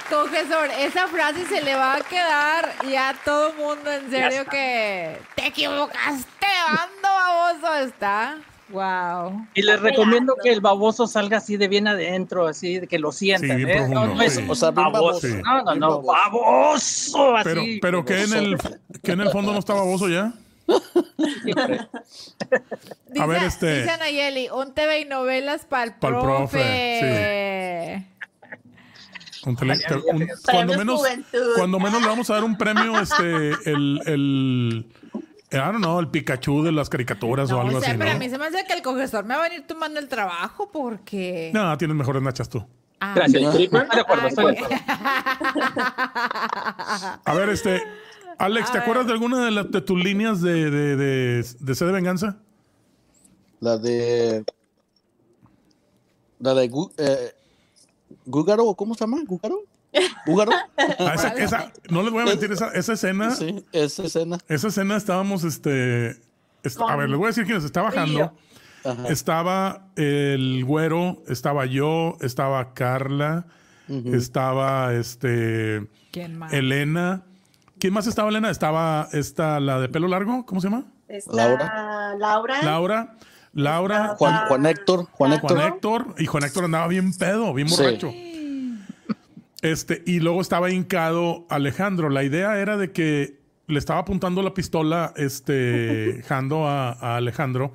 [SPEAKER 3] Confesor, esa frase se le va a quedar y a todo mundo en
[SPEAKER 2] Ya
[SPEAKER 3] serio
[SPEAKER 2] está.
[SPEAKER 3] que te equivocaste, bando baboso está. Wow.
[SPEAKER 12] Y les recomiendo que el baboso salga así de bien adentro, así de que lo sientan.
[SPEAKER 2] bien
[SPEAKER 12] ¿eh?
[SPEAKER 2] profundo,
[SPEAKER 12] no,
[SPEAKER 6] pues,
[SPEAKER 12] no es
[SPEAKER 2] sí.
[SPEAKER 12] o sea, bien baboso.
[SPEAKER 2] Sí.
[SPEAKER 12] No, no, no, baboso.
[SPEAKER 2] Pero,
[SPEAKER 12] Así.
[SPEAKER 2] pero que en el que en el fondo no estaba baboso ya. A ver, este.
[SPEAKER 3] Dice Anayeli, un TV y novelas para el
[SPEAKER 2] Pa'l
[SPEAKER 3] profe.
[SPEAKER 2] profe, Un tele- te- un- cuando
[SPEAKER 3] Premios
[SPEAKER 2] menos
[SPEAKER 3] Juventud.
[SPEAKER 2] cuando menos le vamos a dar un premio este el, el, I don't know, el Pikachu de las caricaturas o algo
[SPEAKER 3] O sea,
[SPEAKER 2] así.
[SPEAKER 3] pero a
[SPEAKER 2] ¿no?
[SPEAKER 3] mí se me hace que el cogestor me va a venir tomando el trabajo porque.
[SPEAKER 2] No, tienes mejores nachas tú.
[SPEAKER 3] Ah.
[SPEAKER 12] Gracias, Creeper.
[SPEAKER 3] Ah,
[SPEAKER 12] De acuerdo, estoy de
[SPEAKER 3] ok.
[SPEAKER 12] acuerdo.
[SPEAKER 2] A ver, este. Alex, ¿te acuerdas de alguna de, las de tus líneas de, de, de, de C de Venganza?
[SPEAKER 7] La de. La de. Gu- eh, ¿Gúgaro? ¿Cómo se llama? ¿Gúgaro? ¿Gúgaro?
[SPEAKER 2] Ah, esa- esa- no les voy a mentir, esa, esa escena.
[SPEAKER 7] Sí, esa escena.
[SPEAKER 2] Esa escena estábamos, este. est- a ver, les voy a decir quién nos está bajando.
[SPEAKER 7] Ajá.
[SPEAKER 2] Estaba el güero, estaba yo, estaba Carla, estaba este.
[SPEAKER 3] ¿Quién más?
[SPEAKER 2] Elena. ¿Quién más estaba, Elena? Estaba esta, la de pelo largo, ¿cómo se llama?
[SPEAKER 5] Está
[SPEAKER 2] Laura.
[SPEAKER 5] Laura.
[SPEAKER 2] Laura. Laura.
[SPEAKER 7] Juan, Juan Héctor. Juan Héctor.
[SPEAKER 2] Juan Héctor. Y Juan Héctor andaba bien pedo, bien
[SPEAKER 7] Sí.
[SPEAKER 2] borracho. Este, y luego estaba hincado Alejandro. La idea era de que le estaba apuntando la pistola, este, Jando a, a Alejandro.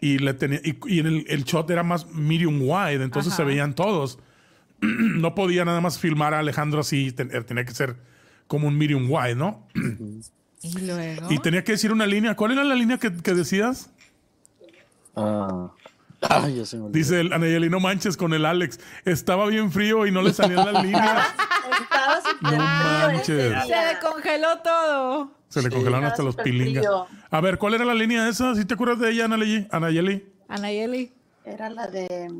[SPEAKER 2] Y le tenía, y, y en el, el shot era más medium wide, entonces se veían todos. no podía nada más filmar a Alejandro así, ten- tenía que ser como un medium wide, ¿no?
[SPEAKER 3] Y luego.
[SPEAKER 2] Y tenía que decir una línea. ¿Cuál era la línea que, que decías?
[SPEAKER 7] Ah. Ay, ya se me olvidó.
[SPEAKER 2] Dice el Anayeli, no manches con el Alex. Estaba bien frío y no le salían las líneas.
[SPEAKER 5] Estaba súper
[SPEAKER 2] No manches.
[SPEAKER 3] Se le congeló todo.
[SPEAKER 2] Se le
[SPEAKER 3] Sí.
[SPEAKER 2] congelaron hasta
[SPEAKER 3] Estaba
[SPEAKER 2] los
[SPEAKER 3] súper
[SPEAKER 2] pilingas.
[SPEAKER 3] frío.
[SPEAKER 2] A ver, ¿cuál era la línea esa? ¿Si te acuerdas de ella, Anayeli? Anayeli.
[SPEAKER 3] Anayeli.
[SPEAKER 5] Era la de.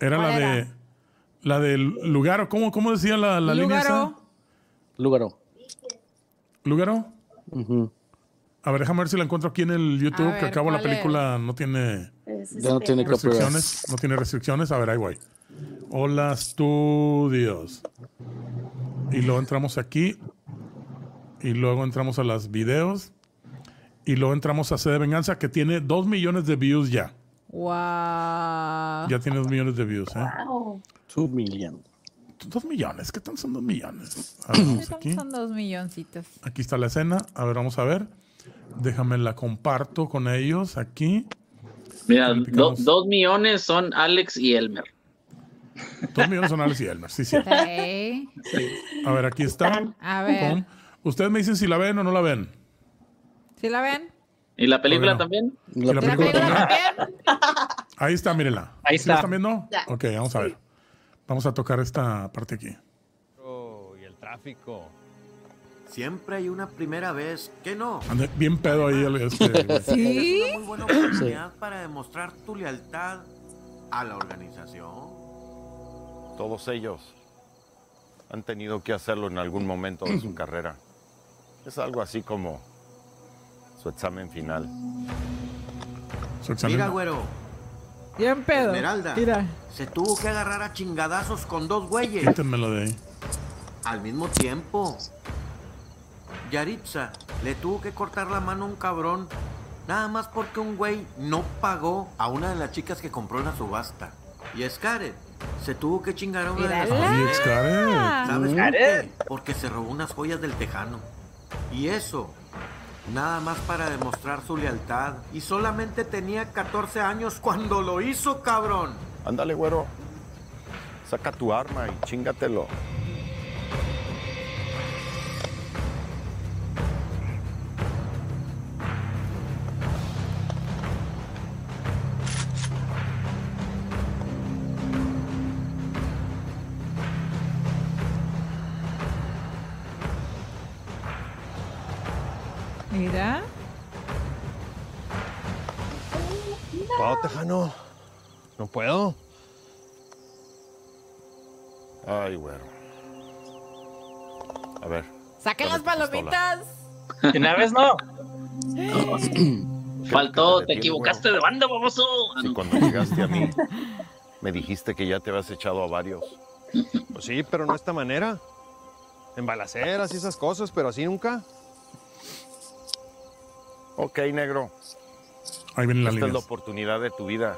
[SPEAKER 2] Era la
[SPEAKER 5] ¿Cuál
[SPEAKER 2] de. La del Lugaro. ¿Cómo, cómo decía la, la línea esa?
[SPEAKER 3] Lugaro.
[SPEAKER 7] Lugaro.
[SPEAKER 2] ¿Lugaro? A ver, déjame ver si la encuentro aquí en el YouTube,
[SPEAKER 7] A
[SPEAKER 2] que
[SPEAKER 7] ver,
[SPEAKER 2] acabo la
[SPEAKER 7] ¿cuál
[SPEAKER 2] película no tiene.
[SPEAKER 7] Es Ya no este- tiene
[SPEAKER 2] restricciones. No tiene restricciones. A ver, ahí voy. Hola, estudios. Y luego entramos aquí. Y luego entramos a las videos. Y luego entramos a C de Venganza, que tiene 2 millones de views ya.
[SPEAKER 3] Wow.
[SPEAKER 2] Ya tiene 2 millones de views, ¿eh?
[SPEAKER 3] Wow.
[SPEAKER 7] 2 millones.
[SPEAKER 2] 2 millones, ¿qué tan son 2 millones? A ver, vamos aquí.
[SPEAKER 3] Son dos milloncitos.
[SPEAKER 2] Aquí está la escena. A ver, vamos a ver. Déjame la comparto con ellos aquí.
[SPEAKER 6] Mira,
[SPEAKER 2] Le
[SPEAKER 6] do-
[SPEAKER 2] picamos.
[SPEAKER 6] dos millones son Alex y Elmer.
[SPEAKER 2] 2 millones son Alex y Elmer, sí, sí.
[SPEAKER 3] Sí.
[SPEAKER 2] A ver, aquí está.
[SPEAKER 3] A ver.
[SPEAKER 2] Pum. Ustedes me dicen si la ven o no la ven.
[SPEAKER 3] ¿Sí la ven?
[SPEAKER 6] ¿Y la película también?
[SPEAKER 2] ¿Y La película también? Ahí está, mírenla.
[SPEAKER 6] Ahí
[SPEAKER 2] ¿Sí la
[SPEAKER 6] está.
[SPEAKER 2] están viendo?
[SPEAKER 6] Ya.
[SPEAKER 2] Ok, vamos a ver. Vamos a tocar esta parte aquí.
[SPEAKER 18] Y el tráfico. Siempre hay una primera vez que no.
[SPEAKER 2] Anda bien pedo ahí. el- este, güey.
[SPEAKER 18] Es una muy buena oportunidad para demostrar tu lealtad a la organización.
[SPEAKER 19] Todos ellos han tenido que hacerlo en algún momento de su carrera. Es algo así como su examen final.
[SPEAKER 2] Su
[SPEAKER 18] Mira, güero,
[SPEAKER 3] Bien pedo.
[SPEAKER 18] Esmeralda.
[SPEAKER 3] Mira.
[SPEAKER 18] se tuvo que agarrar a chingadazos con dos güeyes
[SPEAKER 2] Quítenmelo de ahí.
[SPEAKER 18] al mismo tiempo. Yaritza le tuvo que cortar la mano a un cabrón nada más porque un güey no pagó a una de las chicas que compró en la subasta. Y Scarlett se tuvo que chingar a una de las
[SPEAKER 2] Ay, Mm. Xcaret.
[SPEAKER 18] ¿Sabes por
[SPEAKER 2] Xcaret.
[SPEAKER 18] qué? Porque se robó unas joyas del tejano. Y eso, nada más para demostrar su lealtad. Y solamente tenía 14 años cuando lo hizo, cabrón.
[SPEAKER 19] Ándale, güero. Saca tu arma y chingatelo.
[SPEAKER 3] Mira.
[SPEAKER 19] ¿Puedo, Tejano? ¿No puedo? Ay, güero. A ver.
[SPEAKER 3] Saquen las
[SPEAKER 2] pues,
[SPEAKER 3] palomitas.
[SPEAKER 12] Y una vez no.
[SPEAKER 6] Faltó, te
[SPEAKER 19] te detiene,
[SPEAKER 6] equivocaste de banda, baboso. Ah,
[SPEAKER 19] Si
[SPEAKER 6] no.
[SPEAKER 19] cuando llegaste a mí, me dijiste que ya te habías echado a varios.
[SPEAKER 16] Pues sí, pero no de esta manera. En balaceras y esas cosas, pero así nunca.
[SPEAKER 19] Ok, negro.
[SPEAKER 2] Ahí vienen las
[SPEAKER 19] Esta es la
[SPEAKER 2] líneas.
[SPEAKER 19] oportunidad de tu vida.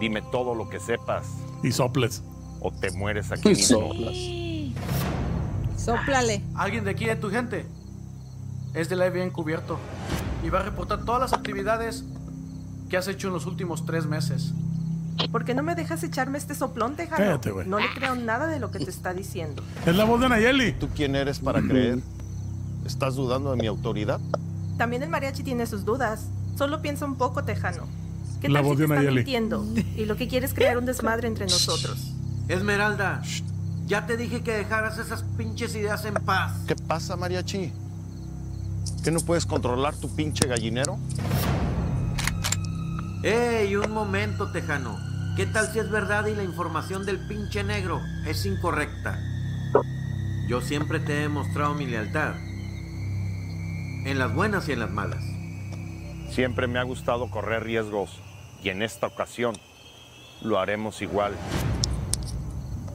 [SPEAKER 19] Dime todo lo que sepas
[SPEAKER 2] Y soples.
[SPEAKER 19] o te mueres aquí mismo.
[SPEAKER 3] Sóplale.
[SPEAKER 20] Alguien de aquí de tu gente es del bien cubierto y va a reportar todas las actividades que has hecho en los últimos tres meses.
[SPEAKER 21] ¿Por qué no me dejas echarme este soplón, Tejano?
[SPEAKER 19] Cállate, güey.
[SPEAKER 21] No le creo nada de lo que te está diciendo.
[SPEAKER 2] Es la voz de Nayeli.
[SPEAKER 19] ¿Tú quién eres para creer? ¿Estás dudando de mi autoridad?
[SPEAKER 21] También el mariachi tiene sus dudas. Solo piensa un poco, Tejano. ¿Qué
[SPEAKER 19] La
[SPEAKER 21] tal
[SPEAKER 19] voz
[SPEAKER 21] si
[SPEAKER 19] de
[SPEAKER 21] te está
[SPEAKER 19] Nayeli.
[SPEAKER 21] mintiendo? Y lo que quiere es crear un desmadre entre nosotros.
[SPEAKER 18] Esmeralda, ya te dije que dejaras esas pinches ideas en paz.
[SPEAKER 19] ¿Qué pasa, mariachi? ¿Que no puedes controlar tu pinche gallinero?
[SPEAKER 18] ¡Ey, un momento, Tejano! ¿Qué tal si es verdad y la información del pinche negro es incorrecta? Yo siempre te he demostrado mi lealtad. En las buenas y en las malas.
[SPEAKER 19] Siempre me ha gustado correr riesgos y en esta ocasión lo haremos igual.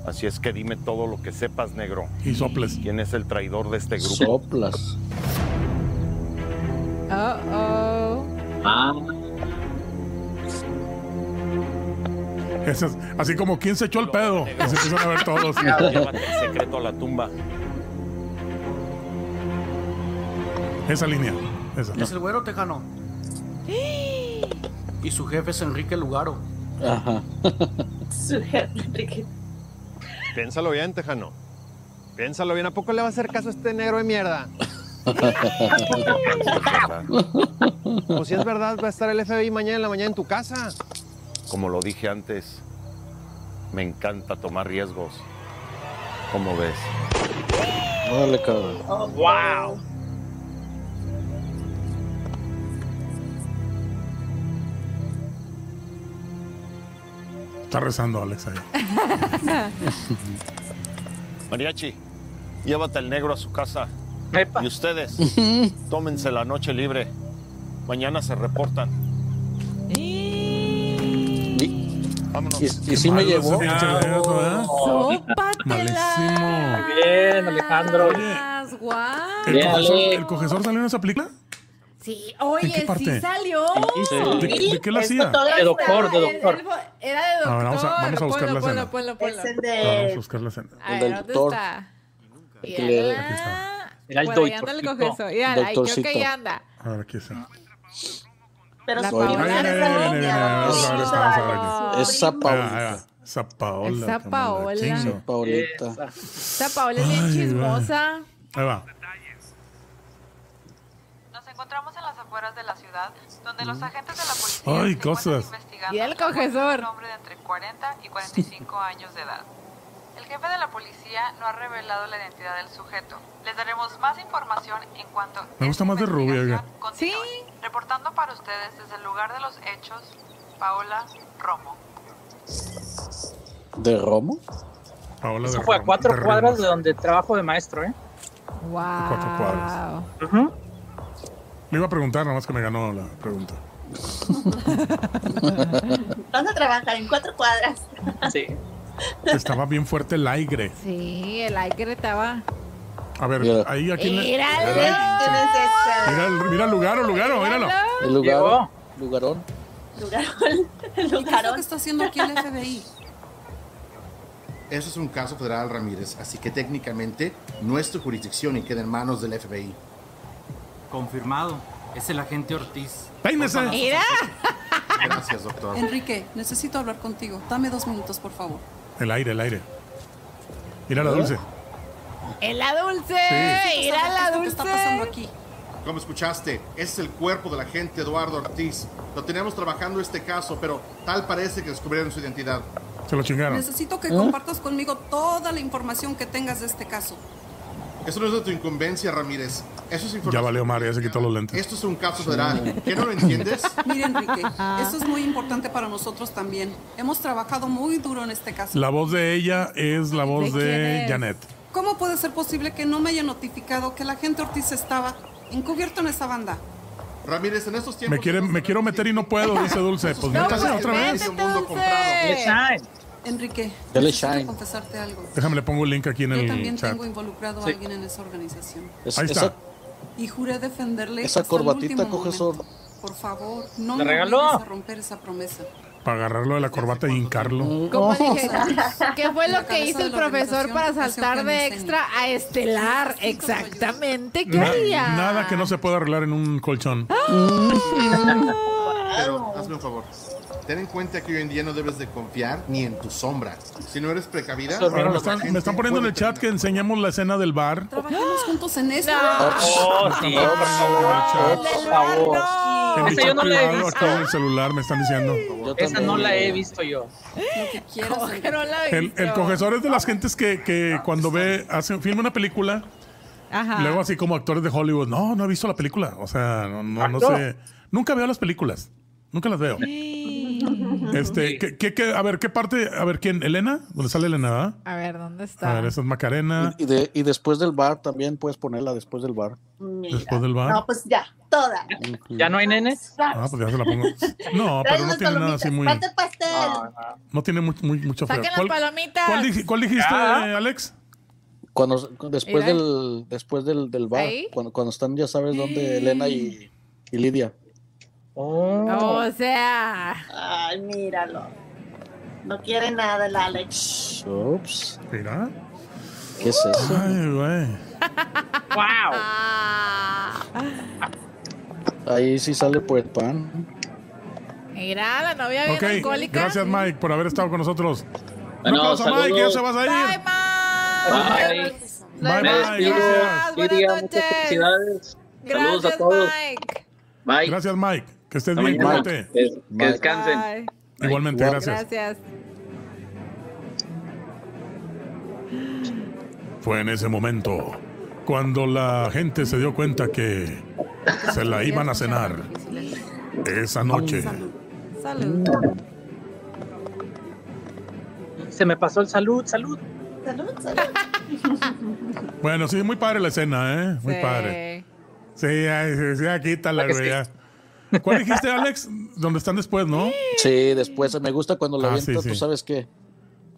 [SPEAKER 19] Así es que dime todo lo que sepas, negro.
[SPEAKER 2] Y soples.
[SPEAKER 19] ¿Quién es el traidor de este grupo?
[SPEAKER 7] Soplas.
[SPEAKER 3] Oh,
[SPEAKER 7] Ah.
[SPEAKER 2] Esas- así como quién se echó el pedo. Y se empiezan a ver todos.
[SPEAKER 19] Llévate el secreto a la tumba.
[SPEAKER 2] Esa línea. Esa.
[SPEAKER 20] Es el güero tejano. Y su jefe es Enrique Lugaro.
[SPEAKER 7] Ajá.
[SPEAKER 16] Piénsalo bien, Tejano. Piénsalo bien. ¿A poco le va a hacer caso a este negro de mierda? Pues si es verdad, va a estar el FBI mañana en la mañana en tu casa.
[SPEAKER 19] Como lo dije antes, me encanta tomar riesgos. ¿Cómo ves?
[SPEAKER 7] Órale, cabrón.
[SPEAKER 16] ¡Wow!
[SPEAKER 2] Está rezando Alex ahí.
[SPEAKER 19] Mariachi, llévate al negro a su casa. Y ustedes, tómense la noche libre. Mañana se reportan. Vámonos.
[SPEAKER 7] Y, y sí me llevó.
[SPEAKER 2] Malísimo.
[SPEAKER 12] Bien, Alejandro.
[SPEAKER 3] Más, guau.
[SPEAKER 2] ¿El cogesor, el cogesor salió en esa película?
[SPEAKER 3] Sí, oye, sí
[SPEAKER 2] parte?
[SPEAKER 3] salió.
[SPEAKER 2] ¿De, de qué la hacía?
[SPEAKER 3] De doctor, de doctor. Era de
[SPEAKER 2] A ver,
[SPEAKER 3] doctor.
[SPEAKER 2] vamos a- vamos a buscar la
[SPEAKER 3] ponlo,
[SPEAKER 2] escena.
[SPEAKER 3] ponlo, ponlo, ponlo.
[SPEAKER 2] Vamos a buscar la escena.
[SPEAKER 3] A ver, ¿dónde está?
[SPEAKER 2] Aquí está.
[SPEAKER 3] Era el Por ahí anda el doctorcito. cojezo. Mira, ahí creo que ahí
[SPEAKER 2] Doctorcito.
[SPEAKER 3] anda.
[SPEAKER 2] A ver, aquí está.
[SPEAKER 5] Pero
[SPEAKER 3] La
[SPEAKER 5] su
[SPEAKER 2] Ahí
[SPEAKER 5] prima
[SPEAKER 2] viene,
[SPEAKER 5] era
[SPEAKER 2] ahí viene, ahí viene, ahí viene. Vamos a ver, esta, vamos a ver aquí. Ah,
[SPEAKER 7] Esa Paulita.
[SPEAKER 2] Ahí va, ahí va. Esa Paola.
[SPEAKER 3] Esa
[SPEAKER 2] qué
[SPEAKER 3] Paola.
[SPEAKER 2] mala chinga.
[SPEAKER 3] Esa Esta Paola es bien
[SPEAKER 2] Ay,
[SPEAKER 3] chismosa.
[SPEAKER 2] Ahí va.
[SPEAKER 22] Nos encontramos en las afueras de la ciudad, donde los agentes de la policía
[SPEAKER 2] Ay, cosas.
[SPEAKER 22] investigando
[SPEAKER 3] Y el
[SPEAKER 22] la muerte de
[SPEAKER 3] cogesor.
[SPEAKER 22] un hombre de entre 40 y 45 años de edad. El jefe de la policía no ha revelado la identidad del sujeto. Les daremos más información en cuanto este
[SPEAKER 2] Me gusta más de rubia, oiga.
[SPEAKER 22] continúe. Reportando para ustedes desde el lugar de los hechos, Paola Romo.
[SPEAKER 7] ¿De Romo?
[SPEAKER 2] Paola
[SPEAKER 12] Eso fue a cuatro cuadras de donde trabajo de maestro, ¿eh?
[SPEAKER 3] Wow.
[SPEAKER 2] Cuatro cuadras. Me iba a preguntar, nomás que me ganó la pregunta.
[SPEAKER 5] ¿Dónde trabaja? En cuatro cuadras.
[SPEAKER 12] Sí.
[SPEAKER 2] Estaba bien fuerte el aire.
[SPEAKER 3] Sí, el aire estaba.
[SPEAKER 2] A ver, ahí aquí.
[SPEAKER 3] ¡Míralo!
[SPEAKER 2] Mira, el- mira el lugar, o lugar, o míralo.
[SPEAKER 7] El lugar. Lugarón.
[SPEAKER 17] ¿Qué es lo que está haciendo aquí el FBI?
[SPEAKER 23] Eso es un caso federal, Ramírez, así que técnicamente no es tu jurisdicción y queda en manos del FBI.
[SPEAKER 20] Confirmado. Es el agente Ortiz.
[SPEAKER 17] Mira.
[SPEAKER 23] Gracias, doctor.
[SPEAKER 17] Enrique, necesito hablar contigo. Dame dos minutos, por favor.
[SPEAKER 2] El aire, el aire. Mira la dulce.
[SPEAKER 3] ¡En la dulce!
[SPEAKER 23] Sí.
[SPEAKER 3] ¡Mira la
[SPEAKER 17] ¿Qué está pasando
[SPEAKER 3] dulce!
[SPEAKER 17] aquí?
[SPEAKER 23] Como escuchaste, ese es el cuerpo del agente Eduardo Ortiz. Lo tenemos trabajando este caso, pero tal parece que descubrieron su identidad.
[SPEAKER 2] Se lo chingaron.
[SPEAKER 17] Necesito que
[SPEAKER 2] ¿Eh?
[SPEAKER 17] compartas conmigo toda la información que tengas de este caso.
[SPEAKER 23] Eso no es de tu incumbencia, Ramírez. Eso es
[SPEAKER 2] Ya
[SPEAKER 23] información.
[SPEAKER 2] valió madre, ya se quitó los lentes.
[SPEAKER 23] Esto es un caso federal. ¿Qué no lo entiendes?
[SPEAKER 17] Mira, Enrique, eso es muy importante para nosotros también. Hemos trabajado muy duro en este caso.
[SPEAKER 2] La voz de ella es la voz
[SPEAKER 17] ¿De
[SPEAKER 2] de,
[SPEAKER 17] quién es?
[SPEAKER 2] Janet.
[SPEAKER 17] ¿Cómo puede ser posible que no me haya notificado que el agente Ortiz estaba encubierto en esa banda?
[SPEAKER 23] Ramírez, en estos tiempos.
[SPEAKER 2] Me, quiere, me quiero meter y no puedo, dice Dulce. Pues
[SPEAKER 17] No,
[SPEAKER 2] métase
[SPEAKER 17] pues,
[SPEAKER 2] otra vez.
[SPEAKER 17] Enrique,
[SPEAKER 2] Dale
[SPEAKER 17] necesito
[SPEAKER 2] shine.
[SPEAKER 17] confesarte algo.
[SPEAKER 2] Déjame, le pongo el link aquí en
[SPEAKER 17] Yo
[SPEAKER 2] el
[SPEAKER 17] también
[SPEAKER 2] chat.
[SPEAKER 17] tengo involucrado a
[SPEAKER 2] Sí.
[SPEAKER 17] alguien en esa organización.
[SPEAKER 2] Es- Ahí está. esa-
[SPEAKER 17] Y juré defenderle
[SPEAKER 7] Esa
[SPEAKER 17] hasta el
[SPEAKER 7] corbatita,
[SPEAKER 17] último
[SPEAKER 7] cogesor.
[SPEAKER 17] momento. Por favor, no
[SPEAKER 2] ¿Le
[SPEAKER 17] me
[SPEAKER 2] regaló?
[SPEAKER 17] vayas a romper esa promesa.
[SPEAKER 2] Para agarrarlo de la corbata y hincarlo.
[SPEAKER 3] Como
[SPEAKER 17] Oh.
[SPEAKER 3] dije, ¿Qué fue
[SPEAKER 17] La
[SPEAKER 3] lo que
[SPEAKER 17] cabeza
[SPEAKER 3] hizo
[SPEAKER 17] de
[SPEAKER 3] el
[SPEAKER 17] la
[SPEAKER 3] profesor
[SPEAKER 17] organización
[SPEAKER 3] para
[SPEAKER 17] hace un
[SPEAKER 3] saltar
[SPEAKER 17] gran
[SPEAKER 3] de
[SPEAKER 17] diseño.
[SPEAKER 3] extra a estelar? Exactamente, ¿qué
[SPEAKER 2] Na-
[SPEAKER 3] haría?
[SPEAKER 2] nada que
[SPEAKER 17] Ah.
[SPEAKER 2] no se pueda arreglar en un colchón.
[SPEAKER 23] Pero hazme un favor. Ten en cuenta que hoy en día no debes de confiar ni en tus sombras. Si no eres precavida,
[SPEAKER 2] Ahora me, están, me están poniendo en el chat que enseñemos la escena del bar.
[SPEAKER 17] Trabajemos juntos en esto.
[SPEAKER 2] ¡Ah!
[SPEAKER 6] Oh, sí, por favor,
[SPEAKER 2] por
[SPEAKER 6] favor.
[SPEAKER 2] En mi
[SPEAKER 6] Esa yo
[SPEAKER 2] chat
[SPEAKER 6] no la he
[SPEAKER 2] privado,
[SPEAKER 6] visto.
[SPEAKER 2] aquí en el celular me están diciendo.
[SPEAKER 6] Esa no la he visto yo.
[SPEAKER 2] El, el cogesor es de las gentes que, que cuando ve, hace, filma una película,
[SPEAKER 3] Ajá.
[SPEAKER 2] y luego así como actores de Hollywood, no, no he visto la película. O sea, no, no, no
[SPEAKER 3] Ah, no.
[SPEAKER 2] sé. Nunca veo las películas. Nunca las veo. Este, ¿qué, qué- qué- a ver, ¿qué parte? A ver, ¿quién? ¿Elena? ¿Dónde sale Elena? verdad?
[SPEAKER 3] A ver, ¿dónde
[SPEAKER 2] A
[SPEAKER 3] está?
[SPEAKER 2] ver, esa es Macarena.
[SPEAKER 7] Y, de- y después del bar también puedes ponerla después del bar.
[SPEAKER 2] Después del bar.
[SPEAKER 5] No, pues ya, toda.
[SPEAKER 7] ¿Ya
[SPEAKER 6] no hay nenes?
[SPEAKER 2] Ah, pues ya se la pongo. No, pero no
[SPEAKER 5] Trae unas
[SPEAKER 2] tiene nada
[SPEAKER 5] palomitas. pues,
[SPEAKER 2] así muy.
[SPEAKER 5] Falta el pastel.
[SPEAKER 2] No tiene muy, muy- mucho feo.
[SPEAKER 3] Saquen las
[SPEAKER 2] ¿Cuál,
[SPEAKER 3] palomitas.
[SPEAKER 2] cuál dij- cuál dijiste,
[SPEAKER 7] Ya.
[SPEAKER 2] eh, Alex?
[SPEAKER 7] Cuando, después
[SPEAKER 3] Mira.
[SPEAKER 7] del después del, del bar,
[SPEAKER 3] Ahí. Mm.
[SPEAKER 7] cuando, cuando están, ya sabes dónde, Elena y, y Lidia.
[SPEAKER 3] O sea.
[SPEAKER 5] Ay, míralo. No quiere nada el Alex.
[SPEAKER 7] Ups.
[SPEAKER 2] Mira.
[SPEAKER 7] ¿Qué es eso?
[SPEAKER 2] Ay, güey.
[SPEAKER 3] Ah,
[SPEAKER 7] Ahí sí sale por el pan.
[SPEAKER 3] Mira, la novia bien
[SPEAKER 2] Ok,
[SPEAKER 3] alcohólica.
[SPEAKER 2] gracias Mike por haber estado con nosotros. Un
[SPEAKER 6] Bueno,
[SPEAKER 2] aplauso a Mike, ya
[SPEAKER 6] saludos.
[SPEAKER 2] se vas a ir.
[SPEAKER 6] Bye.
[SPEAKER 2] Bye,
[SPEAKER 6] Me
[SPEAKER 2] bye,
[SPEAKER 6] despido.
[SPEAKER 2] gracias.
[SPEAKER 6] Lidia, muchas felicidades. Saludos a todos. Bye.
[SPEAKER 2] Gracias Mike, que estés
[SPEAKER 6] Hasta
[SPEAKER 2] bien,
[SPEAKER 6] mañana.
[SPEAKER 2] cuídate.
[SPEAKER 6] Que- que Bye. descansen.
[SPEAKER 2] Igualmente,
[SPEAKER 6] Bye.
[SPEAKER 2] gracias.
[SPEAKER 3] Gracias.
[SPEAKER 2] Fue en ese momento cuando la gente se dio cuenta que se la iban a cenar esa noche.
[SPEAKER 3] Salud.
[SPEAKER 12] Se me pasó el salud, salud.
[SPEAKER 5] Salud, salud.
[SPEAKER 2] Bueno, sí, muy padre la escena, ¿eh? Muy padre. Sí, ay, sí, sí, ya quítala,
[SPEAKER 7] ¿Verdad que
[SPEAKER 2] güey.
[SPEAKER 7] sí?
[SPEAKER 2] ya. ¿Cuál dijiste, Alex? Donde están después, ¿no?
[SPEAKER 7] Sí, después me gusta cuando lo
[SPEAKER 2] Ah,
[SPEAKER 7] avienta,
[SPEAKER 2] sí, sí.
[SPEAKER 7] tú sabes qué.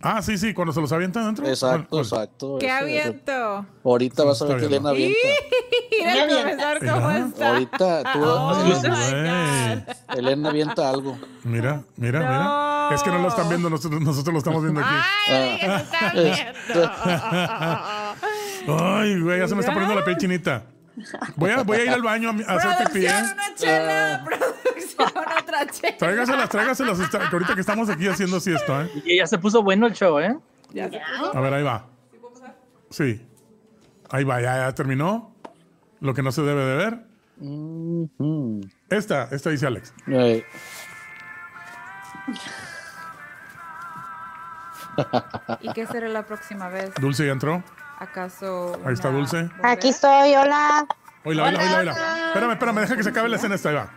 [SPEAKER 2] Ah, sí, sí, cuando se los avientan dentro.
[SPEAKER 7] Exacto, exacto.
[SPEAKER 3] ¿Qué
[SPEAKER 7] eso, eso.
[SPEAKER 3] aviento?
[SPEAKER 7] Ahorita vas a ver que
[SPEAKER 2] está bien,
[SPEAKER 7] Elena avienta.
[SPEAKER 3] Mira el profesor cómo está.
[SPEAKER 7] Ahorita tú.
[SPEAKER 3] Oh,
[SPEAKER 7] Elena, Elena avienta algo.
[SPEAKER 2] Mira, mira, mira. Es que no lo están viendo, nosotros, nosotros lo estamos viendo aquí.
[SPEAKER 3] está viendo.
[SPEAKER 2] Ay, güey, ya se me está poniendo la piel chinita. Voy a, voy a ir al baño a, mi- a hacer pipí, ¿eh?
[SPEAKER 3] Una chela, producción, otra chela.
[SPEAKER 2] Tráigaselas, tráigaselas. está- que ahorita que estamos aquí haciendo siesta, ¿eh?
[SPEAKER 12] Y ya se puso bueno el show, ¿eh?
[SPEAKER 3] Ya se
[SPEAKER 2] A ver, ahí va. Sí. Ahí va, ya, ya terminó. Lo que no se debe de ver. Esta, esta dice Alex.
[SPEAKER 7] Ay.
[SPEAKER 3] ¿Y qué será la próxima vez?
[SPEAKER 2] Dulce ya entró.
[SPEAKER 3] ¿Acaso?
[SPEAKER 2] Ahí está Dulce.
[SPEAKER 1] Aquí estoy, hola.
[SPEAKER 2] Oíla, oíla, oíla, oíla. Espérame, espérame, deja que se acabe la escena esta, ahí va.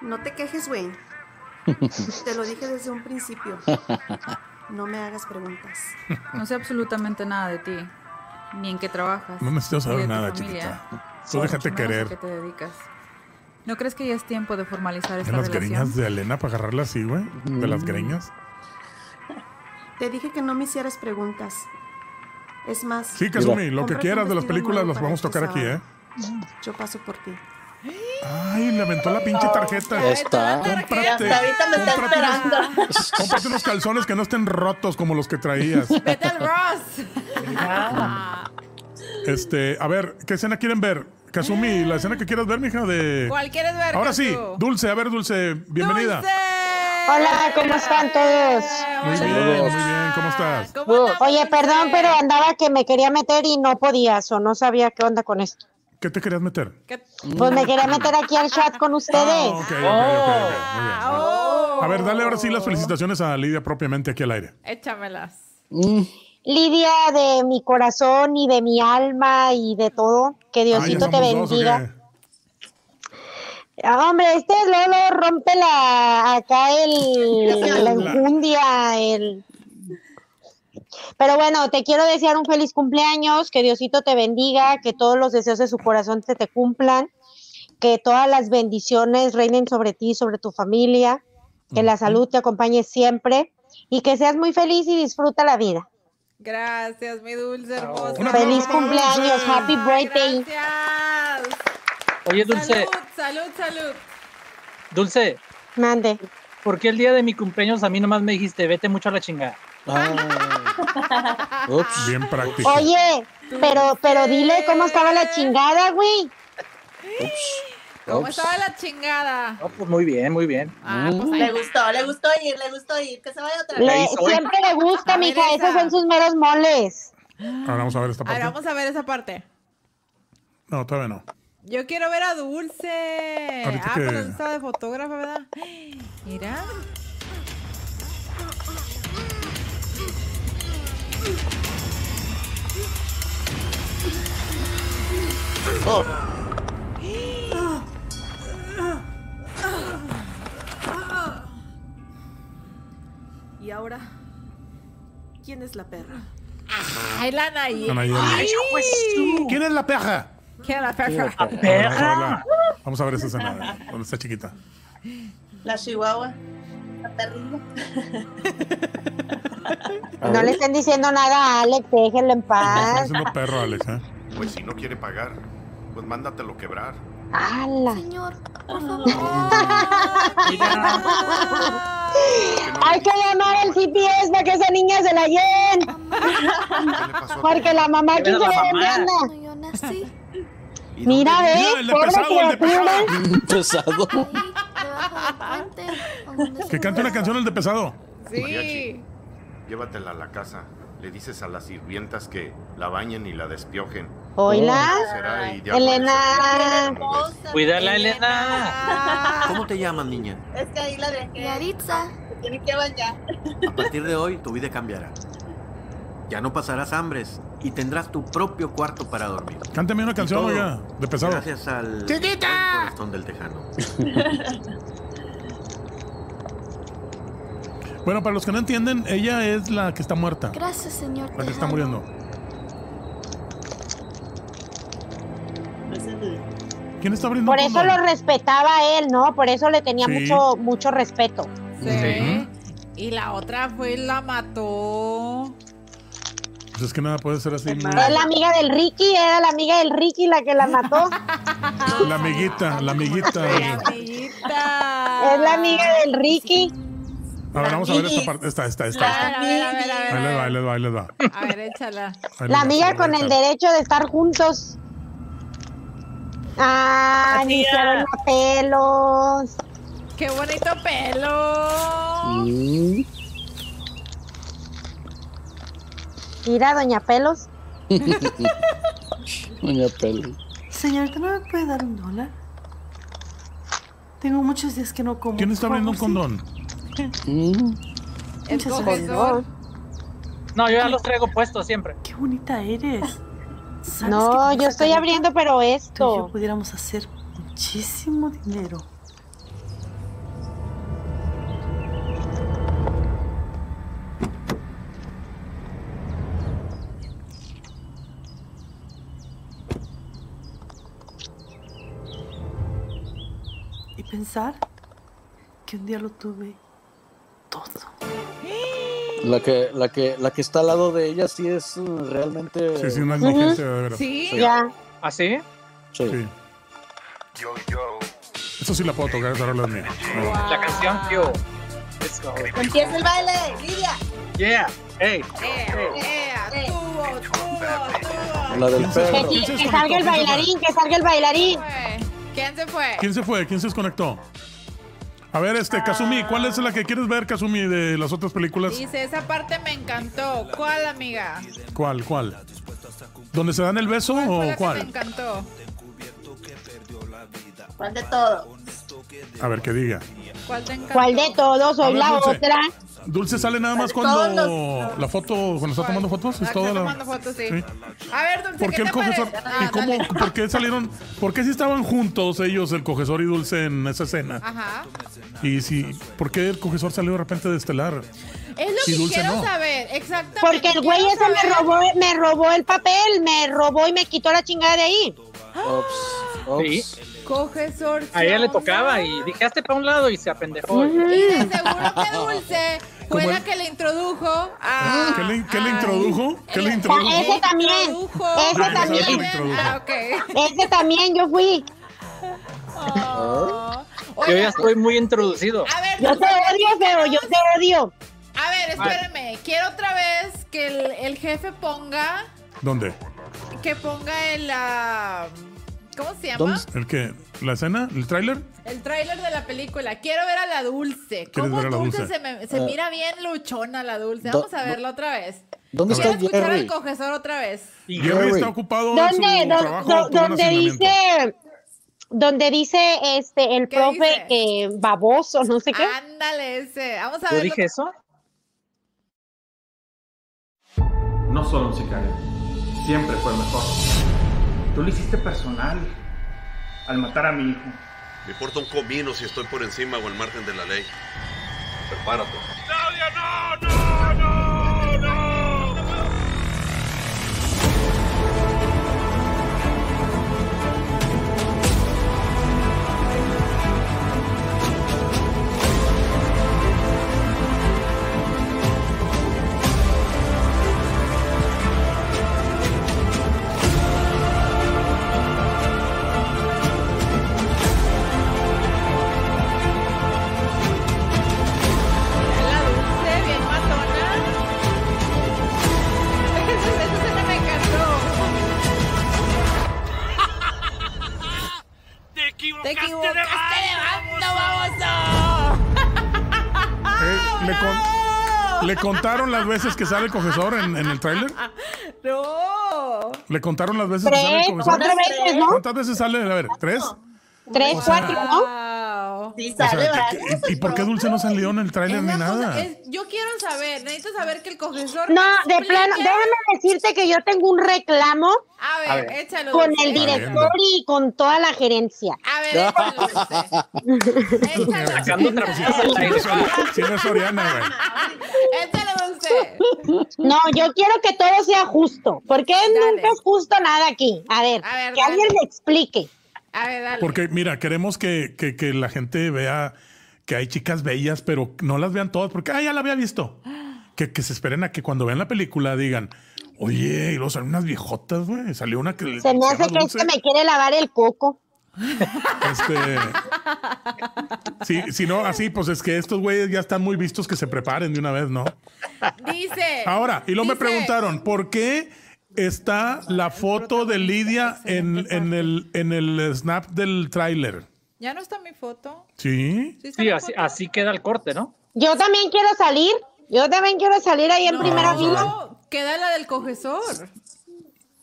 [SPEAKER 21] No te quejes, güey. Te lo dije desde un principio. No me hagas preguntas.
[SPEAKER 3] No sé absolutamente nada de ti, ni en qué trabajas.
[SPEAKER 2] No necesito saber
[SPEAKER 3] ni de tu
[SPEAKER 2] nada,
[SPEAKER 3] familia,
[SPEAKER 2] chiquita. Tú
[SPEAKER 3] mucho
[SPEAKER 2] déjate
[SPEAKER 3] menos
[SPEAKER 2] querer.
[SPEAKER 3] a qué te dedicas? ¿No crees que ya es tiempo de formalizar
[SPEAKER 2] ¿En
[SPEAKER 3] esta
[SPEAKER 2] las
[SPEAKER 3] relación?
[SPEAKER 2] greñas de Elena para agarrarla así, güey? De las greñas.
[SPEAKER 21] Te dije que no me hicieras preguntas. Es más.
[SPEAKER 2] Sí, Kazumi, lo
[SPEAKER 21] cómprate
[SPEAKER 2] que
[SPEAKER 21] un
[SPEAKER 2] quieras de las
[SPEAKER 21] vestido
[SPEAKER 2] películas
[SPEAKER 21] nuevo
[SPEAKER 2] las
[SPEAKER 21] para
[SPEAKER 2] vamos a
[SPEAKER 21] este
[SPEAKER 2] tocar aquí, ¿eh?
[SPEAKER 21] sábado. Yo paso por ti.
[SPEAKER 2] Ay, le aventó la pinche tarjeta.
[SPEAKER 7] Ya está.
[SPEAKER 2] Cómprate,
[SPEAKER 5] Hasta ahorita me está esperando.
[SPEAKER 2] cómprate unos calzones que no estén rotos como los que traías.
[SPEAKER 3] Vete al Ross.
[SPEAKER 2] Este, a ver, ¿qué escena quieren ver? Kazumi, la escena que quieras ver, mija, de...
[SPEAKER 3] Ah. ¿Cuál quieres ver?
[SPEAKER 2] Ahora sí,
[SPEAKER 3] Kazu?
[SPEAKER 2] Dulce, a ver, Dulce, bienvenida.
[SPEAKER 1] Hola, ¿cómo están todos?
[SPEAKER 2] Muy bien, muy bien, ¿cómo estás?
[SPEAKER 1] Oye, perdón, pero andaba que me quería meter y no podía, o no sabía qué onda con esto.
[SPEAKER 2] ¿Qué te querías meter?
[SPEAKER 1] Pues me quería meter aquí al chat con ustedes.
[SPEAKER 2] Ok, ok, Ah, ok, ok,
[SPEAKER 3] Oh.
[SPEAKER 2] muy bien. A ver, dale ahora sí las felicitaciones a Lidia propiamente aquí al aire.
[SPEAKER 3] Échamelas.
[SPEAKER 1] Mm. Lidia de mi corazón y de mi alma y de todo, que Diosito
[SPEAKER 2] Ah,
[SPEAKER 1] te
[SPEAKER 2] ¿ya somos dos o
[SPEAKER 1] bendiga.
[SPEAKER 2] qué?
[SPEAKER 1] Ah, Hombre, este Lolo rompe la acá el la enjundia, el Pero bueno, te quiero desear un feliz cumpleaños, que Diosito te bendiga, que todos los deseos de su corazón se te cumplan, que todas las bendiciones reinen sobre ti, sobre tu familia, que la salud te acompañe siempre y que seas muy feliz y disfruta la vida.
[SPEAKER 3] Gracias, mi dulce hermosa.
[SPEAKER 1] Feliz cumpleaños, happy birthday.
[SPEAKER 12] Oye, Dulce,
[SPEAKER 3] Salud, salud.
[SPEAKER 12] Dulce.
[SPEAKER 1] Mande.
[SPEAKER 12] ¿Por qué el día de mi cumpleaños a mí nomás me dijiste, vete mucho a la chingada?
[SPEAKER 2] Bien práctico.
[SPEAKER 1] Oye, pero pero dile cómo estaba la chingada, güey.
[SPEAKER 3] ¿Cómo estaba la chingada?
[SPEAKER 12] No, pues muy bien, muy bien.
[SPEAKER 5] pues Le gustó, le gustó ir, le gustó ir. Que se vaya otra
[SPEAKER 1] Pues Le-
[SPEAKER 5] vez.
[SPEAKER 1] siempre le gusta, mija. Esos son sus meros moles.
[SPEAKER 2] Ahora vamos a ver esta
[SPEAKER 3] A ver,
[SPEAKER 2] parte.
[SPEAKER 3] vamos a ver esa parte.
[SPEAKER 2] No, todavía no.
[SPEAKER 3] Yo quiero ver a Dulce.
[SPEAKER 2] Ahorita
[SPEAKER 3] ah,
[SPEAKER 2] que-
[SPEAKER 3] pero estaba de fotógrafa, ¿verdad? Mira.
[SPEAKER 21] Y ahora, ¿quién es la perra?
[SPEAKER 3] Ay, la Nayeli.
[SPEAKER 2] Anayeli.
[SPEAKER 3] Ay, pues.
[SPEAKER 2] ¿Quién es la perra?
[SPEAKER 3] ¿Qué la perra?
[SPEAKER 2] Vamos a verla. Vamos a ver esa escena. Donde está chiquita.
[SPEAKER 5] La chihuahua. La perrilla.
[SPEAKER 1] No le estén diciendo nada a Alex, déjenlo en paz.
[SPEAKER 2] perro, Alex, ¿eh?
[SPEAKER 19] Pues si no quiere pagar, pues mándatelo quebrar.
[SPEAKER 1] ¡Hala!
[SPEAKER 15] Señor,
[SPEAKER 1] por favor. Hay que llamar al CPS para que esa niña se la lleven. Porque la mamá aquí se
[SPEAKER 15] Pero la
[SPEAKER 1] le
[SPEAKER 15] mamá.
[SPEAKER 1] demanda.
[SPEAKER 15] yo nací.
[SPEAKER 1] Mira, ve, pobre criatura.
[SPEAKER 2] pesado.
[SPEAKER 15] debajo del puente, donde
[SPEAKER 2] Que cante una canción el de pesado.
[SPEAKER 3] Sí.
[SPEAKER 19] Mariachi. Llévatela a la casa. Le dices a las sirvientas que la bañen y la despiojen. Oh,
[SPEAKER 1] Hola,
[SPEAKER 19] Será y ya pues,
[SPEAKER 1] Elena.
[SPEAKER 19] Cuídala,
[SPEAKER 5] Ah.
[SPEAKER 1] Elena.
[SPEAKER 18] ¿Cómo te llamas, niña?
[SPEAKER 5] Es que ahí la dejé. Yaritza. Se tiene que bañar.
[SPEAKER 18] A partir de hoy tu vida cambiará. Ya no pasarás hambres y tendrás tu propio cuarto para dormir.
[SPEAKER 2] Cántame una canción,
[SPEAKER 18] Y todo
[SPEAKER 2] oiga, de pesado.
[SPEAKER 18] Gracias al
[SPEAKER 2] ¡Chiquita!
[SPEAKER 18] al corazón del tejano.
[SPEAKER 2] Bueno, para los que no entienden, ella es la que está muerta.
[SPEAKER 15] Gracias, señor.
[SPEAKER 2] La que está
[SPEAKER 15] Tejano.
[SPEAKER 2] muriendo. ¿Quién está abriendo?
[SPEAKER 1] Por eso lo respetaba a él, ¿no? Por eso le tenía
[SPEAKER 2] Sí.
[SPEAKER 1] mucho, mucho respeto.
[SPEAKER 3] Sí. Y la otra fue y la mató.
[SPEAKER 2] Pues es que nada puede ser así. ¿no?
[SPEAKER 1] Es la amiga del Ricky, era la amiga del Ricky la que la mató.
[SPEAKER 2] La amiguita, la amiguita.
[SPEAKER 1] es la amiga del Ricky.
[SPEAKER 2] A ver, vamos a ver esta parte. Esta, esta, esta.
[SPEAKER 3] A ver, a ver, a ver,
[SPEAKER 2] Ahí les va, ahí les va, ahí les va.
[SPEAKER 3] a ver, échala.
[SPEAKER 2] Ahí les
[SPEAKER 1] La
[SPEAKER 2] va,
[SPEAKER 1] amiga
[SPEAKER 2] ahí
[SPEAKER 1] con
[SPEAKER 2] les
[SPEAKER 1] el
[SPEAKER 2] va.
[SPEAKER 1] derecho de estar juntos. Ah,
[SPEAKER 3] Así
[SPEAKER 1] ni
[SPEAKER 3] es.
[SPEAKER 1] hicieron a pelos.
[SPEAKER 3] ¡Qué bonito pelo!
[SPEAKER 1] Mira, doña Pelos.
[SPEAKER 7] Doña Peli.
[SPEAKER 21] Señorita, ¿no me puede dar un dólar? Tengo muchos días que no como.
[SPEAKER 2] ¿Quién está abriendo un condón?
[SPEAKER 21] El
[SPEAKER 12] confesor. No, yo ya los traigo puestos siempre.
[SPEAKER 21] Qué bonita eres. ¿Sabes
[SPEAKER 1] No,
[SPEAKER 21] qué
[SPEAKER 1] yo
[SPEAKER 21] cosa,
[SPEAKER 1] estoy
[SPEAKER 21] Carlita?
[SPEAKER 1] abriendo, pero esto.
[SPEAKER 21] Tú y yo pudiéramos hacer muchísimo dinero. Y pensar que un día lo tuve todo.
[SPEAKER 7] La que, la, que, la que está al lado de ella sí es uh, realmente.
[SPEAKER 2] Sí, sí, una negligencia, de veras.
[SPEAKER 12] ¿Ah, sí?
[SPEAKER 7] Sí.
[SPEAKER 2] Eso sí la puedo tocar, esa rola es mía.
[SPEAKER 12] La canción, tío. Let's go.
[SPEAKER 5] Empieza el baile, Lidia. Eh,
[SPEAKER 12] Yeah. Hey.
[SPEAKER 3] Eh,
[SPEAKER 7] La del
[SPEAKER 1] Que,
[SPEAKER 7] perro.
[SPEAKER 1] sí, que salga el bailarín, que salga el bailarín.
[SPEAKER 3] ¿Quién se fue?
[SPEAKER 2] ¿Quién se fue? ¿Quién se desconectó? A ver, este, Kazumi, ¿cuál es la que quieres ver, Kazumi, de las otras películas?
[SPEAKER 3] Dice, esa parte me encantó. ¿Cuál, amiga?
[SPEAKER 2] ¿Cuál, cuál? ¿Dónde se dan el beso o
[SPEAKER 3] Me
[SPEAKER 2] Oh, cuál?
[SPEAKER 3] encantó.
[SPEAKER 5] ¿Cuál de todo?
[SPEAKER 2] A ver, que diga.
[SPEAKER 3] ¿Cuál te encantó?
[SPEAKER 1] ¿Cuál de todos?
[SPEAKER 2] A
[SPEAKER 1] Soy
[SPEAKER 2] ver,
[SPEAKER 1] la
[SPEAKER 2] Dulce.
[SPEAKER 1] otra.
[SPEAKER 2] Dulce sale nada más
[SPEAKER 3] Todos
[SPEAKER 2] cuando la foto, cuando está tomando fotos, es
[SPEAKER 3] Ah,
[SPEAKER 2] toda
[SPEAKER 3] está
[SPEAKER 2] la...
[SPEAKER 3] tomando fotos, sí.
[SPEAKER 2] Sí.
[SPEAKER 3] A ver, Dulce,
[SPEAKER 2] ¿Por qué
[SPEAKER 3] ¿qué
[SPEAKER 2] el
[SPEAKER 3] te
[SPEAKER 2] cogesor?
[SPEAKER 3] parece? Ah,
[SPEAKER 2] ¿Y cómo,
[SPEAKER 3] dale.
[SPEAKER 2] ¿Por qué salieron? ¿Por qué si estaban juntos ellos, el cogesor y Dulce, en esa escena?
[SPEAKER 3] Ajá.
[SPEAKER 2] Y si, ¿por qué el cogesor salió de repente de estelar?
[SPEAKER 3] Es lo
[SPEAKER 2] Y
[SPEAKER 3] que
[SPEAKER 2] Dulce
[SPEAKER 3] quiero
[SPEAKER 2] no.
[SPEAKER 3] saber, exactamente.
[SPEAKER 1] Porque el güey
[SPEAKER 3] Quiero
[SPEAKER 1] ese me
[SPEAKER 3] saber-
[SPEAKER 1] robó, me robó el papel, me robó y me quitó la chingada de ahí.
[SPEAKER 12] Sí.
[SPEAKER 3] Coge sorción.
[SPEAKER 12] A ella le tocaba y dije, hazte para un lado y se apendejó.
[SPEAKER 3] Y de seguro que Dulce fue
[SPEAKER 12] Como
[SPEAKER 3] la
[SPEAKER 12] el-
[SPEAKER 3] que le introdujo a...
[SPEAKER 2] ¿Qué le, qué le introdujo? ¿Qué le introdujo?
[SPEAKER 1] Ese también.
[SPEAKER 2] Ah, ya sabes
[SPEAKER 1] Ese
[SPEAKER 2] que le
[SPEAKER 1] también.
[SPEAKER 2] introdujo.
[SPEAKER 3] Ah, ok.
[SPEAKER 1] Ese también yo fui.
[SPEAKER 12] Yo ya estoy muy introducido.
[SPEAKER 3] A ver,
[SPEAKER 1] Yo te
[SPEAKER 3] Dulce,
[SPEAKER 1] odio, feo, yo te odio.
[SPEAKER 3] a ver, espérame. Quiero otra vez que el, el jefe ponga...
[SPEAKER 2] ¿Dónde?
[SPEAKER 3] Que ponga el... ah, ¿Cómo se llama?
[SPEAKER 2] ¿Dónde? ¿El qué? ¿La escena? ¿El tráiler?
[SPEAKER 3] El tráiler de la película. Quiero ver a la dulce. ¿Cómo
[SPEAKER 2] ver a la
[SPEAKER 3] dulce,
[SPEAKER 2] Dulce?
[SPEAKER 3] se, me- se
[SPEAKER 2] Eh,
[SPEAKER 3] mira bien luchona la dulce?
[SPEAKER 2] do-
[SPEAKER 3] Vamos a verla otra vez.
[SPEAKER 2] ¿Dónde
[SPEAKER 3] Quiero
[SPEAKER 2] está
[SPEAKER 3] escuchar
[SPEAKER 2] Jerry?
[SPEAKER 3] al cogesor otra vez.
[SPEAKER 2] Jerry está ocupado en su
[SPEAKER 1] ¿Dónde, do-
[SPEAKER 2] trabajo.
[SPEAKER 1] do-
[SPEAKER 2] por un
[SPEAKER 1] donde
[SPEAKER 2] hacinamiento.
[SPEAKER 1] dice, donde dice este el profe que baboso, no sé
[SPEAKER 3] Ah,
[SPEAKER 1] qué.
[SPEAKER 3] Ándale ese. Vamos a
[SPEAKER 1] ¿Yo
[SPEAKER 3] ver.
[SPEAKER 1] dije
[SPEAKER 3] eso?
[SPEAKER 4] No solo un sicario. Siempre fue el mejor. Tú lo hiciste personal al matar a mi hijo.
[SPEAKER 8] Me importa un comino si estoy por encima o al margen de la ley. Prepárate.
[SPEAKER 3] Dulce, bien matona. Esa esa escena me encantó. Te equivocaste, de bando, baboso.
[SPEAKER 2] Eh, le, con- le contaron las veces que sale el confesor en, en el tráiler?
[SPEAKER 3] No.
[SPEAKER 2] ¿Le contaron las veces que sale el
[SPEAKER 1] Tres,
[SPEAKER 2] confesor?
[SPEAKER 1] cuatro veces, ¿no?
[SPEAKER 2] ¿Cuántas veces sale? A ver, ¿tres?
[SPEAKER 1] Tres,
[SPEAKER 2] O sea,
[SPEAKER 1] cuatro, ¿no?
[SPEAKER 3] Sí,
[SPEAKER 2] O sea, ¿qué- qué- ¿Y por qué Dulce no salió en el tráiler ni nada?
[SPEAKER 3] yo quiero saber, necesito saber que el cogesor.
[SPEAKER 1] No, de plano, déjame decirte que yo tengo un reclamo
[SPEAKER 3] A ver,
[SPEAKER 1] A ver.
[SPEAKER 3] échalo.
[SPEAKER 1] con
[SPEAKER 3] Dulce.
[SPEAKER 1] el director y con toda la gerencia.
[SPEAKER 3] A ver,
[SPEAKER 2] Sacando trampas al aire. Si no es Soriana, güey.
[SPEAKER 3] échalo, Dulce.
[SPEAKER 1] No, yo quiero que todo sea justo, porque nunca es justo nada aquí. A ver, que alguien me explique.
[SPEAKER 3] A ver, dale.
[SPEAKER 2] Porque, mira, queremos que, que- que la gente vea que hay chicas bellas, pero no las vean todas, porque, ah, ya la había visto. Que, que se esperen a que cuando vean la película digan, oye, y luego salen unas viejotas, güey. Salió una que le-
[SPEAKER 1] Se me
[SPEAKER 2] llama
[SPEAKER 1] hace que
[SPEAKER 2] Dulce".
[SPEAKER 1] este me quiere lavar el coco.
[SPEAKER 2] Este, sí, si no, así, pues es que estos güeyes ya están muy vistos que se preparen de una vez, ¿no?
[SPEAKER 3] Dice.
[SPEAKER 2] Ahora, y luego me
[SPEAKER 3] dice,
[SPEAKER 2] preguntaron, ¿por qué está la foto de Lidia en, en el, en el snap del tráiler?
[SPEAKER 3] ¿Ya no está mi foto?
[SPEAKER 2] Sí.
[SPEAKER 12] Sí, así, así queda el corte, ¿no?
[SPEAKER 1] Yo también quiero salir. Yo también quiero salir ahí en primera fila.
[SPEAKER 3] Queda la del cogesor.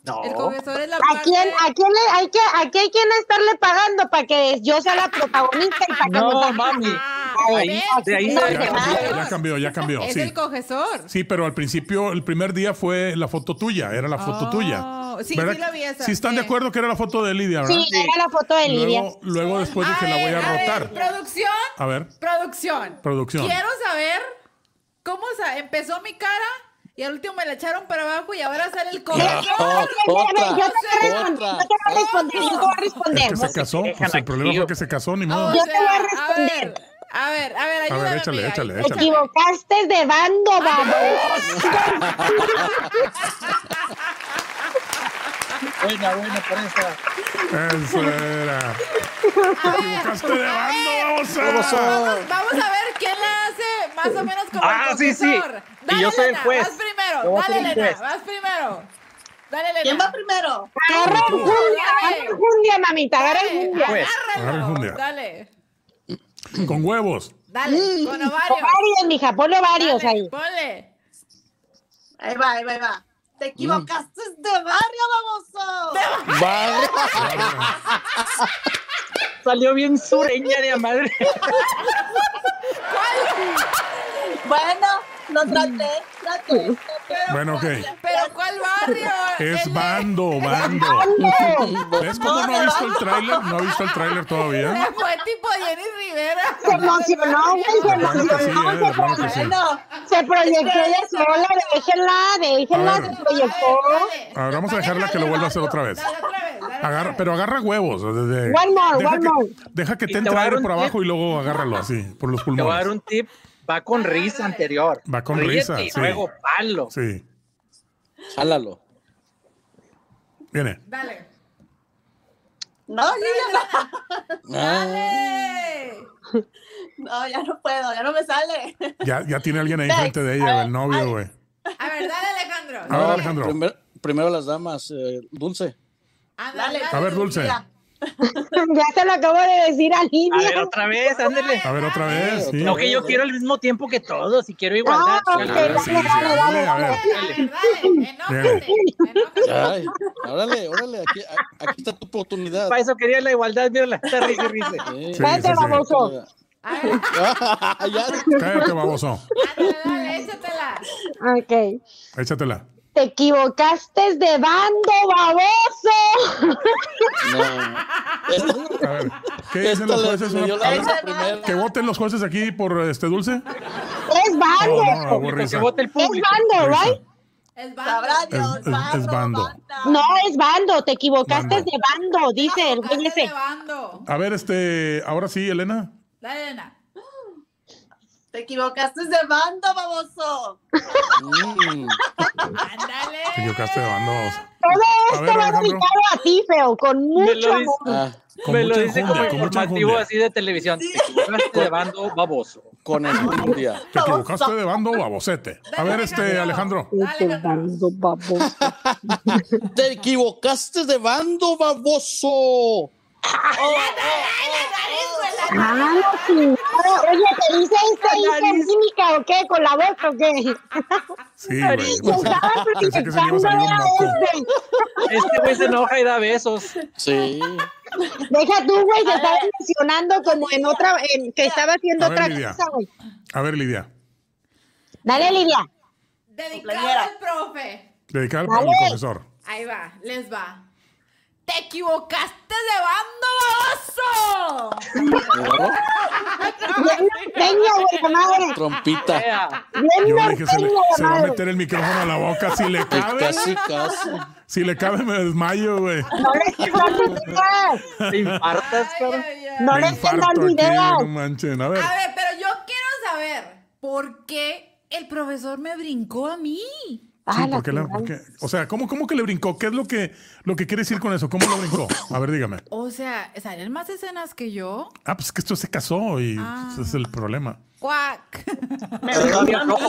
[SPEAKER 12] No.
[SPEAKER 3] El cogesor es la
[SPEAKER 1] ¿A quién, a quién le- hay que, aquí hay quien estarle pagando para que yo sea la protagonista y para que nos hagan- A ver, aquí no se
[SPEAKER 2] ya,
[SPEAKER 1] vale.
[SPEAKER 2] cambió, ya cambió, ya cambió,
[SPEAKER 3] Es
[SPEAKER 2] sí.
[SPEAKER 3] el cogesor.
[SPEAKER 2] Sí, pero al principio, el primer día fue la foto tuya, era la foto
[SPEAKER 3] Oh,
[SPEAKER 2] tuya.
[SPEAKER 3] sí,
[SPEAKER 2] ¿Verdad?
[SPEAKER 3] sí la vi esa,
[SPEAKER 2] Sí están de acuerdo que era la foto de Lidia, ¿verdad?
[SPEAKER 1] Sí, era la foto de Lidia.
[SPEAKER 2] Luego, luego después Pues dije, la voy a
[SPEAKER 3] A
[SPEAKER 2] rotar.
[SPEAKER 3] ver, producción.
[SPEAKER 2] A ver.
[SPEAKER 3] Producción.
[SPEAKER 2] Producción.
[SPEAKER 3] Quiero saber cómo sa- empezó mi cara y al último me la echaron para abajo y ahora sale el cogesor.
[SPEAKER 2] Oh, otra,
[SPEAKER 1] Yo te voy a responder, yo te voy a responder, yo te voy a
[SPEAKER 2] Es
[SPEAKER 1] responder.
[SPEAKER 2] que se casó, pues el problema fue que se casó, ni modo.
[SPEAKER 1] Yo te voy a
[SPEAKER 3] a
[SPEAKER 1] responder.
[SPEAKER 3] A ver, a ver,
[SPEAKER 2] A ver, échale, échale,
[SPEAKER 1] Te
[SPEAKER 2] échale.
[SPEAKER 1] equivocaste de bando, baboso.
[SPEAKER 12] Buena, buena, por esa.
[SPEAKER 1] Oh.
[SPEAKER 2] Eso era.
[SPEAKER 3] equivocaste
[SPEAKER 2] de bando, vamos a-
[SPEAKER 3] Vamos, vamos a ver quién la hace más o menos como
[SPEAKER 12] Ah,
[SPEAKER 3] el
[SPEAKER 12] sí, sí.
[SPEAKER 3] confesor.
[SPEAKER 12] Y
[SPEAKER 3] Dale,
[SPEAKER 12] yo soy el
[SPEAKER 3] Elena,
[SPEAKER 12] juez.
[SPEAKER 3] vas primero.
[SPEAKER 12] Yo voy a
[SPEAKER 3] Dale,
[SPEAKER 12] ser el
[SPEAKER 3] Elena,
[SPEAKER 12] juez.
[SPEAKER 3] vas primero. Dale, Elena.
[SPEAKER 5] ¿Quién va primero?
[SPEAKER 1] Agarra enjundia, agarra enjundia, mamita, agarra enjundia.
[SPEAKER 2] Pues, agarra enjundia.
[SPEAKER 3] Dale,
[SPEAKER 2] Con huevos.
[SPEAKER 3] dale,
[SPEAKER 1] Mm,
[SPEAKER 3] con
[SPEAKER 1] Ovarios, mija, ponle ovarios ahí.
[SPEAKER 3] Ponle.
[SPEAKER 5] Ahí va, ahí va, ahí va.
[SPEAKER 2] Mm.
[SPEAKER 5] Te equivocaste de barrio,
[SPEAKER 12] Vale. Ah, Salió bien sureña de a madre.
[SPEAKER 5] baboso. Bueno, lo traté, traté.
[SPEAKER 2] Bueno, ok.
[SPEAKER 3] Pero ¿cuál barrio?
[SPEAKER 2] Es bando, bando.
[SPEAKER 1] bando.
[SPEAKER 2] ¿Ves cómo no ha visto el tráiler? No ha visto el tráiler todavía.
[SPEAKER 3] Se fue tipo Jenny Rivera.
[SPEAKER 1] Se emocionó, güey, se
[SPEAKER 2] Claro que sí,
[SPEAKER 1] emocionó.
[SPEAKER 2] eh, claro que sí.
[SPEAKER 1] Se proyectó ella sola, déjenla,
[SPEAKER 2] A
[SPEAKER 1] déjenla,
[SPEAKER 2] ver.
[SPEAKER 1] se proyectó.
[SPEAKER 2] Ahora vamos a dejarla que lo vuelva a hacer otra vez. Agarra, pero agarra huevos. desde-
[SPEAKER 1] One more,
[SPEAKER 2] deja,
[SPEAKER 1] one
[SPEAKER 2] que,
[SPEAKER 1] more.
[SPEAKER 2] deja que
[SPEAKER 12] Y
[SPEAKER 2] te
[SPEAKER 12] te voy
[SPEAKER 2] entre
[SPEAKER 12] a dar
[SPEAKER 2] aire
[SPEAKER 12] un
[SPEAKER 2] por
[SPEAKER 12] tip.
[SPEAKER 2] abajo y luego agárralo así, por los
[SPEAKER 12] Te voy a
[SPEAKER 2] pulmones.
[SPEAKER 12] dar un tip. Va con risa anterior.
[SPEAKER 2] Va con
[SPEAKER 12] Ríete
[SPEAKER 2] risa,
[SPEAKER 12] Y
[SPEAKER 2] sí.
[SPEAKER 12] luego palo.
[SPEAKER 2] Sí,
[SPEAKER 7] Jálalo.
[SPEAKER 2] viene.
[SPEAKER 3] Dale.
[SPEAKER 5] No, Lilia,
[SPEAKER 3] Dale.
[SPEAKER 5] no, ya no puedo, ya no me sale.
[SPEAKER 2] Ya, ya tiene alguien ahí frente de ella, el novio, güey.
[SPEAKER 3] A ver, dale, Alejandro.
[SPEAKER 2] A ver, Alejandro.
[SPEAKER 7] primer- primero las damas, eh, Dulce.
[SPEAKER 3] Ándale,
[SPEAKER 2] A ver, Dulce.
[SPEAKER 3] Mira,
[SPEAKER 1] ya se lo acabo de decir a
[SPEAKER 12] A
[SPEAKER 1] Lidia.
[SPEAKER 12] ver, otra vez, ándele.
[SPEAKER 2] A ver, otra vez. sí.
[SPEAKER 12] No, que yo quiero al mismo tiempo que todos y quiero igualdad.
[SPEAKER 6] Ah,
[SPEAKER 1] No, que
[SPEAKER 12] Dale, dale,
[SPEAKER 1] dale,
[SPEAKER 12] sí,
[SPEAKER 1] dale,
[SPEAKER 12] sí,
[SPEAKER 1] dale,
[SPEAKER 12] dale,
[SPEAKER 1] dale.
[SPEAKER 12] dale.
[SPEAKER 7] Ay, órale, órale, aquí, a- aquí está tu oportunidad. eh.
[SPEAKER 12] Para eso quería la igualdad, mírala. Está risa y risa.
[SPEAKER 7] Sí,
[SPEAKER 1] Cállate,
[SPEAKER 7] sí, sí.
[SPEAKER 1] baboso.
[SPEAKER 2] Cállate, baboso.
[SPEAKER 3] Dale, échatela.
[SPEAKER 1] Ok.
[SPEAKER 2] Échatela.
[SPEAKER 1] Te equivocaste de bando, baboso.
[SPEAKER 2] A ver, ¿qué dicen los jueces?
[SPEAKER 7] le dio la
[SPEAKER 2] A ver,
[SPEAKER 7] risa primero.
[SPEAKER 2] que voten los jueces aquí por este dulce. Oh,
[SPEAKER 1] Es bando.
[SPEAKER 2] No, no, hago risa.
[SPEAKER 1] Es bando,
[SPEAKER 2] Risa.
[SPEAKER 1] ¿right?
[SPEAKER 3] Es bando.
[SPEAKER 2] Es, es- es bando.
[SPEAKER 1] No, es bando. Te equivocaste de bando, dice el güey ese.
[SPEAKER 3] Bando.
[SPEAKER 2] A ver, este, ahora sí, Elena.
[SPEAKER 3] Dale, Elena.
[SPEAKER 5] Te equivocaste de bando, baboso.
[SPEAKER 2] Te equivocaste de bando.
[SPEAKER 1] Todo
[SPEAKER 2] A
[SPEAKER 1] esto
[SPEAKER 2] ver,
[SPEAKER 1] Este va
[SPEAKER 2] Alejandro.
[SPEAKER 1] dedicado a ti, feo, con mucho
[SPEAKER 12] lo dice-
[SPEAKER 1] amor.
[SPEAKER 7] Ah.
[SPEAKER 2] Con
[SPEAKER 12] Me lo
[SPEAKER 2] mucha
[SPEAKER 12] dice como
[SPEAKER 2] enjundia, con mucha
[SPEAKER 12] informativo
[SPEAKER 2] enjundia.
[SPEAKER 12] así de televisión. Te equivocaste de bando baboso.
[SPEAKER 7] Con enjundia.
[SPEAKER 2] Te equivocaste de bando, babosete. A ver, este, Alejandro.
[SPEAKER 7] Te equivocaste de bando, baboso.
[SPEAKER 1] Ah, la chingada. Oye, ¿te dice este hizo química o qué? ¿Con la boca o qué?
[SPEAKER 2] Sí,
[SPEAKER 3] pues,
[SPEAKER 1] güey. Estaba
[SPEAKER 2] Pensé que se le iba a salir un
[SPEAKER 1] era
[SPEAKER 2] moco.
[SPEAKER 1] este.
[SPEAKER 12] Este güey se enoja y da besos.
[SPEAKER 7] Sí.
[SPEAKER 1] Deja tú, güey, se estaba emocionando como en otra, en- que estaba haciendo
[SPEAKER 2] A ver,
[SPEAKER 1] otra
[SPEAKER 2] Lidia.
[SPEAKER 1] cosa, güey.
[SPEAKER 2] A ver, Lidia.
[SPEAKER 1] Dale, Lidia.
[SPEAKER 3] Dedicado al profe.
[SPEAKER 2] Dedicada al al
[SPEAKER 1] Dale.
[SPEAKER 2] profesor.
[SPEAKER 3] Ahí va, les va. ¡Te equivocaste de bando,
[SPEAKER 1] Bien norteño, güey, la madre.
[SPEAKER 7] Trompita.
[SPEAKER 1] Bien
[SPEAKER 2] Yo dije, se, le,
[SPEAKER 1] norteño,
[SPEAKER 2] se
[SPEAKER 1] la
[SPEAKER 2] va a
[SPEAKER 1] madre.
[SPEAKER 2] meter el micrófono a la boca si le
[SPEAKER 7] Pues
[SPEAKER 2] cabe.
[SPEAKER 7] casi, casi.
[SPEAKER 2] Si le cabe, me desmayo, güey.
[SPEAKER 1] No les tendrán ideas.
[SPEAKER 12] Te infartas, cabrón.
[SPEAKER 1] No
[SPEAKER 2] Me
[SPEAKER 1] les tendrán
[SPEAKER 2] infarto aquí,
[SPEAKER 1] ideas.
[SPEAKER 2] no manchen. A ver,
[SPEAKER 3] A ver, pero yo quiero saber por qué el profesor me brincó a mí. Ah,
[SPEAKER 12] Ah,
[SPEAKER 2] sí, ¿por qué la- por qué? O sea, ¿cómo, ¿cómo que le brincó? ¿Qué es lo que, lo que quiere decir con eso? ¿Cómo lo brincó? A ver, dígame.
[SPEAKER 3] O sea, salen más escenas que yo.
[SPEAKER 2] Ah, pues que esto se casó y ese es el problema.
[SPEAKER 3] Cuac.
[SPEAKER 1] Guau,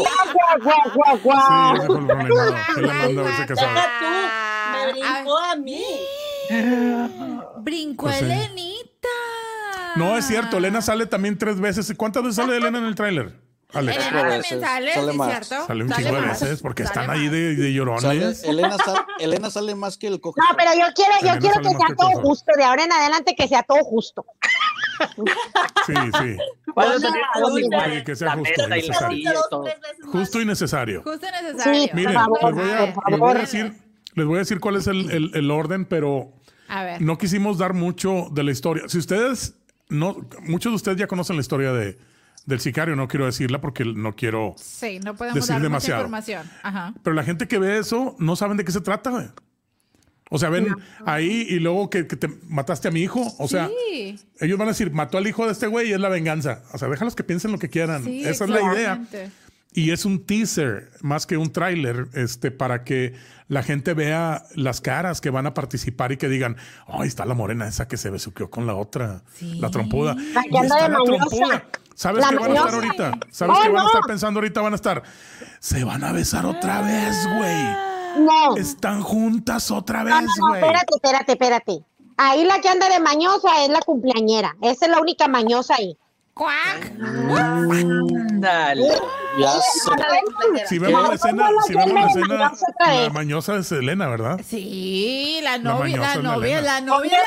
[SPEAKER 1] guau,
[SPEAKER 2] Sí,
[SPEAKER 1] guau, guau.
[SPEAKER 2] ese fue el problema. Que la manda a verse casada.
[SPEAKER 3] Me brincó a, mí. Brincó
[SPEAKER 2] Pues sí.
[SPEAKER 3] Elenita.
[SPEAKER 2] No,
[SPEAKER 3] Ah.
[SPEAKER 2] es cierto. Elena sale también tres veces. ¿Cuántas veces sale Elena en el tráiler? Alex.
[SPEAKER 3] Elena también sale,
[SPEAKER 7] sale
[SPEAKER 3] sí,
[SPEAKER 7] más.
[SPEAKER 3] ¿cierto?
[SPEAKER 2] Sale un
[SPEAKER 3] Sale
[SPEAKER 2] chingo de
[SPEAKER 3] más.
[SPEAKER 2] veces porque
[SPEAKER 3] Sale
[SPEAKER 2] están
[SPEAKER 3] más.
[SPEAKER 2] ahí de, de
[SPEAKER 7] Sale-
[SPEAKER 2] llorones.
[SPEAKER 7] Elena, sal- Elena sale más que el coge.
[SPEAKER 1] No, pero yo quiero, yo
[SPEAKER 2] Elena
[SPEAKER 1] quiero
[SPEAKER 2] sale Pues,
[SPEAKER 1] que
[SPEAKER 2] más
[SPEAKER 1] sea
[SPEAKER 2] que
[SPEAKER 1] todo
[SPEAKER 2] todo.
[SPEAKER 1] justo, de ahora en adelante que sea todo justo.
[SPEAKER 2] Sí, sí.
[SPEAKER 12] Vas a tener
[SPEAKER 1] Hola,
[SPEAKER 12] todos
[SPEAKER 1] hola.
[SPEAKER 12] iguales.
[SPEAKER 2] Sí, que sea
[SPEAKER 12] La
[SPEAKER 2] justo y
[SPEAKER 12] mesa y la
[SPEAKER 2] necesario.
[SPEAKER 12] silla y todo.
[SPEAKER 2] Justo y necesario.
[SPEAKER 3] Justo necesario.
[SPEAKER 1] Sí, por
[SPEAKER 2] Miren,
[SPEAKER 1] favor,
[SPEAKER 2] les voy a,
[SPEAKER 1] por
[SPEAKER 2] les voy a
[SPEAKER 1] favor.
[SPEAKER 2] decir, les voy a decir cuál es el, el- el orden, pero
[SPEAKER 3] A ver.
[SPEAKER 2] no quisimos dar mucho de la historia. Si ustedes, no, muchos de ustedes ya conocen la historia de, del sicario, no quiero decirla porque no quiero...
[SPEAKER 3] Sí, no podemos
[SPEAKER 2] Decir
[SPEAKER 3] dar
[SPEAKER 2] demasiado.
[SPEAKER 3] mucha información. Ajá.
[SPEAKER 2] Pero la gente que ve eso no saben de qué se trata, güey. O sea, ven ahí y luego que, que te mataste a mi hijo. O sea,
[SPEAKER 3] sí.
[SPEAKER 2] ellos van a decir, mató al hijo de este güey y es la venganza. O sea, déjalos que piensen lo que quieran.
[SPEAKER 3] Sí,
[SPEAKER 2] Esa es la idea.
[SPEAKER 3] exactamente.
[SPEAKER 2] Y es un teaser más que un tráiler, este, para que la gente vea las caras que van a participar y que digan, ay, está la morena esa que se besuqueó con la otra, la trompuda.
[SPEAKER 1] Ay,
[SPEAKER 2] Y
[SPEAKER 1] que anda
[SPEAKER 2] está
[SPEAKER 1] de
[SPEAKER 2] la
[SPEAKER 1] mañosa.
[SPEAKER 2] trompuda. ¿Sabes
[SPEAKER 1] La
[SPEAKER 2] qué van a estar
[SPEAKER 1] mañosa.
[SPEAKER 2] ahorita? ¿Sabes
[SPEAKER 1] Ay,
[SPEAKER 2] qué van a
[SPEAKER 1] no.
[SPEAKER 2] estar pensando ahorita? Van a estar, se van a besar otra vez, güey.
[SPEAKER 1] No.
[SPEAKER 2] Están juntas otra
[SPEAKER 1] No, no,
[SPEAKER 2] vez,
[SPEAKER 1] no,
[SPEAKER 2] Pues, güey.
[SPEAKER 1] espérate, espérate, espérate. Ahí la que anda de mañosa es la cumpleañera. Esa es la única mañosa ahí.
[SPEAKER 12] Ándale.
[SPEAKER 7] Ya se-
[SPEAKER 2] Si vemos la escena,
[SPEAKER 1] Bueno,
[SPEAKER 2] si
[SPEAKER 1] ya
[SPEAKER 2] vemos la
[SPEAKER 1] me
[SPEAKER 2] escena,
[SPEAKER 1] mañosa otra
[SPEAKER 2] la
[SPEAKER 1] vez.
[SPEAKER 2] mañosa es Elena, ¿verdad?
[SPEAKER 3] Sí, la
[SPEAKER 2] La
[SPEAKER 3] novia,
[SPEAKER 2] mañosa
[SPEAKER 3] la,
[SPEAKER 2] es la
[SPEAKER 3] novia,
[SPEAKER 2] Elena.
[SPEAKER 3] la novia.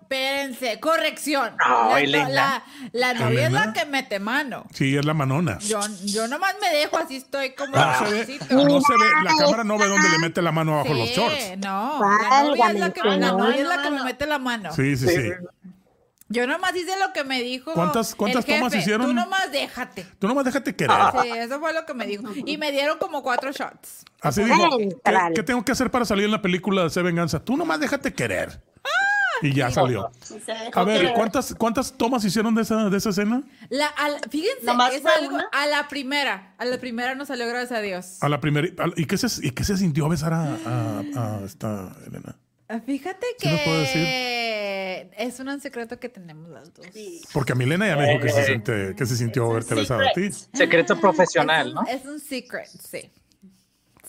[SPEAKER 3] Espérense, corrección.
[SPEAKER 2] No,
[SPEAKER 3] la,
[SPEAKER 2] Elena.
[SPEAKER 3] la- la novia es
[SPEAKER 2] Elena.
[SPEAKER 3] la que mete mano.
[SPEAKER 2] Sí, es la manona. Ah,
[SPEAKER 3] Yo, yo nomás me dejo así, estoy como.
[SPEAKER 2] No se ve,
[SPEAKER 3] rosita.
[SPEAKER 2] no se ve, la cámara no ve dónde le mete la mano abajo los
[SPEAKER 3] Sí,
[SPEAKER 2] shorts.
[SPEAKER 3] No, la novia es la que,
[SPEAKER 1] Válgame,
[SPEAKER 3] la
[SPEAKER 1] señor.
[SPEAKER 3] novia es la que me mete la mano.
[SPEAKER 2] Sí, sí, sí.
[SPEAKER 3] Yo nomás hice lo que me dijo.
[SPEAKER 2] ¿Cuántas- cuántas
[SPEAKER 3] el jefe.
[SPEAKER 2] tomas hicieron?
[SPEAKER 3] Tú nomás déjate.
[SPEAKER 2] Tú nomás déjate querer.
[SPEAKER 3] Sí, eso fue lo que me dijo. Y me dieron como cuatro shots.
[SPEAKER 2] Así dijo, ¿qué, qué tengo que hacer para salir en la película de Se Venganza? Tú nomás déjate querer.
[SPEAKER 3] Ah,
[SPEAKER 2] Y ya salió. A ver, ¿cuántas, cuántas tomas hicieron de esa, de esa escena?
[SPEAKER 3] La, al- fíjense,
[SPEAKER 5] Nomás
[SPEAKER 3] es
[SPEAKER 5] fue
[SPEAKER 3] algo- a la primera. A la primera nos salió, gracias a Dios.
[SPEAKER 2] A la primera, a- ¿y, qué se, ¿Y qué se sintió besar a, a- a esta Elena?
[SPEAKER 3] Ah, Fíjate
[SPEAKER 2] ¿Sí
[SPEAKER 3] que
[SPEAKER 2] nos puede
[SPEAKER 3] es un secreto que tenemos las dos.
[SPEAKER 2] Porque a mi Elena ya me dijo que
[SPEAKER 3] Eh,
[SPEAKER 2] se, siente- que se sintió verte besada a ti.
[SPEAKER 12] Secreto profesional, ¿no?
[SPEAKER 3] Es un secret, sí.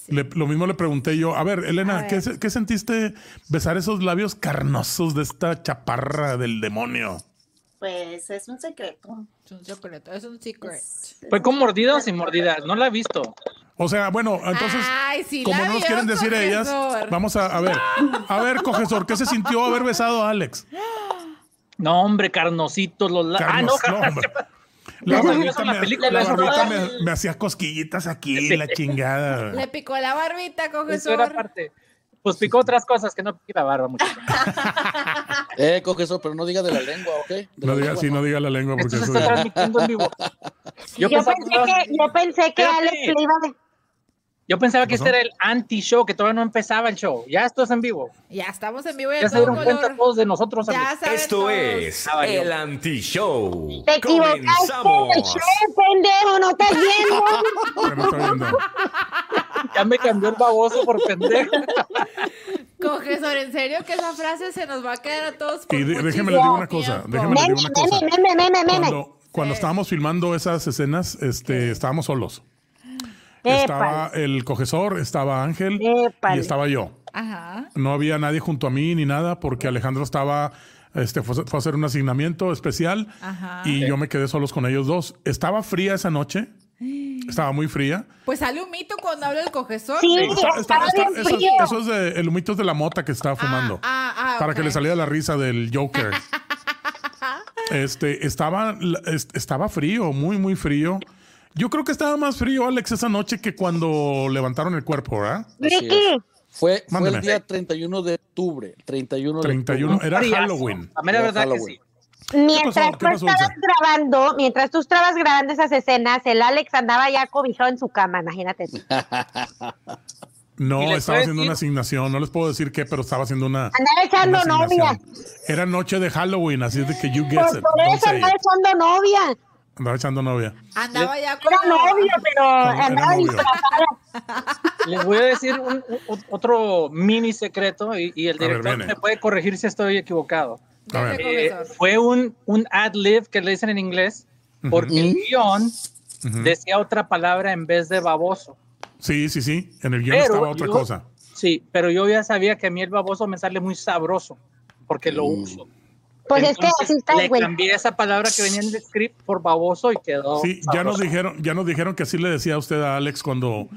[SPEAKER 2] Le- lo mismo le pregunté yo. A ver, Elena,
[SPEAKER 1] A ver.
[SPEAKER 2] ¿qué, se- qué sentiste besar esos labios carnosos de esta chaparra del demonio?
[SPEAKER 5] Pues es un secreto.
[SPEAKER 3] Es un secreto, es un secret.
[SPEAKER 12] Fue con mordidas o sin mordidas, no la he visto.
[SPEAKER 2] O sea, bueno, entonces,
[SPEAKER 3] Ay, Ah, sí,
[SPEAKER 2] como
[SPEAKER 3] la
[SPEAKER 2] no nos
[SPEAKER 3] vio,
[SPEAKER 2] quieren decir ellas,
[SPEAKER 3] cogesor.
[SPEAKER 2] vamos a, a ver. A ver, cogesor, ¿qué se sintió haber besado a Alex?
[SPEAKER 12] No, hombre, carnositos los labios. Ah, no,
[SPEAKER 2] Carnos- no, hombre. La
[SPEAKER 12] Eso lo
[SPEAKER 2] barbita,
[SPEAKER 12] hizo en
[SPEAKER 2] me,
[SPEAKER 12] la película,
[SPEAKER 2] la
[SPEAKER 12] eso no
[SPEAKER 2] barbita
[SPEAKER 12] era-
[SPEAKER 2] me- me hacía cosquillitas aquí, la chingada.
[SPEAKER 3] Le picó la barbita,
[SPEAKER 12] Eso era
[SPEAKER 3] cogesor.
[SPEAKER 12] parte. Pues picó otras cosas que no piqué la barba mucho.
[SPEAKER 7] Eh, coge eso, pero no diga de la lengua, ¿ok? De
[SPEAKER 2] No
[SPEAKER 7] la
[SPEAKER 2] diga,
[SPEAKER 7] lengua,
[SPEAKER 2] sí, no diga la lengua porque
[SPEAKER 7] Esto se
[SPEAKER 2] eso
[SPEAKER 7] está
[SPEAKER 2] ya-
[SPEAKER 12] transmitiendo en vivo.
[SPEAKER 1] Yo,
[SPEAKER 12] pensaba
[SPEAKER 1] pensé que, yo pensé que
[SPEAKER 12] Espérate.
[SPEAKER 1] Alex le iba a...
[SPEAKER 12] Yo pensaba que
[SPEAKER 2] ¿Pasó?
[SPEAKER 12] este era el anti-show, que todavía no empezaba el show. Ya esto es en vivo.
[SPEAKER 3] Ya estamos en vivo y
[SPEAKER 12] Ya
[SPEAKER 3] a
[SPEAKER 12] se
[SPEAKER 3] todo
[SPEAKER 12] dieron cuenta
[SPEAKER 3] color.
[SPEAKER 12] todos de nosotros.
[SPEAKER 3] Ya
[SPEAKER 12] amigos.
[SPEAKER 3] saben todos.
[SPEAKER 12] valió.
[SPEAKER 10] anti-show.
[SPEAKER 1] Te equivocaste del show, pendejo, no estás viendo.
[SPEAKER 12] Ya me cambió el baboso por pendejo.
[SPEAKER 3] Cogesor, en serio que esa frase se nos va a quedar a todos. por
[SPEAKER 2] Y de-
[SPEAKER 3] muchísimo
[SPEAKER 2] déjeme les digo una cosa,
[SPEAKER 3] tiempo.
[SPEAKER 2] déjeme les digo una cosa.
[SPEAKER 1] Meme, meme, meme, meme.
[SPEAKER 2] Cuando, cuando estábamos filmando esas escenas, este, estábamos solos.
[SPEAKER 1] Épale.
[SPEAKER 2] Estaba el cogesor, estaba Ángel y
[SPEAKER 1] Épale.
[SPEAKER 2] estaba yo.
[SPEAKER 3] Ajá.
[SPEAKER 2] No había nadie junto a mí ni nada porque Alejandro estaba, este, fue, fue a hacer un asignamiento especial
[SPEAKER 3] Ajá.
[SPEAKER 2] y yo me quedé solos con ellos dos. Estaba fría esa noche, estaba muy fría.
[SPEAKER 3] Pues sale un mito cuando habla el cogesor.
[SPEAKER 1] Sí,
[SPEAKER 2] Está-
[SPEAKER 1] Está-
[SPEAKER 2] está-
[SPEAKER 1] bien
[SPEAKER 2] eso,
[SPEAKER 1] frío.
[SPEAKER 2] eso es de, el humitos de la mota que estaba fumando.
[SPEAKER 3] ah, ah,
[SPEAKER 2] para
[SPEAKER 3] ok.
[SPEAKER 2] que le saliera la risa del Joker. este, estaba, la- est- estaba frío, muy, muy frío. Yo creo que estaba más frío, Alex, esa noche que cuando levantaron el cuerpo, ¿verdad?
[SPEAKER 7] Así es. Fue, fue
[SPEAKER 2] Eh, Mándeme.
[SPEAKER 7] el día 31 de octubre. 31 de
[SPEAKER 2] 31,
[SPEAKER 7] octubre.
[SPEAKER 2] era Halloween.
[SPEAKER 7] A mera verdad que sí.
[SPEAKER 1] Mientras tú
[SPEAKER 7] ¿Qué pasó,
[SPEAKER 1] estabas grabando, mientras tú estabas grabando esas escenas, el Alex andaba ya cobijado en su cama, imagínate. tú.
[SPEAKER 2] No,
[SPEAKER 1] ¿Y les
[SPEAKER 2] estaba
[SPEAKER 1] puedes
[SPEAKER 2] haciendo una asignación, no les puedo decir qué, pero estaba haciendo una.
[SPEAKER 1] Andaba echando
[SPEAKER 2] una
[SPEAKER 1] novia.
[SPEAKER 2] asignación. Era noche de Halloween, así es de que you
[SPEAKER 1] Por,
[SPEAKER 2] guess it.
[SPEAKER 1] por
[SPEAKER 2] don't
[SPEAKER 1] eso
[SPEAKER 2] say
[SPEAKER 1] andaba
[SPEAKER 2] it.
[SPEAKER 1] echando novia.
[SPEAKER 2] Andaba echando novia.
[SPEAKER 3] Andaba ya con
[SPEAKER 1] Era novia, pero
[SPEAKER 2] era
[SPEAKER 1] andaba
[SPEAKER 2] novio.
[SPEAKER 1] disfrazada.
[SPEAKER 12] Les voy a decir un- un- otro mini secreto y, y el
[SPEAKER 2] ver,
[SPEAKER 12] director
[SPEAKER 2] viene.
[SPEAKER 12] me puede corregir si estoy equivocado.
[SPEAKER 2] A ver.
[SPEAKER 12] Eh, fue un, un ad-lib que le dicen en inglés porque el guión
[SPEAKER 2] Ujú.
[SPEAKER 12] decía otra palabra en vez de baboso.
[SPEAKER 2] Sí, sí, sí. En el guión
[SPEAKER 12] Pero
[SPEAKER 2] estaba otra
[SPEAKER 12] yo-
[SPEAKER 2] cosa.
[SPEAKER 12] Sí, pero yo ya sabía que a mí el baboso me sale muy sabroso porque lo uso.
[SPEAKER 1] Pues es que así está,
[SPEAKER 12] le
[SPEAKER 1] güey.
[SPEAKER 12] cambié esa palabra que venía en el script por baboso y quedó.
[SPEAKER 2] Sí, ya nos dijeron, ya nos dijeron que así le decía a usted a Alex cuando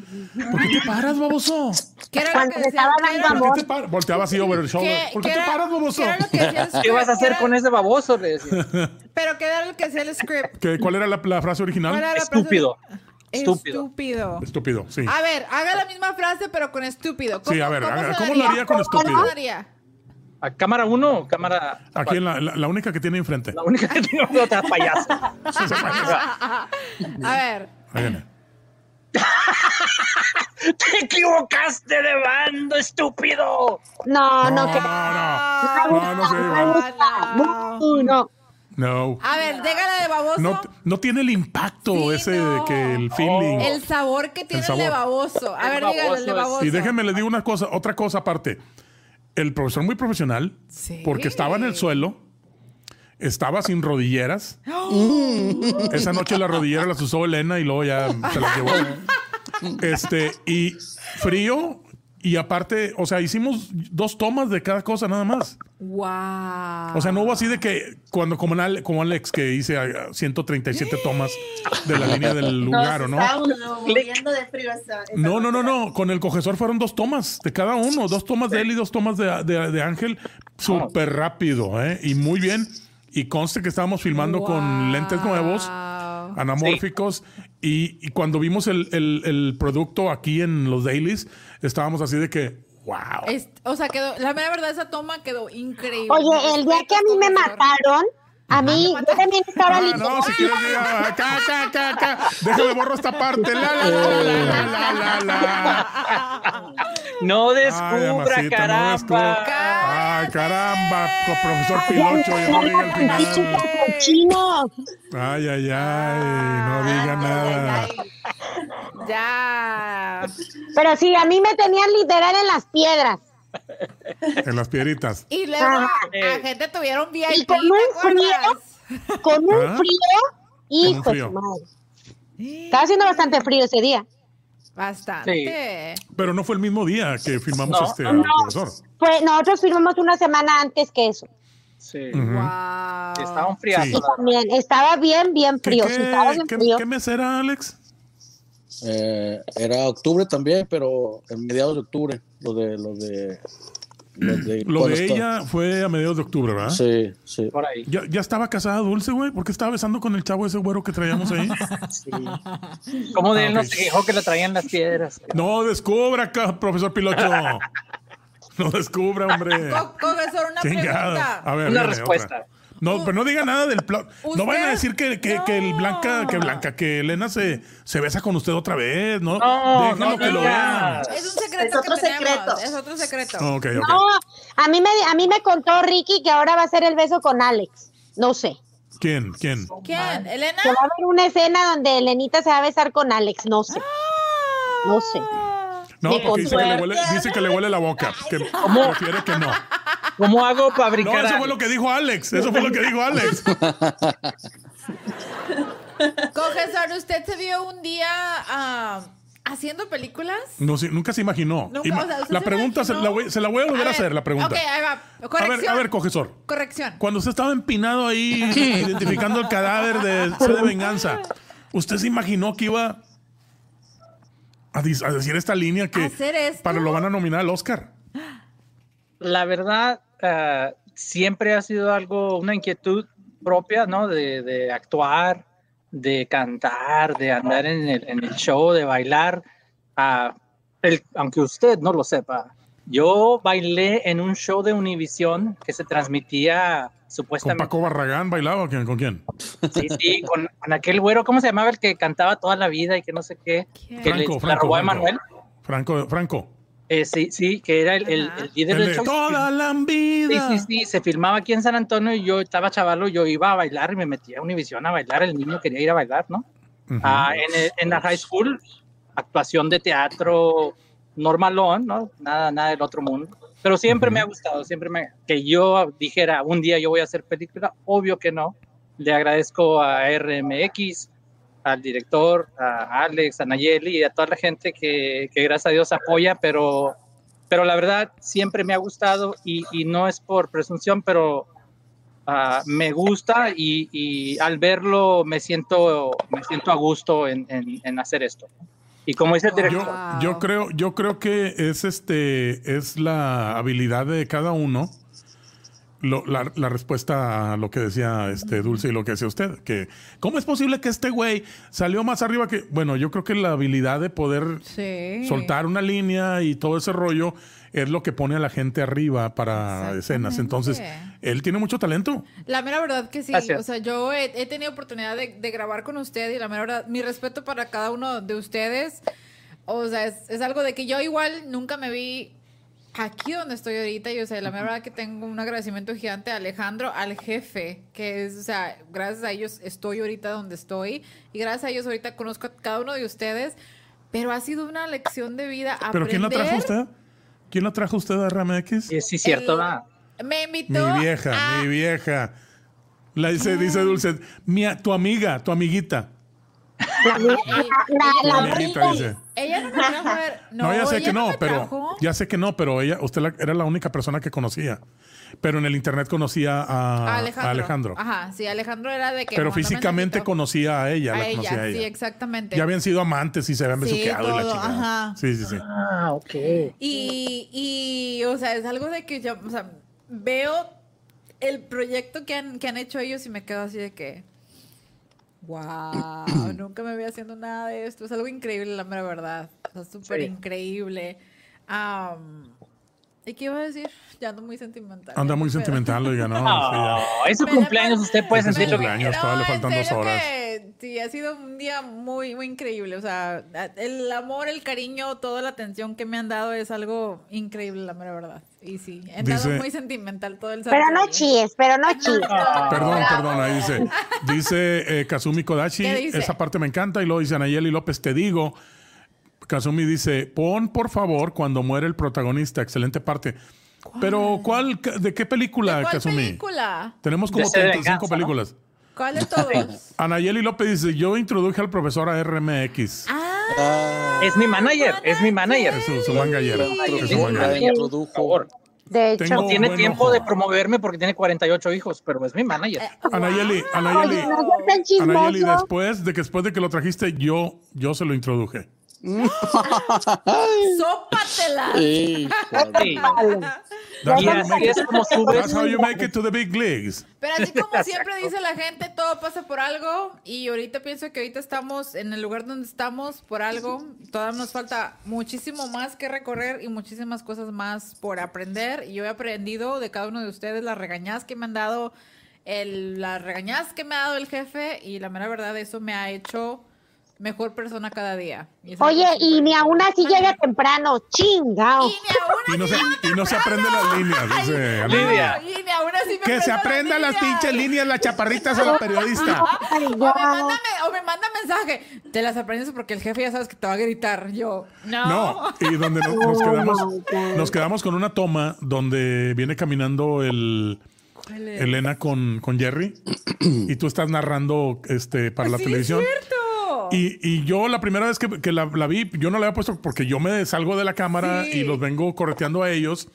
[SPEAKER 11] ¿Por qué te paras, baboso?
[SPEAKER 1] Cuando estaba
[SPEAKER 2] ¿Por
[SPEAKER 1] dando
[SPEAKER 2] qué
[SPEAKER 1] amor.
[SPEAKER 2] te par- volteaba así over el shoulder. ¿Por qué te paras, baboso?
[SPEAKER 12] ¿Qué vas a hacer con ese baboso? Le decía.
[SPEAKER 3] Pero que era lo que decía el script.
[SPEAKER 2] ¿Qué- ¿Cuál era la, la frase original?
[SPEAKER 3] ¿Cuál era la frase? Ah, Estúpido.
[SPEAKER 2] Estúpido.
[SPEAKER 3] Estúpido.
[SPEAKER 2] Estúpido, sí.
[SPEAKER 3] A ver, haga la misma frase, pero con estúpido.
[SPEAKER 2] Sí, a ver,
[SPEAKER 3] cómo
[SPEAKER 2] haga-
[SPEAKER 3] se
[SPEAKER 2] ¿cómo lo haría con
[SPEAKER 3] ¿Cómo
[SPEAKER 2] estúpido?
[SPEAKER 3] lo haría?
[SPEAKER 12] ¿A cámara 1 o cámara?
[SPEAKER 2] Aquí en la, la- la única que tiene enfrente.
[SPEAKER 12] La única que tiene otra payaso.
[SPEAKER 3] A ver.
[SPEAKER 2] Ahí viene.
[SPEAKER 12] ¡Te equivocaste de bando, estúpido!
[SPEAKER 1] No, no, que-
[SPEAKER 2] no, no, no, no, sí,
[SPEAKER 1] no, no.
[SPEAKER 2] no.
[SPEAKER 3] A ver, dégala de baboso.
[SPEAKER 2] No, no tiene el impacto ese de que
[SPEAKER 12] Oh.
[SPEAKER 2] el feeling.
[SPEAKER 3] El sabor que tiene el,
[SPEAKER 2] sabor.
[SPEAKER 3] de baboso. A
[SPEAKER 12] El
[SPEAKER 3] ver, dígale el de
[SPEAKER 12] baboso
[SPEAKER 3] baboso.
[SPEAKER 2] Y déjenme les digo una cosa, otra cosa aparte. El profesor muy profesional, porque estaba en el suelo, estaba sin rodilleras. Esa noche la rodillera las usó Elena y luego ya se las llevó. Este, y frío, y aparte, o sea, hicimos dos tomas de cada cosa nada más.
[SPEAKER 3] Wow.
[SPEAKER 2] O sea, no hubo así de que cuando, como, en Ale- como Alex, que hice ah, 137 tomas de la línea del lugar, ¿o no?
[SPEAKER 5] Estábamos muriendo de frío esa, esa
[SPEAKER 2] No, no, no, no. Con el cogesor fueron dos tomas de cada uno. Dos tomas de él y dos tomas de, de- de Ángel. Súper rápido, ¿eh? Y muy bien. Y conste que estábamos filmando con lentes nuevos, anamórficos. Y, y cuando vimos el, el- el producto aquí en los dailies, estábamos así de que, wow.
[SPEAKER 3] Es- o sea, quedó, la mera verdad, esa toma quedó increíble.
[SPEAKER 1] Oye, el día que a mí me mataron, a mí, yo también estaba
[SPEAKER 2] Ah,
[SPEAKER 1] literal-
[SPEAKER 2] no, si quieres, diga, acá, acá, acá, acá. Déjame borro esta parte. La, la, la, la, la, la, la, la.
[SPEAKER 12] No
[SPEAKER 2] Ay,
[SPEAKER 12] descubra,
[SPEAKER 2] mamacita, no
[SPEAKER 12] caramba.
[SPEAKER 2] descubra. Ay, caramba, profesor Pilocho, ya no diga el final.
[SPEAKER 1] Cochino.
[SPEAKER 2] Ay, ay, ay, no diga nada.
[SPEAKER 3] Ya.
[SPEAKER 1] Pero sí, a mí me tenían literal en las piedras.
[SPEAKER 2] En las piedritas.
[SPEAKER 3] Y luego
[SPEAKER 1] Ajá.
[SPEAKER 3] a gente tuvieron VIP.
[SPEAKER 1] Y con un
[SPEAKER 3] ¿te acuerdas?
[SPEAKER 1] frío, con un
[SPEAKER 2] ¿Ah?
[SPEAKER 1] frío, hijo de
[SPEAKER 2] frío.
[SPEAKER 1] su madre. Estaba haciendo bastante frío ese día.
[SPEAKER 3] Bastante.
[SPEAKER 2] Pero no fue el mismo día que firmamos
[SPEAKER 3] No.
[SPEAKER 2] este
[SPEAKER 3] No.
[SPEAKER 2] al profesor.
[SPEAKER 1] Fue- nosotros firmamos una semana antes que eso.
[SPEAKER 12] Sí.
[SPEAKER 2] Ujú.
[SPEAKER 12] Estaba un friazo.
[SPEAKER 1] Y también estaba bien, bien frío. sí, estaba bien frío.
[SPEAKER 2] mes era, Alex?
[SPEAKER 7] Eh, era octubre también, pero en mediados de octubre, lo de... Lo de, lo de,
[SPEAKER 2] Lo
[SPEAKER 7] cuando
[SPEAKER 2] de
[SPEAKER 7] está-
[SPEAKER 2] ella fue a mediados de octubre, ¿verdad?
[SPEAKER 7] Sí, sí.
[SPEAKER 2] ¿Ya, ya estaba casada Dulce, güey? ¿Por qué estaba besando con el chavo ese güero que traíamos ahí?
[SPEAKER 12] ¿Cómo de
[SPEAKER 2] Ah,
[SPEAKER 12] él no
[SPEAKER 2] ok.
[SPEAKER 12] se quejó que le traían las piedras?
[SPEAKER 2] No descubra acá, profesor Pilocho. No descubra, hombre.
[SPEAKER 3] Co- Profesor, una
[SPEAKER 2] Chingada.
[SPEAKER 3] pregunta.
[SPEAKER 2] A ver, viene otra. No, pero no diga nada del plot. No vayan a decir que, que- que el Blanca, que Blanca, que Elena se, se besa con usted otra vez, ¿no?
[SPEAKER 3] No,
[SPEAKER 2] Déjenlo
[SPEAKER 3] no
[SPEAKER 2] que lo vean.
[SPEAKER 3] digas. Es un secreto
[SPEAKER 1] Es otro
[SPEAKER 3] que tenemos,
[SPEAKER 1] secreto.
[SPEAKER 3] Es otro secreto.
[SPEAKER 2] Ok, ok.
[SPEAKER 1] No, a mí, me, a mí me contó Ricky que ahora va a ser el beso con Alex. No sé.
[SPEAKER 2] ¿Quién? ¿Quién?
[SPEAKER 3] ¿Quién? ¿Elena?
[SPEAKER 1] Que va a haber una escena donde Elenita se va a besar con Alex. No sé.
[SPEAKER 3] Ah.
[SPEAKER 1] No sé.
[SPEAKER 2] No,
[SPEAKER 1] Me
[SPEAKER 2] porque dice que, le
[SPEAKER 1] contuerce.
[SPEAKER 2] huele, dice que le huele la boca. Que prefiere que no.
[SPEAKER 12] ¿Cómo hago para
[SPEAKER 2] No,
[SPEAKER 12] brincar
[SPEAKER 2] eso
[SPEAKER 12] a-
[SPEAKER 2] fue lo que dijo Alex. Eso fue lo que dijo Alex.
[SPEAKER 3] Profesor, ¿usted se vio un día ah, haciendo películas?
[SPEAKER 2] No, sí, nunca se imaginó.
[SPEAKER 3] Nunca,
[SPEAKER 2] Ima-
[SPEAKER 3] o sea, ¿usted
[SPEAKER 2] la
[SPEAKER 3] se
[SPEAKER 2] pregunta se la, voy, se la voy a volver a, hacer, la pregunta.
[SPEAKER 3] Ok, ahí va.
[SPEAKER 2] a ver,
[SPEAKER 3] Corrección.
[SPEAKER 2] a ver, cogesor.
[SPEAKER 3] Corrección.
[SPEAKER 2] Cuando usted estaba empinado ahí, identificando el cadáver de C de Venganza, ¿usted se imaginó que iba a, dis- a decir esta línea que
[SPEAKER 3] ¿Hacer esto?
[SPEAKER 2] para lo van a nominar al Oscar?
[SPEAKER 12] La verdad, ah, siempre ha sido algo, una inquietud propia, ¿no? De, de actuar, de cantar, de andar en el, en el show, de bailar. Ah, el- aunque usted no lo sepa, yo bailé en un show de Univisión que se transmitía
[SPEAKER 2] ¿Con
[SPEAKER 12] supuestamente
[SPEAKER 2] Paco Barragán bailaba? o quién- ¿Con quién?
[SPEAKER 12] Sí, sí, con, con aquel güero, ¿cómo se llamaba el que cantaba toda la vida y que no sé qué? Que le
[SPEAKER 2] Franco,
[SPEAKER 12] la
[SPEAKER 2] Franco,
[SPEAKER 12] robó
[SPEAKER 2] Franco.
[SPEAKER 12] a Emanuel.
[SPEAKER 2] Franco. Franco.
[SPEAKER 12] Eh, sí, sí, que era el, el- el líder
[SPEAKER 2] El
[SPEAKER 12] del
[SPEAKER 2] de
[SPEAKER 12] show.
[SPEAKER 2] toda la vida.
[SPEAKER 12] Sí, sí, sí, se filmaba aquí en San Antonio y yo estaba chavalo, yo iba a bailar y me metía a Univisión a bailar, el niño quería ir a bailar, ¿no? Ah, en, el- en la high school, actuación de teatro normalón, ¿no? Nada, nada del otro mundo. Pero siempre me ha gustado, siempre me... Que yo dijera, un día yo voy a hacer película, obvio que no. Le agradezco a RMX, al director, a Alex, a Nayeli y a toda la gente que, que gracias a Dios apoya, pero, pero la verdad siempre me ha gustado y, y no es por presunción, pero ah, me gusta y, y al verlo me siento, me siento a gusto en, en- en hacer esto. Y como dice el director,
[SPEAKER 2] Yo creo, yo creo que es este, es la habilidad de cada uno. lo- la, la respuesta a lo que decía este Dulce y lo que decía usted, que ¿cómo es posible que este güey salió más arriba que. Bueno, yo creo que la habilidad de poder
[SPEAKER 3] Sí.
[SPEAKER 2] soltar una línea y todo ese rollo es lo que pone a la gente arriba para escenas. Entonces, él tiene mucho talento.
[SPEAKER 3] La mera verdad que sí.
[SPEAKER 2] Gracias.
[SPEAKER 3] O sea, yo he, he tenido oportunidad de, de grabar con usted y la mera verdad, mi respeto para cada uno de ustedes. O sea, es, es algo de que yo igual nunca me vi aquí donde estoy ahorita. Y o sea, la mera verdad que tengo un agradecimiento gigante a Alejandro, al jefe, que es, o sea, gracias a ellos estoy ahorita donde estoy. Y gracias a ellos ahorita conozco a cada uno de ustedes. Pero ha sido una lección de vida.
[SPEAKER 2] ¿Pero quién la trajo
[SPEAKER 3] aprender.
[SPEAKER 2] usted? ¿Quién la trajo usted a RMX?
[SPEAKER 12] Sí, cierto, va.
[SPEAKER 3] Me invitó.
[SPEAKER 2] Mi vieja, mi vieja. La dice, dice Dulce, mía, tu amiga, tu amiguita.
[SPEAKER 1] La-
[SPEAKER 2] Mi
[SPEAKER 1] la-
[SPEAKER 2] amiguita, dice.
[SPEAKER 3] Ella no me trajo a ver.
[SPEAKER 2] No, ya sé
[SPEAKER 3] ella
[SPEAKER 2] que no,
[SPEAKER 3] me
[SPEAKER 2] pero
[SPEAKER 3] trajo.
[SPEAKER 2] ya sé que no, pero ella, usted la- era la única persona que conocía. Pero en el internet conocía a,
[SPEAKER 3] A
[SPEAKER 2] a
[SPEAKER 3] Alejandro.
[SPEAKER 2] Alejandro.
[SPEAKER 3] Ajá, sí, Alejandro era de que.
[SPEAKER 2] Pero
[SPEAKER 3] mandó
[SPEAKER 2] físicamente conocía a ella,
[SPEAKER 3] mensajito
[SPEAKER 2] la
[SPEAKER 3] A ella,
[SPEAKER 2] conocía a ella.
[SPEAKER 3] sí, exactamente.
[SPEAKER 2] Ya habían sido amantes y se habían
[SPEAKER 3] Sí,
[SPEAKER 2] besuqueado y la
[SPEAKER 3] todo,
[SPEAKER 2] chingada.
[SPEAKER 3] ajá.
[SPEAKER 2] Sí, sí, sí.
[SPEAKER 12] Ah, ok.
[SPEAKER 3] Y, y, o sea, es algo de que yo, o sea, veo el proyecto que han, que han hecho ellos y me quedo así de que. Wow, nunca me voy haciendo nada de esto. Es algo increíble, la mera verdad. O sea, súper
[SPEAKER 2] Sí.
[SPEAKER 3] increíble. Am, ¿Y qué iba a decir? Ya ando muy sentimental.
[SPEAKER 2] Anda muy
[SPEAKER 3] Pero-
[SPEAKER 2] sentimental, oiga, no.
[SPEAKER 12] No, es su cumpleaños, usted puede sentir lo que
[SPEAKER 2] cumpleaños,
[SPEAKER 12] quiera.
[SPEAKER 2] todavía le faltan dos
[SPEAKER 3] serio
[SPEAKER 2] horas.
[SPEAKER 3] que sí, ha sido un día muy, muy increíble. O sea, el amor, el cariño, toda la atención que me han dado es algo increíble, la mera verdad. Y sí, he andado
[SPEAKER 2] Dice-
[SPEAKER 3] muy sentimental todo el
[SPEAKER 1] Pero no
[SPEAKER 3] santo día.
[SPEAKER 1] chilles, pero no chilles.
[SPEAKER 2] Perdón, perdón, ahí dice. Dice eh, Kazumi Kodachi,
[SPEAKER 1] ¿Qué dice?
[SPEAKER 2] esa parte me encanta. Y luego dice Anayeli López, te digo. Kazumi dice, pon por favor cuando muere el protagonista. Excelente parte. Pero, ¿cuál? ca- ¿De qué película,
[SPEAKER 3] ¿Cuál
[SPEAKER 2] Kazumi?
[SPEAKER 3] película?
[SPEAKER 2] Tenemos como
[SPEAKER 3] De C de
[SPEAKER 2] 35
[SPEAKER 3] Venganza,
[SPEAKER 2] películas.
[SPEAKER 3] ¿Cuál de todos?
[SPEAKER 2] Anayeli López dice, yo introduje al profesor a RMX.
[SPEAKER 3] ah,
[SPEAKER 12] Es mi manager, es mi manager.
[SPEAKER 2] Es su, su manager.
[SPEAKER 12] Es
[SPEAKER 2] Es
[SPEAKER 12] mi
[SPEAKER 2] su
[SPEAKER 12] manager.
[SPEAKER 2] manager.
[SPEAKER 12] Por favor.
[SPEAKER 1] De
[SPEAKER 2] hecho.
[SPEAKER 12] no
[SPEAKER 2] Tengo
[SPEAKER 12] tiene
[SPEAKER 2] buen
[SPEAKER 12] tiempo de promoverme porque tiene 48 hijos, pero es mi manager.
[SPEAKER 2] Anayeli, Anayeli,
[SPEAKER 1] Oye, Ah, no seas tan
[SPEAKER 2] Anayeli,
[SPEAKER 1] chismoso.
[SPEAKER 2] después de que después de que lo trajiste, yo, yo se lo introduje.
[SPEAKER 3] ¡Sópatela!
[SPEAKER 2] Híjole.
[SPEAKER 3] Y
[SPEAKER 2] how you
[SPEAKER 3] así
[SPEAKER 2] make it.
[SPEAKER 3] es como subes.
[SPEAKER 2] That's how you make it to the big leagues.
[SPEAKER 3] Pero así como siempre dice la gente, todo pasa por algo y ahorita pienso que ahorita estamos en el lugar donde estamos por algo. Todavía nos falta muchísimo más que recorrer y muchísimas cosas más por aprender. Y yo he aprendido de cada uno de ustedes las regañadas que me han dado, el, las regañadas que me ha dado el jefe y la mera verdad eso me ha hecho mejor persona cada día. Y eso
[SPEAKER 1] Oye, y ni aún así llega temprano, chingao.
[SPEAKER 2] Y no se, y no se aprende las líneas, dice Anayeli.
[SPEAKER 3] me- Y ahora sí me
[SPEAKER 11] Que se
[SPEAKER 3] aprendo la
[SPEAKER 11] aprendan las
[SPEAKER 3] línea. Ah,
[SPEAKER 11] pinches líneas, las chaparritas a la periodista.
[SPEAKER 3] O me, manda, me- o me manda mensaje. Te las aprendes porque el jefe ya sabes que te va a gritar. Yo, no.
[SPEAKER 2] No, y donde no- nos,
[SPEAKER 3] Oh
[SPEAKER 2] quedamos,
[SPEAKER 3] my God.
[SPEAKER 2] nos quedamos con una toma donde viene caminando el
[SPEAKER 3] ¿Cuál es?
[SPEAKER 2] Elena con, con Jerry y tú estás narrando este para la
[SPEAKER 3] Ah, Sí,
[SPEAKER 2] televisión.
[SPEAKER 3] Es cierto.
[SPEAKER 2] Y, y yo la primera vez que, que la, la vi, yo no la había puesto porque yo me salgo de la cámara
[SPEAKER 3] Sí.
[SPEAKER 2] y los vengo correteando a ellos.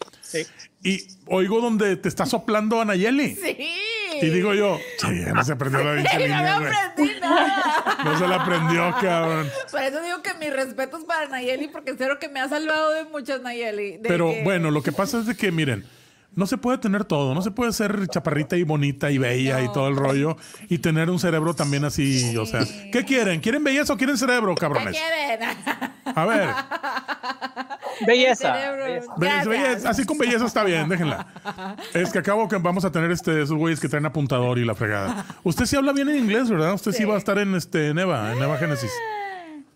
[SPEAKER 2] Y oigo donde te está soplando Anayeli.
[SPEAKER 3] Sí.
[SPEAKER 2] Y digo yo, "Sí, no se aprendió la
[SPEAKER 3] Sí,
[SPEAKER 2] pinche
[SPEAKER 3] no me
[SPEAKER 2] línea, güey.
[SPEAKER 3] aprendí nada.
[SPEAKER 2] No se la aprendió, cabrón.
[SPEAKER 3] Por eso digo que mis respetos para Nayeli, porque creo que me ha salvado de muchas Nayeli. de
[SPEAKER 2] Pero
[SPEAKER 3] que-
[SPEAKER 2] bueno, lo que pasa es de que, miren, no se puede tener todo, no se puede ser chaparrita y bonita y bella y todo el rollo y tener un cerebro también así, o sea, ¿qué quieren? ¿Quieren belleza o quieren cerebro,
[SPEAKER 3] ¿Qué
[SPEAKER 2] cabrones?
[SPEAKER 3] quieren?
[SPEAKER 2] A ver,
[SPEAKER 12] Belleza.
[SPEAKER 2] be- belleza, así con belleza está bien, déjenla. Es que acabo que vamos a tener este, esos güeyes que traen apuntador y la fregada. Usted sí habla bien en inglés, ¿verdad? Usted sí, va a estar en este Neva, en Neva Génesis.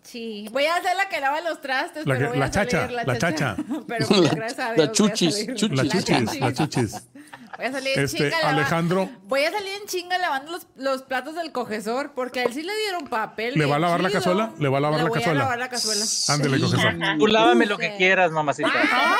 [SPEAKER 3] Sí. Voy a hacer la que lava los trastes,
[SPEAKER 2] La,
[SPEAKER 3] pero
[SPEAKER 2] que-
[SPEAKER 3] voy
[SPEAKER 2] la
[SPEAKER 3] a
[SPEAKER 2] chacha,
[SPEAKER 3] salir,
[SPEAKER 2] la chacha.
[SPEAKER 3] Pero pues, gracias a
[SPEAKER 2] La
[SPEAKER 3] Dios, voy a
[SPEAKER 2] chuchis,
[SPEAKER 3] salir.
[SPEAKER 2] chuchis. La chuchis, la chuchis.
[SPEAKER 3] Voy a salir en
[SPEAKER 2] Este,
[SPEAKER 3] chinga lava-
[SPEAKER 2] Alejandro
[SPEAKER 3] Voy a salir en chinga lavando los, los platos del cogesor, porque a él sí le dieron papel.
[SPEAKER 2] ¿Le va
[SPEAKER 3] bien
[SPEAKER 2] a lavar la
[SPEAKER 3] chido.
[SPEAKER 2] cazuela? ¿Le va a lavar
[SPEAKER 3] Le
[SPEAKER 2] la
[SPEAKER 3] voy
[SPEAKER 2] cazuela?
[SPEAKER 3] A lavar la cazuela.
[SPEAKER 2] Ándele, cogesor.
[SPEAKER 12] Tú lávame lo que quieras, mamacita.
[SPEAKER 3] Ah,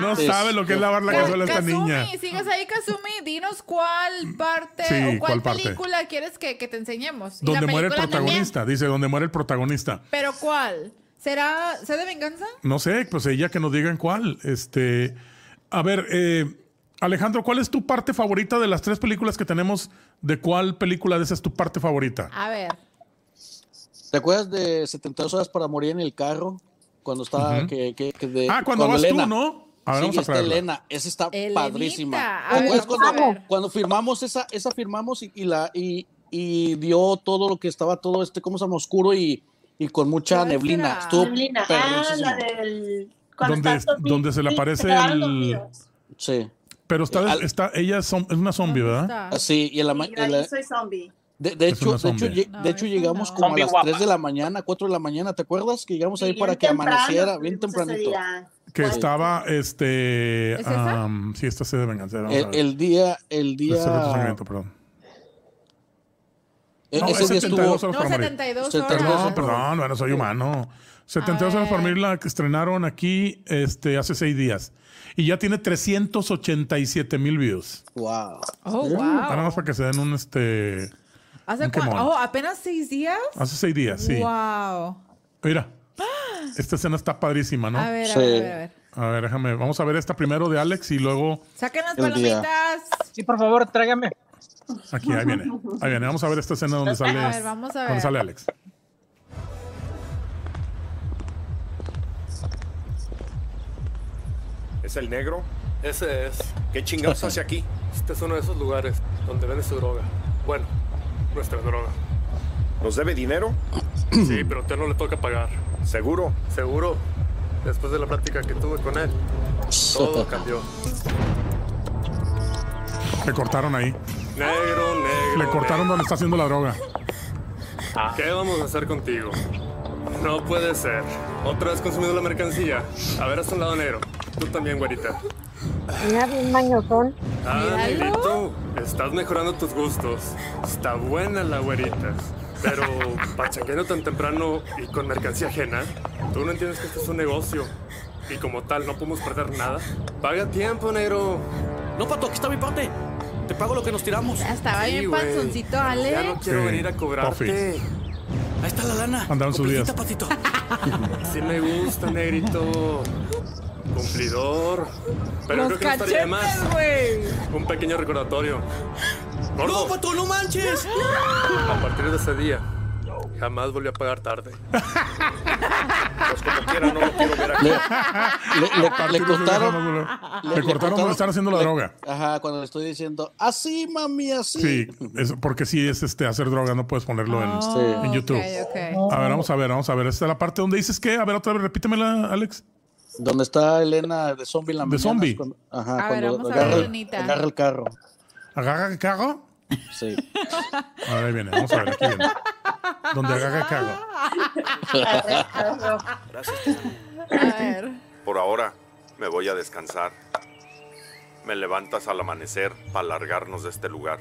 [SPEAKER 2] No sabe lo que es lavar la
[SPEAKER 3] Ka-
[SPEAKER 2] cazuela esta
[SPEAKER 3] Kazumi,
[SPEAKER 2] niña.
[SPEAKER 3] sigues ahí, Kazumi. Dinos cuál parte
[SPEAKER 2] Sí,
[SPEAKER 3] o cuál,
[SPEAKER 2] cuál parte.
[SPEAKER 3] película quieres que, que te enseñemos. Y la
[SPEAKER 2] Donde muere el
[SPEAKER 3] película también.
[SPEAKER 2] protagonista, dice, donde muere el protagonista.
[SPEAKER 3] Pero cuál? ¿Será ¿será de venganza?
[SPEAKER 2] No sé, pues ella que nos digan cuál. Este, a ver, eh, Alejandro, ¿cuál es tu parte favorita de las tres películas que tenemos? ¿De cuál película de esa es tu parte favorita?
[SPEAKER 3] A ver.
[SPEAKER 7] ¿Te acuerdas de 72 horas para morir en el carro? Cuando estaba
[SPEAKER 2] Ujú.
[SPEAKER 7] que, que- que de-
[SPEAKER 2] Ah, cuando vas tú, ¿no? A ver,
[SPEAKER 7] sí,
[SPEAKER 2] vamos a
[SPEAKER 7] está
[SPEAKER 2] traerla.
[SPEAKER 7] Elena, esa está
[SPEAKER 3] Elenita,
[SPEAKER 7] padrísima.
[SPEAKER 3] a
[SPEAKER 7] ¿Te
[SPEAKER 3] ver,
[SPEAKER 7] acuerdas
[SPEAKER 3] vamos a
[SPEAKER 7] cuando,
[SPEAKER 3] ver.
[SPEAKER 7] cuando firmamos esa, esa firmamos y, y la y, y dio todo lo que estaba todo este, ¿cómo se llama? Oscuro y, y con mucha neblina. Estuvo
[SPEAKER 5] Neblina. Ah,
[SPEAKER 7] perrísimo.
[SPEAKER 5] la del. cuando
[SPEAKER 2] Donde,
[SPEAKER 5] estás dormido.
[SPEAKER 2] donde se le
[SPEAKER 5] Sí,
[SPEAKER 2] aparece
[SPEAKER 5] te quedaron
[SPEAKER 2] el. ¿Ah?
[SPEAKER 5] dormido.
[SPEAKER 7] Sí.
[SPEAKER 2] Pero está, está ella es, zom- es una zombie, ¿verdad?
[SPEAKER 5] está?
[SPEAKER 7] Ah, Sí, y en la, ma-
[SPEAKER 5] Mira,
[SPEAKER 7] en
[SPEAKER 5] yo
[SPEAKER 7] la-
[SPEAKER 5] soy zombie.
[SPEAKER 7] de, de
[SPEAKER 2] Es una
[SPEAKER 7] hecho, de hecho,
[SPEAKER 2] zombie.
[SPEAKER 7] lle- de hecho llegamos como
[SPEAKER 12] Zombie
[SPEAKER 7] a las
[SPEAKER 12] guapa.
[SPEAKER 7] 3 de la mañana, 4 de la mañana, ¿te acuerdas? Que llegamos ahí
[SPEAKER 5] Sí,
[SPEAKER 7] para
[SPEAKER 5] bien
[SPEAKER 7] que
[SPEAKER 5] temprano
[SPEAKER 7] amaneciera, bien
[SPEAKER 5] fuimos ese
[SPEAKER 7] tempranito.
[SPEAKER 5] día.
[SPEAKER 2] Que estaba, este.
[SPEAKER 5] ¿Es esa?
[SPEAKER 2] am, sí, esta es de venganza. vamos a
[SPEAKER 7] El,
[SPEAKER 2] ver.
[SPEAKER 7] el día, el
[SPEAKER 2] El Cerrito
[SPEAKER 7] día.
[SPEAKER 2] Sangriento, perdón.
[SPEAKER 7] E-
[SPEAKER 2] No,
[SPEAKER 7] ese
[SPEAKER 2] es
[SPEAKER 7] día
[SPEAKER 2] 72
[SPEAKER 7] estuvo-
[SPEAKER 2] horas para
[SPEAKER 3] No,
[SPEAKER 2] morir.
[SPEAKER 3] 72 horas.
[SPEAKER 2] Perdón, perdón, bueno, soy humano. 72 horas para morir la que estrenaron aquí este, hace seis días. Y ya tiene 387 mil views.
[SPEAKER 7] Wow.
[SPEAKER 3] Oh,
[SPEAKER 2] Nada
[SPEAKER 3] wow.
[SPEAKER 2] más para que se den un este.
[SPEAKER 3] ¿Hace
[SPEAKER 2] un
[SPEAKER 3] cua-
[SPEAKER 2] quemón.
[SPEAKER 3] Oh, apenas seis días.
[SPEAKER 2] Hace seis días, sí.
[SPEAKER 3] Wow.
[SPEAKER 2] Mira. Esta escena está padrísima, ¿no?
[SPEAKER 3] A ver, a ver, Sí. a ver, a ver.
[SPEAKER 2] A ver, déjame. Vamos a ver esta primero de Alex y luego.
[SPEAKER 3] Saquen las
[SPEAKER 2] El día.
[SPEAKER 3] palomitas.
[SPEAKER 12] Sí, por favor, tráigame.
[SPEAKER 2] Aquí, ahí viene. Ahí viene. Vamos a ver esta escena donde sale.
[SPEAKER 3] A ver, vamos a ver.
[SPEAKER 2] Donde sale Alex.
[SPEAKER 10] ¿Es el negro?
[SPEAKER 13] Ese es.
[SPEAKER 10] ¿Qué chingados hace aquí?
[SPEAKER 13] Este es uno de esos lugares donde vende su droga. Bueno, nuestra droga.
[SPEAKER 10] ¿Nos debe dinero?
[SPEAKER 13] Sí, pero a usted no le toca pagar.
[SPEAKER 10] ¿Seguro?
[SPEAKER 13] Seguro. Después de la plática que tuve con él, todo cambió.
[SPEAKER 2] Le cortaron ahí.
[SPEAKER 13] Negro, negro.
[SPEAKER 2] Le cortaron donde está haciendo la droga.
[SPEAKER 13] negro. ¿Qué vamos a hacer contigo? No puede ser. Otra vez consumiendo la mercancía. A ver, hasta un lado negro. Tú también, güerita.
[SPEAKER 1] Mira, bien mañosón.
[SPEAKER 13] Ah,
[SPEAKER 1] Míralo.
[SPEAKER 13] amiguito, estás mejorando tus gustos. Está buena la güerita. Pero pachangueando tan temprano y con mercancía ajena, tú no entiendes que esto es un negocio. Y como tal, no podemos perder nada. Paga tiempo, negro. No, pato, aquí está mi parte. Te pago lo que nos tiramos.
[SPEAKER 3] Estaba bien panzoncito, Ale.
[SPEAKER 13] Ya no quiero
[SPEAKER 2] Sí,
[SPEAKER 13] venir a cobrarte. Ahí está la lana.
[SPEAKER 2] Andaban sus días.
[SPEAKER 13] Patito. Sí me gusta, negrito. Cumplidor. Pero
[SPEAKER 3] Los
[SPEAKER 13] creo que no estaría de más
[SPEAKER 3] cachetes, güey.
[SPEAKER 13] un pequeño recordatorio.
[SPEAKER 3] ¡No,
[SPEAKER 13] Gordo,
[SPEAKER 3] pato, no manches!
[SPEAKER 13] a partir de ese día, jamás volví a pagar tarde. Pues como quiera, no lo quiero ver aquí.
[SPEAKER 7] Le, le- le- le cortaron.
[SPEAKER 2] Le cortaron por estar haciendo la
[SPEAKER 7] le-
[SPEAKER 2] droga.
[SPEAKER 7] Ajá, cuando le estoy diciendo, así, mami, así.
[SPEAKER 2] Sí, es- porque sí es este hacer droga, no puedes ponerlo en,
[SPEAKER 7] Ah,
[SPEAKER 2] en
[SPEAKER 7] sí.
[SPEAKER 2] YouTube.
[SPEAKER 7] ok, ok.
[SPEAKER 2] A ver, vamos a ver, vamos a ver. Esta es la parte donde dices que, a ver, otra vez, repítemela, Alex.
[SPEAKER 7] Donde está Elena de zombie en la
[SPEAKER 2] ¿De
[SPEAKER 7] mañana,
[SPEAKER 2] zombie?
[SPEAKER 7] es cuando- ajá,
[SPEAKER 3] A ver,
[SPEAKER 7] cuando
[SPEAKER 3] vamos a
[SPEAKER 7] agarra,
[SPEAKER 3] ver,
[SPEAKER 7] el-
[SPEAKER 3] Elenita.
[SPEAKER 7] agarra el carro.
[SPEAKER 2] ¿Agarra el carro?
[SPEAKER 7] Sí.
[SPEAKER 2] A ver, ahí viene, vamos a ver, aquí viene. Donde agarra el carro.
[SPEAKER 19] Gracias.
[SPEAKER 3] A ver.
[SPEAKER 19] Por ahora, me voy a descansar. Me levantas al amanecer para largarnos de este lugar.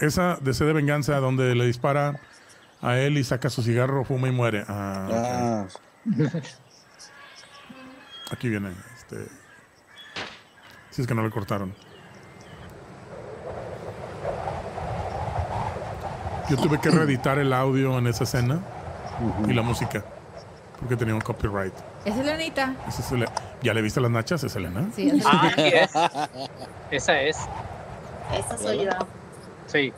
[SPEAKER 2] Esa de sed de venganza donde le dispara a él y saca su cigarro, fuma y muere. Ah, ok. Aquí viene. Este. Si es que no le cortaron. Yo tuve que reeditar el audio en esa escena y la música porque tenía un copyright.
[SPEAKER 3] Es Elenita.
[SPEAKER 2] Esa es Ele- ¿Ya le viste las nachas, es Elena?
[SPEAKER 3] Sí, es
[SPEAKER 12] Ah, sí
[SPEAKER 3] Elenita.
[SPEAKER 12] es. Esa es.
[SPEAKER 5] Esa soy yo.
[SPEAKER 12] Sí.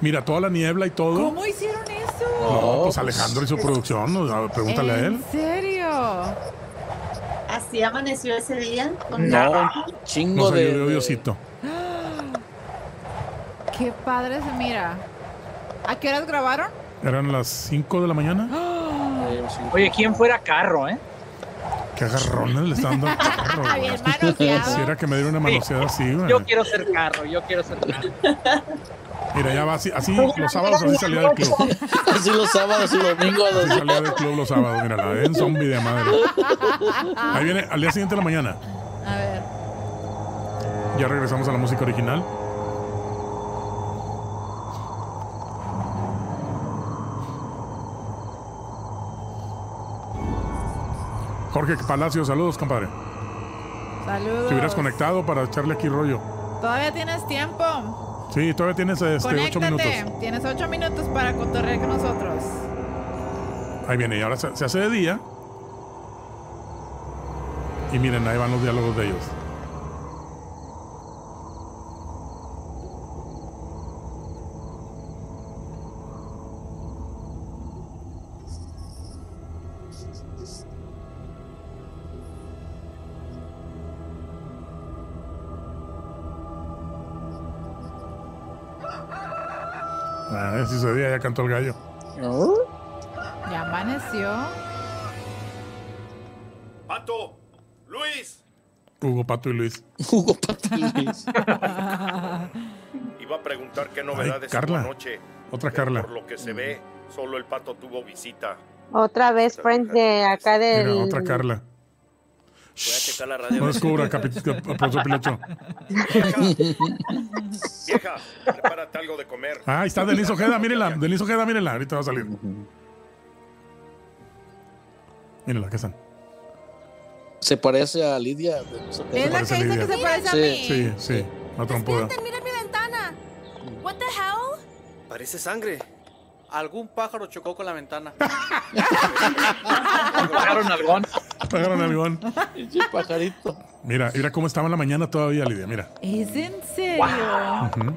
[SPEAKER 2] Mira, toda la niebla y todo.
[SPEAKER 3] ¿Cómo hicieron eso?
[SPEAKER 7] Oh.
[SPEAKER 2] No, pues Alejandro y su producción, no, a ver, pregúntale a él.
[SPEAKER 3] ¿En serio?
[SPEAKER 5] Así amaneció ese día. con
[SPEAKER 2] No,
[SPEAKER 7] chingo
[SPEAKER 2] Nos
[SPEAKER 7] de-
[SPEAKER 2] ayudó
[SPEAKER 7] de-
[SPEAKER 2] Diosito.
[SPEAKER 3] Qué padre se mira. ¿A qué horas grabaron?
[SPEAKER 2] Eran las 5 de la mañana.
[SPEAKER 12] Oye, ¿quién fuera carro, eh?
[SPEAKER 2] Qué agarrones le están dando. al carro, güey.
[SPEAKER 12] Bien manoseado.
[SPEAKER 2] Quisiera que me diera una manoseada así,
[SPEAKER 7] Mm.
[SPEAKER 2] güey.
[SPEAKER 12] Yo quiero ser carro, yo quiero ser carro.
[SPEAKER 2] Mira, ya va así, así los sábados así salía del club.
[SPEAKER 7] Pues, Así los sábados y domingos.
[SPEAKER 2] Así salía del club los sábados, mírala, ¿eh? en zombie de madre. Ahí viene, al día siguiente de la mañana.
[SPEAKER 3] A ver.
[SPEAKER 2] Ya regresamos a la música original. Jorge Palacio, saludos, compadre.
[SPEAKER 3] Saludos.
[SPEAKER 2] Te hubieras conectado para echarle aquí rollo.
[SPEAKER 3] Todavía tienes tiempo.
[SPEAKER 2] Sí, todavía tienes este, ocho
[SPEAKER 3] Conéctate.
[SPEAKER 2] minutos.
[SPEAKER 3] Tienes ocho minutos para cotorrear con nosotros.
[SPEAKER 2] Ahí viene, y ahora se, se hace de día. Y miren, ahí van los diálogos de ellos. Ah, si se día ya cantó el gallo.
[SPEAKER 3] Ya amaneció.
[SPEAKER 19] ¡Pato! ¡Luis!
[SPEAKER 2] Hugo, Pato y Luis.
[SPEAKER 7] Hugo, Pato
[SPEAKER 2] y Luis.
[SPEAKER 19] Iba a preguntar qué novedades
[SPEAKER 2] Carla.
[SPEAKER 19] hubo anoche.
[SPEAKER 2] Otra
[SPEAKER 19] pero
[SPEAKER 2] Carla.
[SPEAKER 19] Por lo que se ve, solo el pato tuvo visita.
[SPEAKER 1] Otra vez Friends de acá del...
[SPEAKER 2] Mira, otra Carla.
[SPEAKER 19] Voy a checar la radio.
[SPEAKER 2] No descubra, capi- cap- profesor Pilacho.
[SPEAKER 19] Vieja, prepárate algo de comer.
[SPEAKER 2] Ah, ahí está Denise Ojeda, mírenla. Denise Ojeda, mírenla. Ahorita va a salir. Mírenla, ¿qué están?
[SPEAKER 7] Se parece a Lidia. de- se
[SPEAKER 2] Se
[SPEAKER 7] parece
[SPEAKER 2] parece
[SPEAKER 7] a
[SPEAKER 2] Lidia.
[SPEAKER 24] que se parece a
[SPEAKER 7] Sí.
[SPEAKER 24] mí.
[SPEAKER 2] Sí, sí. La trompuda.
[SPEAKER 24] Mira mi ventana. What the hell?
[SPEAKER 9] Parece sangre. Algún pájaro chocó con la ventana.
[SPEAKER 12] Pagaron algón.
[SPEAKER 2] Pagaron algón.
[SPEAKER 7] pajarito.
[SPEAKER 2] Mira, mira cómo estaba en la mañana todavía, Lidia. Mira.
[SPEAKER 3] ¿Es en serio?
[SPEAKER 2] Ujú.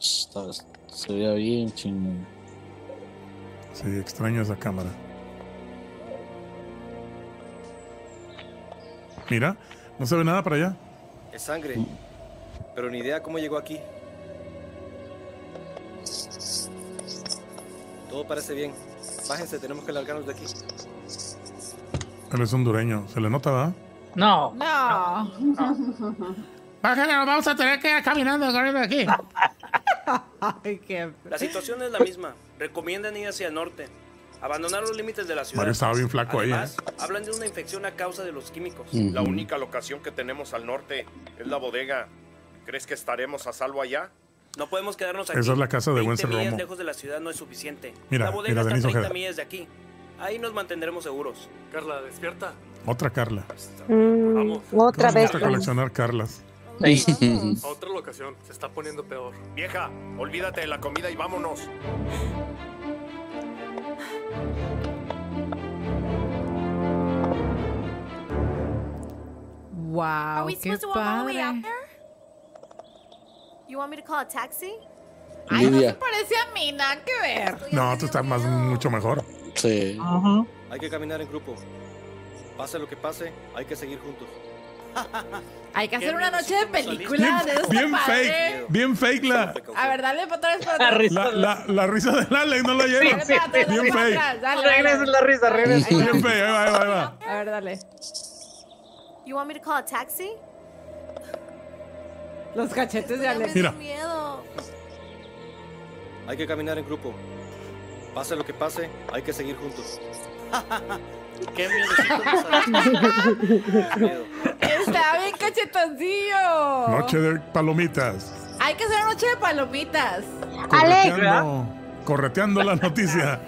[SPEAKER 7] Está- se veía bien chingón.
[SPEAKER 2] Sí, extraño esa cámara. Mira, no se ve nada para allá.
[SPEAKER 9] Es sangre. Pero ni idea cómo llegó aquí. Todo parece bien. Bájense, tenemos que largarnos de aquí.
[SPEAKER 2] Él es hondureño. ¿Se le nota, verdad?
[SPEAKER 12] No.
[SPEAKER 3] No.
[SPEAKER 6] Bájale, nos vamos a tener que ir caminando corriendo de aquí.
[SPEAKER 3] Ay, qué.
[SPEAKER 15] La situación es la misma. Recomiendan ir hacia el norte. Abandonar los límites de la ciudad.
[SPEAKER 2] Mario estaba bien flaco ahí,
[SPEAKER 15] Además,
[SPEAKER 2] ¿eh?
[SPEAKER 15] hablan de una infección a causa de los químicos.
[SPEAKER 2] Ujú.
[SPEAKER 19] La única locación que tenemos al norte es la bodega. ¿Crees que estaremos a salvo allá?
[SPEAKER 15] No podemos quedarnos aquí.
[SPEAKER 2] Esa es la casa de
[SPEAKER 15] 20
[SPEAKER 2] Wences
[SPEAKER 15] millas
[SPEAKER 2] Romo.
[SPEAKER 15] lejos de la ciudad no es suficiente.
[SPEAKER 2] Mira,
[SPEAKER 15] la
[SPEAKER 2] mira,
[SPEAKER 15] bodega está a
[SPEAKER 2] Denise
[SPEAKER 15] 30
[SPEAKER 2] Ojeda.
[SPEAKER 15] millas de aquí. Ahí nos mantendremos seguros. Carla, despierta.
[SPEAKER 2] Otra Carla.
[SPEAKER 1] Mm, otra
[SPEAKER 2] ¿Cómo nos gusta
[SPEAKER 1] vez Friends.
[SPEAKER 2] coleccionar Carlas.
[SPEAKER 13] A otra locación, se está poniendo peor.
[SPEAKER 8] Vieja, olvídate de la comida y vámonos.
[SPEAKER 15] Are
[SPEAKER 3] Wow,
[SPEAKER 15] we
[SPEAKER 3] qué
[SPEAKER 15] supposed to walk all the way out
[SPEAKER 3] padre.
[SPEAKER 15] there? You want me to call a taxi?
[SPEAKER 3] Ay, no se
[SPEAKER 2] Lidia.
[SPEAKER 3] parece a mí, nada que ver.
[SPEAKER 2] No, tú estás más, mucho mejor.
[SPEAKER 7] Sí.
[SPEAKER 9] Hay que caminar en grupo. Pase lo que pase, hay que seguir juntos.
[SPEAKER 3] Hay que hacer una noche de película
[SPEAKER 2] Bien,
[SPEAKER 3] de esos
[SPEAKER 2] bien
[SPEAKER 3] padre.
[SPEAKER 2] fake, bien fake la,
[SPEAKER 3] A ver, dale para atrás, para
[SPEAKER 2] la,
[SPEAKER 3] atrás.
[SPEAKER 2] la- la risa de Alex, no la lleva.
[SPEAKER 3] Dale para atrás, dale
[SPEAKER 2] bien
[SPEAKER 3] para
[SPEAKER 2] fake.
[SPEAKER 3] atrás, dale, dale.
[SPEAKER 2] Bien fake, ahí va, ahí va, ahí va.
[SPEAKER 3] A ver, dale.
[SPEAKER 15] You want me to call a taxi?
[SPEAKER 3] Los cachetes de Alex.
[SPEAKER 15] Mira. Miedo.
[SPEAKER 9] Hay que caminar en grupo. Pase lo que pase, hay que seguir juntos.
[SPEAKER 14] Qué
[SPEAKER 3] Está bien cachetoncillo.
[SPEAKER 2] Noche de palomitas.
[SPEAKER 3] Hay que hacer una noche de palomitas.
[SPEAKER 2] Correteando, correteando la noticia.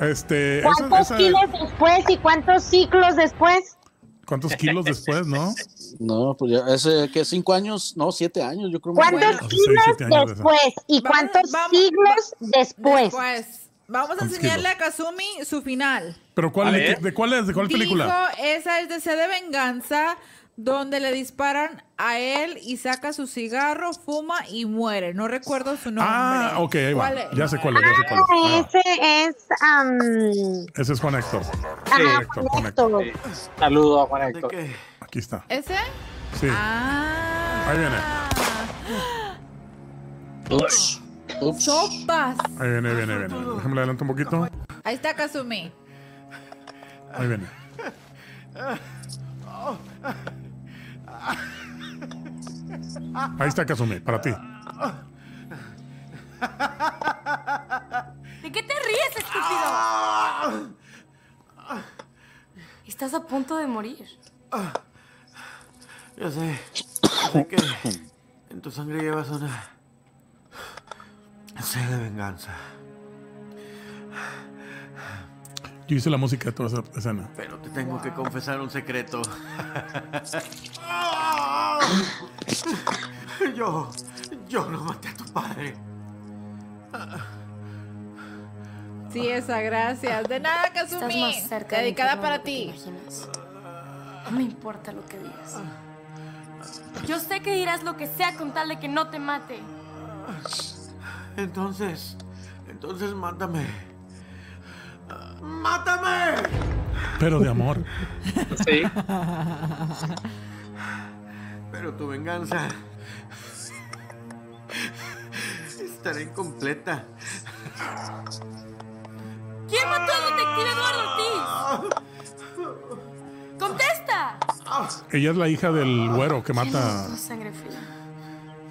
[SPEAKER 2] Este, esa-
[SPEAKER 1] ¿Cuántos
[SPEAKER 2] esa-
[SPEAKER 1] kilos después y cuántos ciclos después?
[SPEAKER 2] ¿Cuántos kilos después, no?
[SPEAKER 7] No, pues ya hace que cinco años, no, siete años, yo creo.
[SPEAKER 1] ¿Cuántos kilos después y cuántos siglos después?
[SPEAKER 3] Después. Pues, Vamos a
[SPEAKER 2] Con
[SPEAKER 3] enseñarle a Kazumi su final.
[SPEAKER 2] ¿Pero
[SPEAKER 3] A
[SPEAKER 2] cuál, de,
[SPEAKER 3] ver.
[SPEAKER 2] de cuál es? ¿De cuál película?
[SPEAKER 3] Dijo, esa es de C de Venganza, donde le disparan a él y saca su cigarro, fuma y muere. No recuerdo su nombre.
[SPEAKER 2] Ah, ok, ahí va.
[SPEAKER 3] ¿Cuál es?
[SPEAKER 2] Ya sé cuál es, ya sé cuál es. Ahí va.
[SPEAKER 1] Ah, Ese es. am,
[SPEAKER 2] Ese es Juan Héctor.
[SPEAKER 1] Ajá,
[SPEAKER 2] Héctor,
[SPEAKER 1] Juan
[SPEAKER 2] Juan
[SPEAKER 1] Héctor.
[SPEAKER 12] Saludo a Juan Héctor.
[SPEAKER 2] Aquí está.
[SPEAKER 3] ¿Ese?
[SPEAKER 2] Sí. Ahí viene.
[SPEAKER 3] Sopas.
[SPEAKER 2] Ahí viene, ahí viene, ahí viene. Déjame adelantar un poquito.
[SPEAKER 3] Ahí está Kazumi.
[SPEAKER 2] Ahí viene. Ahí está Kazumi, para ti.
[SPEAKER 15] ¿De qué te ríes, estúpido? Estás a punto de morir.
[SPEAKER 18] Ya sé. Sé que en tu sangre llevas una. sed de venganza.
[SPEAKER 2] Yo hice la música de toda esa escena.
[SPEAKER 18] Pero te tengo que confesar un secreto. Yo. Yo no maté a tu padre.
[SPEAKER 3] Sí, esa, gracias. De nada, Kazumi.
[SPEAKER 15] Estás más cerca del
[SPEAKER 3] Dedicada
[SPEAKER 15] infierno de
[SPEAKER 3] para
[SPEAKER 15] lo que
[SPEAKER 3] ti.
[SPEAKER 15] No me importa lo que digas. Yo sé que dirás lo que sea con tal de que no te mate.
[SPEAKER 18] Entonces. Entonces mátame. ¡Mátame!
[SPEAKER 2] Pero de amor.
[SPEAKER 18] Sí. Pero tu venganza estará incompleta.
[SPEAKER 15] ¿Quién mató al detective Eduardo Ortiz? ¡Contesta!
[SPEAKER 2] Ella es la hija del güero que mata
[SPEAKER 15] Tenemos sangre fría.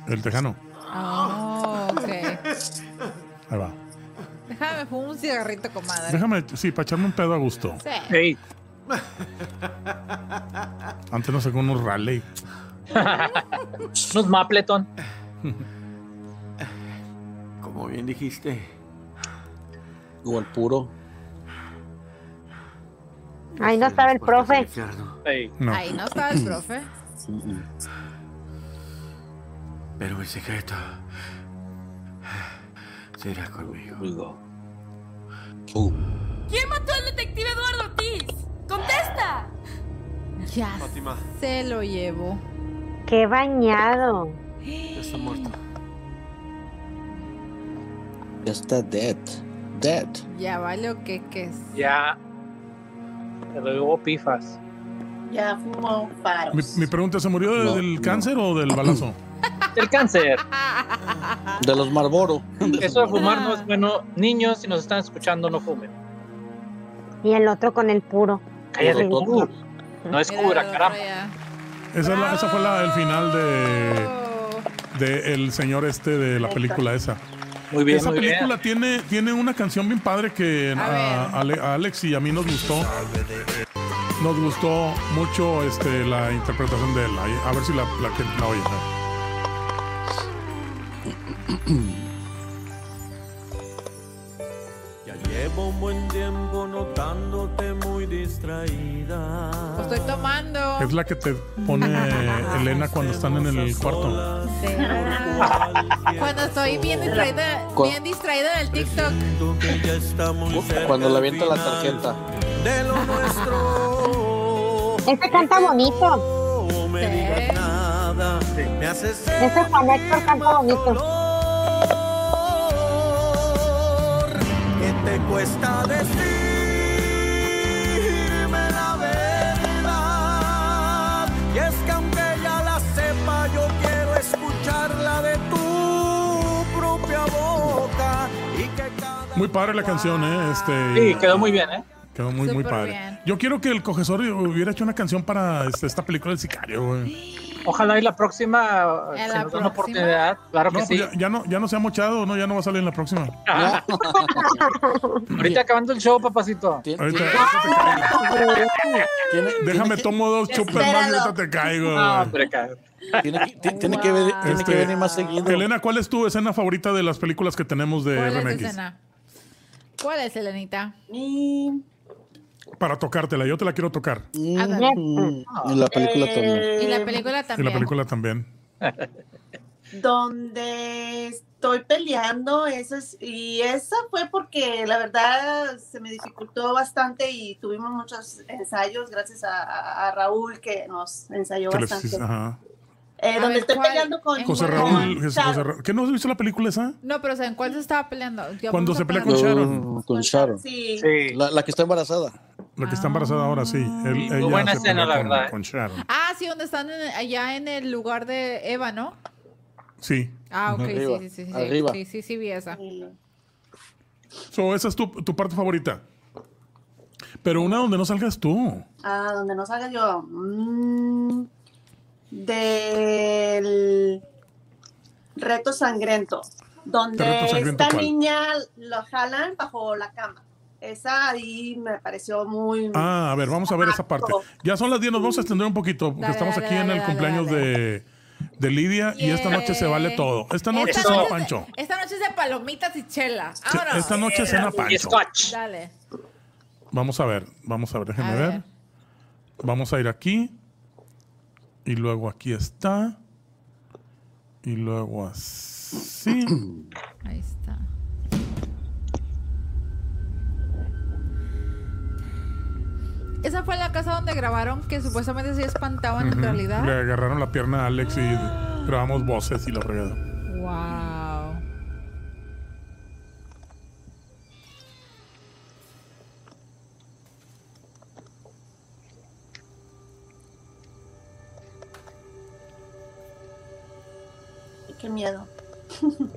[SPEAKER 2] el tejano.
[SPEAKER 3] Ah, ok.
[SPEAKER 2] Ahí va.
[SPEAKER 3] Déjame fumar un cigarrito, comadre.
[SPEAKER 2] Déjame, sí, para echarme un pedo a gusto.
[SPEAKER 3] Sí.
[SPEAKER 2] Antes no sacó unos rally.
[SPEAKER 12] Unos Mapleton.
[SPEAKER 18] Como bien dijiste,
[SPEAKER 7] Igual puro.
[SPEAKER 1] Ahí no estaba el profe.
[SPEAKER 7] No.
[SPEAKER 3] Ahí no está el profe.
[SPEAKER 18] pero el secreto será conmigo.
[SPEAKER 15] ¿Quién mató al detective Eduardo Ortiz? ¡Contesta!
[SPEAKER 3] Ya se lo llevo.
[SPEAKER 1] Qué bañado.
[SPEAKER 18] Ya está muerto.
[SPEAKER 7] Ya está dead. Dead.
[SPEAKER 3] Ya valió que que es.
[SPEAKER 12] Ya. Te lo digo, pifas.
[SPEAKER 5] Ya fumó faro.
[SPEAKER 2] Mi, mi pregunta, ¿se murió de- del cáncer o del balazo?
[SPEAKER 12] Del cáncer.
[SPEAKER 7] De los Marlboro.
[SPEAKER 12] Eso de fumar no es bueno. Niños, si nos están escuchando, no fumen.
[SPEAKER 1] Y el otro con el puro.
[SPEAKER 12] Cállate
[SPEAKER 1] Rico.
[SPEAKER 12] tú. No es cura, caramba.
[SPEAKER 2] Esa, es la- esa fue la, el final de, de el señor este de la película esa.
[SPEAKER 12] Muy bien,
[SPEAKER 2] Esa
[SPEAKER 12] muy bien.
[SPEAKER 2] película Tiene, tiene una canción bien padre que a, a Ale- a Alex y a mí nos gustó. Nos gustó mucho este, la interpretación de él. Ahí, A ver si la, la, que- la oyen.
[SPEAKER 16] Ya llevo Llevo un buen tiempo notándote muy distraída.
[SPEAKER 3] Estoy tomando.
[SPEAKER 2] Es la que te pone Elena cuando están en el cuarto.
[SPEAKER 3] Cuando estoy bien distraída,
[SPEAKER 2] Cu-
[SPEAKER 3] bien distraída del TikTok.
[SPEAKER 16] Ya está muy cerca
[SPEAKER 7] Cuando
[SPEAKER 16] el
[SPEAKER 7] le avienta la
[SPEAKER 16] final
[SPEAKER 7] tarjeta.
[SPEAKER 16] De lo nuestro.
[SPEAKER 1] Este canta bonito.
[SPEAKER 16] No me digas nada. Me haces
[SPEAKER 1] Este Juan Héctor canta bonito.
[SPEAKER 16] que te cuesta decirme la verdad. Y es que aunque ella la sepa, yo quiero escucharla de tu propia boca. Y que
[SPEAKER 2] Muy padre la canción, ¿eh? Este,
[SPEAKER 12] Sí, quedó muy bien, ¿eh?
[SPEAKER 2] Quedó muy, muy
[SPEAKER 12] Súper
[SPEAKER 2] padre.
[SPEAKER 12] bien.
[SPEAKER 2] Yo quiero que el cogesor hubiera hecho una canción para este, esta película del sicario, güey.
[SPEAKER 12] Ojalá y la próxima
[SPEAKER 3] ¿En
[SPEAKER 12] se
[SPEAKER 3] la
[SPEAKER 12] nos da una
[SPEAKER 3] próxima?
[SPEAKER 12] oportunidad. Claro que
[SPEAKER 2] No,
[SPEAKER 12] sí. Ah.
[SPEAKER 2] pues ya, ya no, ya no se ha mochado, no, ya no va a salir en la próxima.
[SPEAKER 12] Ahorita acabando el show, papacito.
[SPEAKER 2] Ahorita- Déjame tomo dos chupes más y
[SPEAKER 12] Espéralo.
[SPEAKER 2] ahorita te caigo.
[SPEAKER 12] No,
[SPEAKER 2] güey.
[SPEAKER 12] hombre, cabrón.
[SPEAKER 7] Tiene que, ti- tiene que venir- tiene que
[SPEAKER 2] Este,
[SPEAKER 7] venir más seguido.
[SPEAKER 2] Elena, ¿cuál es tu escena favorita de las películas que tenemos de
[SPEAKER 3] ¿Cuál es tu
[SPEAKER 2] RMX?
[SPEAKER 3] escena? ¿Cuál es, Elenita?
[SPEAKER 2] Para tocártela, yo te la quiero tocar.
[SPEAKER 3] A ver.
[SPEAKER 7] Y la película
[SPEAKER 3] Y
[SPEAKER 5] eh,
[SPEAKER 3] la película
[SPEAKER 2] Y
[SPEAKER 3] también.
[SPEAKER 2] la película también.
[SPEAKER 5] donde estoy peleando eso es, y esa fue porque la verdad se me dificultó bastante y tuvimos muchos ensayos gracias a, a- a Raúl que nos ensayó
[SPEAKER 2] Que le-
[SPEAKER 5] bastante
[SPEAKER 2] ajá.
[SPEAKER 5] Eh, donde estoy peleando con
[SPEAKER 2] José
[SPEAKER 5] con-
[SPEAKER 2] Raúl,
[SPEAKER 5] con
[SPEAKER 2] Jesús
[SPEAKER 5] Charo.
[SPEAKER 2] José Raúl. ¿Qué no has visto la película esa?
[SPEAKER 3] No, pero o sea, ¿en cuál se estaba peleando? Ya
[SPEAKER 2] Cuando
[SPEAKER 3] vamos
[SPEAKER 2] se
[SPEAKER 3] a
[SPEAKER 2] pelea con
[SPEAKER 3] parar.
[SPEAKER 2] Sharon.
[SPEAKER 7] Mm, Con Sharon.
[SPEAKER 5] Sí.
[SPEAKER 7] La, la que está embarazada.
[SPEAKER 2] La que está embarazada ahora, sí.
[SPEAKER 3] Mm.
[SPEAKER 2] Él-
[SPEAKER 7] Muy
[SPEAKER 2] ella
[SPEAKER 7] buena
[SPEAKER 2] se
[SPEAKER 7] escena,
[SPEAKER 2] pelea
[SPEAKER 7] la
[SPEAKER 2] con-
[SPEAKER 7] verdad, ¿eh?
[SPEAKER 2] Con Sharon.
[SPEAKER 3] Ah, sí, donde están en- allá en el lugar de Eva, ¿no?
[SPEAKER 2] Sí.
[SPEAKER 3] Ah, ok,
[SPEAKER 2] Arriba,
[SPEAKER 3] sí, sí, sí, sí.
[SPEAKER 2] arriba.
[SPEAKER 3] Sí, sí, sí, vi esa.
[SPEAKER 2] So, esa es tu, tu parte favorita. Pero una donde no salgas tú.
[SPEAKER 5] Ah, donde no salga yo. mm, del reto sangriento. Donde
[SPEAKER 2] ¿Reto sangriento
[SPEAKER 5] esta
[SPEAKER 2] cuál?
[SPEAKER 5] niña lo jalan bajo la cama. Esa ahí me pareció muy.
[SPEAKER 2] Ah, a ver, vamos a ver esa parte. Ya son las 10, nos vamos a extender un poquito, porque
[SPEAKER 5] Dale,
[SPEAKER 2] estamos
[SPEAKER 5] dale,
[SPEAKER 2] aquí en
[SPEAKER 5] dale,
[SPEAKER 2] el
[SPEAKER 5] dale,
[SPEAKER 2] cumpleaños de, de Lidia y esta noche se vale todo. Esta noche
[SPEAKER 3] Esta
[SPEAKER 2] se
[SPEAKER 3] noche
[SPEAKER 2] va
[SPEAKER 3] es-
[SPEAKER 2] Pancho.
[SPEAKER 3] Esta noche es de palomitas y chela. Vámonos.
[SPEAKER 2] esta noche cena Y pancho. scotch.
[SPEAKER 3] Dale.
[SPEAKER 2] Vamos a ver, vamos a ver, déjenme
[SPEAKER 3] A
[SPEAKER 2] ver.
[SPEAKER 3] ver.
[SPEAKER 2] Vamos a ir aquí. Y luego aquí está. Y luego así.
[SPEAKER 3] Ahí está. Esa fue la casa donde grabaron que supuestamente se espantaban
[SPEAKER 2] Ujú.
[SPEAKER 3] en realidad.
[SPEAKER 2] Le agarraron la pierna a Alex y grabamos voces y la fregada.
[SPEAKER 3] Wow.
[SPEAKER 5] Qué miedo.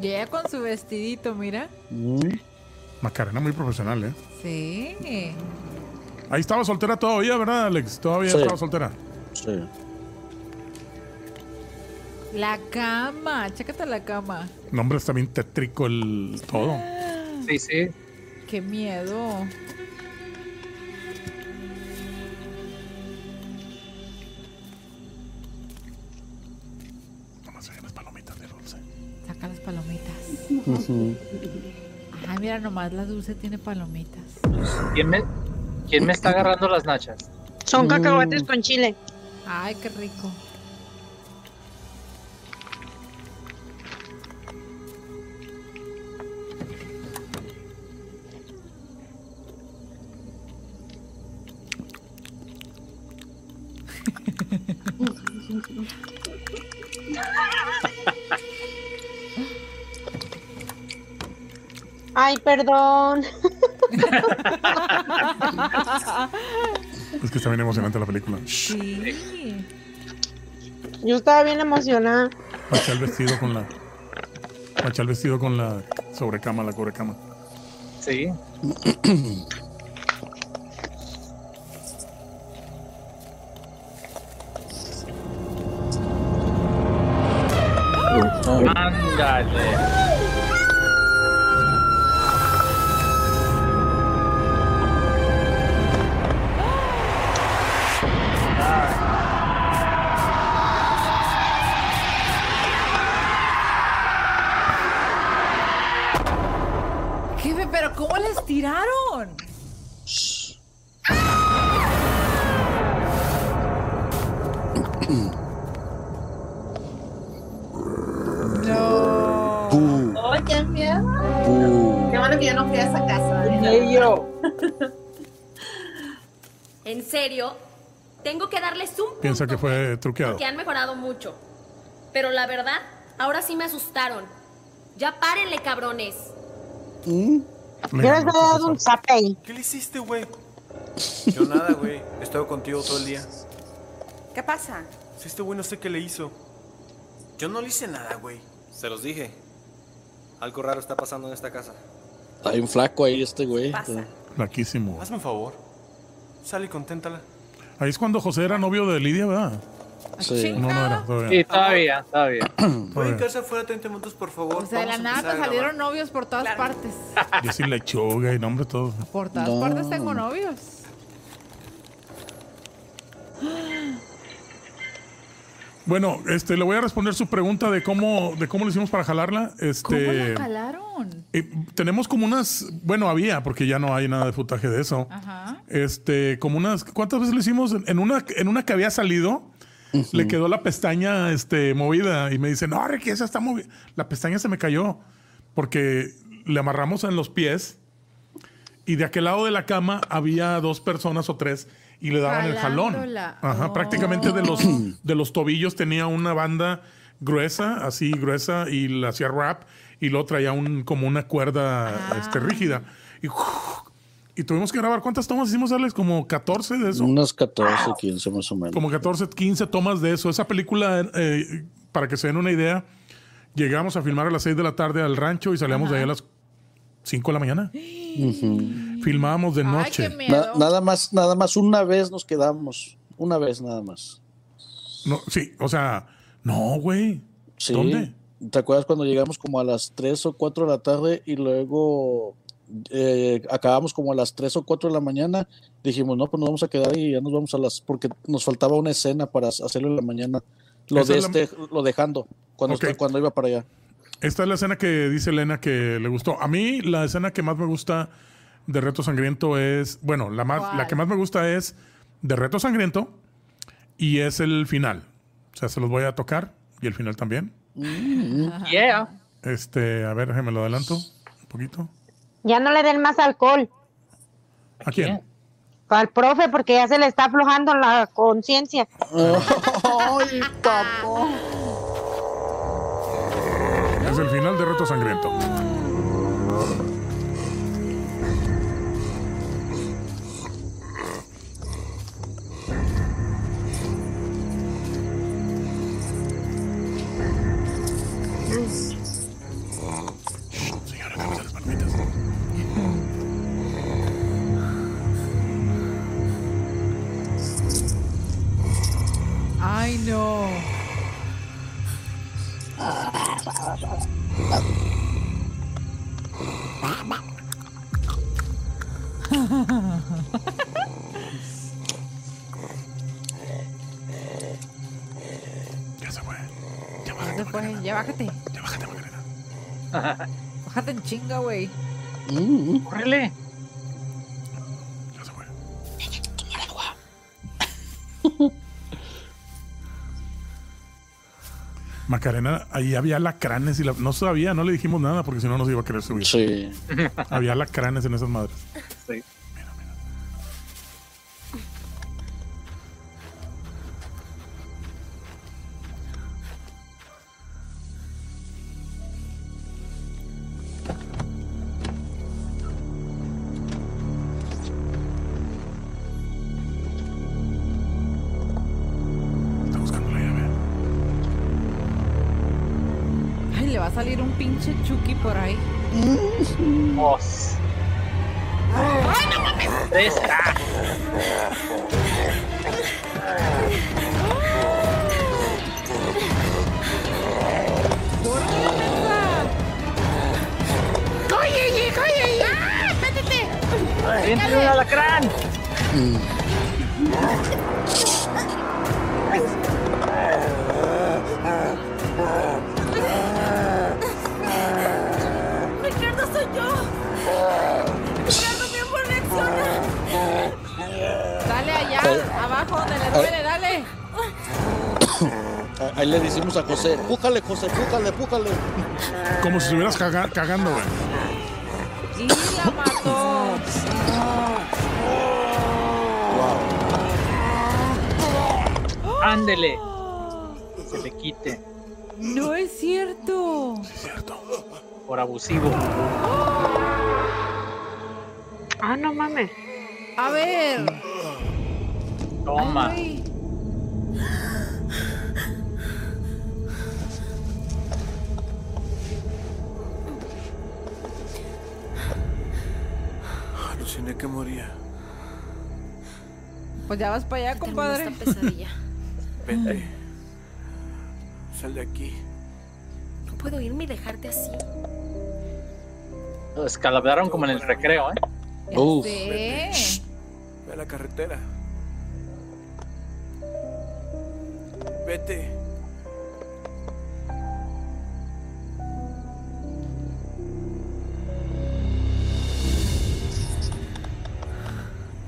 [SPEAKER 3] Llega con su vestidito, mira.
[SPEAKER 2] Macarena muy profesional, ¿eh?
[SPEAKER 3] Sí.
[SPEAKER 2] Ahí estaba soltera todavía, ¿verdad, Alex? Todavía
[SPEAKER 7] Sí.
[SPEAKER 2] estaba soltera.
[SPEAKER 7] Sí.
[SPEAKER 3] La cama. Chécate la cama.
[SPEAKER 2] No, hombre, está bien tétrico el todo.
[SPEAKER 12] Sí, sí.
[SPEAKER 3] Qué miedo. Saca las palomitas. Ay, mira nomás, la dulce tiene palomitas.
[SPEAKER 12] ¿Quién me, quién me está agarrando las nachas?
[SPEAKER 1] Son
[SPEAKER 12] Mm.
[SPEAKER 1] cacahuates con chile.
[SPEAKER 3] Ay, qué rico.
[SPEAKER 1] Ay, perdón.
[SPEAKER 2] Es que está bien emocionante la película.
[SPEAKER 3] Sí.
[SPEAKER 1] Yo estaba bien emocionada.
[SPEAKER 2] Machá el vestido con la. Machá el vestido con la sobrecama, la cobrecama.
[SPEAKER 12] Sí. Ándale.
[SPEAKER 3] tiraron.
[SPEAKER 5] ¡Ay, qué miedo!
[SPEAKER 2] Uh.
[SPEAKER 5] Qué bueno que yo no fui a esa casa. ¿eh?
[SPEAKER 7] Mm.
[SPEAKER 15] En serio, tengo que darles un
[SPEAKER 2] Piensa que fue truqueado.
[SPEAKER 15] que han mejorado mucho. Pero la verdad, ahora sí me asustaron. Ya párenle, cabrones.
[SPEAKER 7] Mm.
[SPEAKER 1] Yo les voy a dar un zape ahí.
[SPEAKER 15] ¿Qué le hiciste, güey?
[SPEAKER 9] Yo nada, güey. He estado contigo todo el día.
[SPEAKER 17] ¿Qué pasa?
[SPEAKER 9] Si este güey no sé qué le hizo. Yo no le hice nada, güey. Se los dije. Algo raro está pasando en esta casa.
[SPEAKER 7] Está bien flaco ahí este güey.
[SPEAKER 2] Flaquísimo.
[SPEAKER 9] Hazme un favor. Sale y conténtala.
[SPEAKER 2] Ahí es cuando José era novio de Lidia, ¿verdad?
[SPEAKER 7] Sí.
[SPEAKER 2] No, no era. Todavía.
[SPEAKER 12] Sí, todavía, todavía.
[SPEAKER 9] Voy en
[SPEAKER 2] Todavía.
[SPEAKER 9] casa fuera 30 minutos, por favor.
[SPEAKER 3] O sea, de la
[SPEAKER 9] Vamos a
[SPEAKER 3] nada
[SPEAKER 9] empezar
[SPEAKER 3] te
[SPEAKER 9] a grabar.
[SPEAKER 3] salieron novios por todas partes.
[SPEAKER 2] Yo sí lechuga y nombre todo.
[SPEAKER 3] Por todas
[SPEAKER 2] No.
[SPEAKER 3] partes tengo novios. ¡Ah!
[SPEAKER 2] Bueno, este, le voy a responder su pregunta de cómo, de cómo lo hicimos para jalarla.
[SPEAKER 3] ¿Cómo
[SPEAKER 2] Este,
[SPEAKER 3] la calaron?
[SPEAKER 2] eh, tenemos como unas, bueno, había, porque ya no hay nada de futaje de eso.
[SPEAKER 3] Ajá.
[SPEAKER 2] Este, como unas, ¿cuántas veces lo hicimos? En- En una, en una que había salido, le quedó la pestaña este, movida y me dice, no, Ricky, esa está movida. La pestaña se me cayó porque le amarramos en los pies y de aquel lado de la cama había dos personas o tres y le daban el jalón.
[SPEAKER 3] Jalándola.
[SPEAKER 2] Ajá, prácticamente de los, de los tobillos tenía una banda gruesa, así gruesa, y la hacía rap y luego traía un, como una cuerda este, rígida. Y, y tuvimos que grabar, ¿cuántas tomas hicimos, Alex? Como 14 de eso.
[SPEAKER 7] Unas 14, 15 más o menos.
[SPEAKER 2] Como 14, 15 tomas de eso. Esa película, eh, para que se den una idea, llegamos a filmar a las 6 de la tarde al rancho y salíamos de ahí a las 5 de la mañana. Filmábamos de noche.
[SPEAKER 7] Na- nada más, nada más una vez nos quedamos. Una vez nada más.
[SPEAKER 2] No, sí, o sea, no, güey.
[SPEAKER 7] Sí.
[SPEAKER 2] ¿Dónde?
[SPEAKER 7] ¿Te acuerdas cuando llegamos como a las 3 o 4 de la tarde y luego eh, acabamos como a las 3 o 4 de la mañana? Dijimos, no, pues nos vamos a quedar y ya nos vamos a las... Porque nos faltaba una escena para hacerlo en la mañana. Lo,
[SPEAKER 2] Esa
[SPEAKER 7] de
[SPEAKER 2] es la-
[SPEAKER 7] este, lo dejando, cuando,
[SPEAKER 2] Ok.
[SPEAKER 7] está- cuando iba para allá.
[SPEAKER 2] Esta es la escena que dice Elena que le gustó. A mí la escena que más me gusta de Reto Sangriento es, bueno, la, más, la que más me gusta es de Reto Sangriento y es el final. O sea, se los voy a tocar y el final también.
[SPEAKER 12] Yeah.
[SPEAKER 2] Este, a ver, déjenme lo adelanto un poquito.
[SPEAKER 1] Ya no le den más alcohol
[SPEAKER 2] ¿A quién?
[SPEAKER 1] al profe porque ya se le está aflojando la conciencia.
[SPEAKER 2] Oh.
[SPEAKER 7] ¡Ay, capo!
[SPEAKER 2] Es el final de Reto Sangriento.
[SPEAKER 3] Ay, no.
[SPEAKER 2] Ya se fue. Ya
[SPEAKER 3] bájate. Ya bájate.
[SPEAKER 2] Ya bájate, Macarena.
[SPEAKER 3] Bájate en chinga, güey. Mm.
[SPEAKER 12] Córrele.
[SPEAKER 2] Macarena, ahí había alacranes y la- no sabía, no le dijimos nada porque si no nos iba a querer subir.
[SPEAKER 7] Sí.
[SPEAKER 2] Había alacranes en esas madres.
[SPEAKER 12] Sí.
[SPEAKER 3] Ay, le va a salir un pinche Chucky por ahí.
[SPEAKER 12] Vos. Esta.
[SPEAKER 16] ¡Oye, oye! ¡Ah, métete!
[SPEAKER 12] ¡Entra un alacrán!
[SPEAKER 16] ¡Ricardo, soy yo!
[SPEAKER 3] Dale, dale.
[SPEAKER 7] Ah, Ahí le decimos a José, pújale, José, pújale, pújale.
[SPEAKER 2] Como si estuvieras caga- cagando, güey.
[SPEAKER 3] Y la mató.
[SPEAKER 12] Ándele. Que Se le quite
[SPEAKER 3] No es cierto.
[SPEAKER 12] por abusivo.
[SPEAKER 1] Ah, no mames.
[SPEAKER 3] A ver.
[SPEAKER 12] Toma.
[SPEAKER 3] Ay.
[SPEAKER 13] Aluciné que moría.
[SPEAKER 3] Pues ya vas para allá, compadre.
[SPEAKER 15] esta pesadilla.
[SPEAKER 13] Vete. Sal de aquí.
[SPEAKER 15] No puedo irme y dejarte así.
[SPEAKER 12] Lo Escalabraron como en el recreo, ¿eh?
[SPEAKER 7] Uf.
[SPEAKER 3] Ve.
[SPEAKER 13] Ve a la carretera.
[SPEAKER 2] ¿Eh?
[SPEAKER 13] Vete.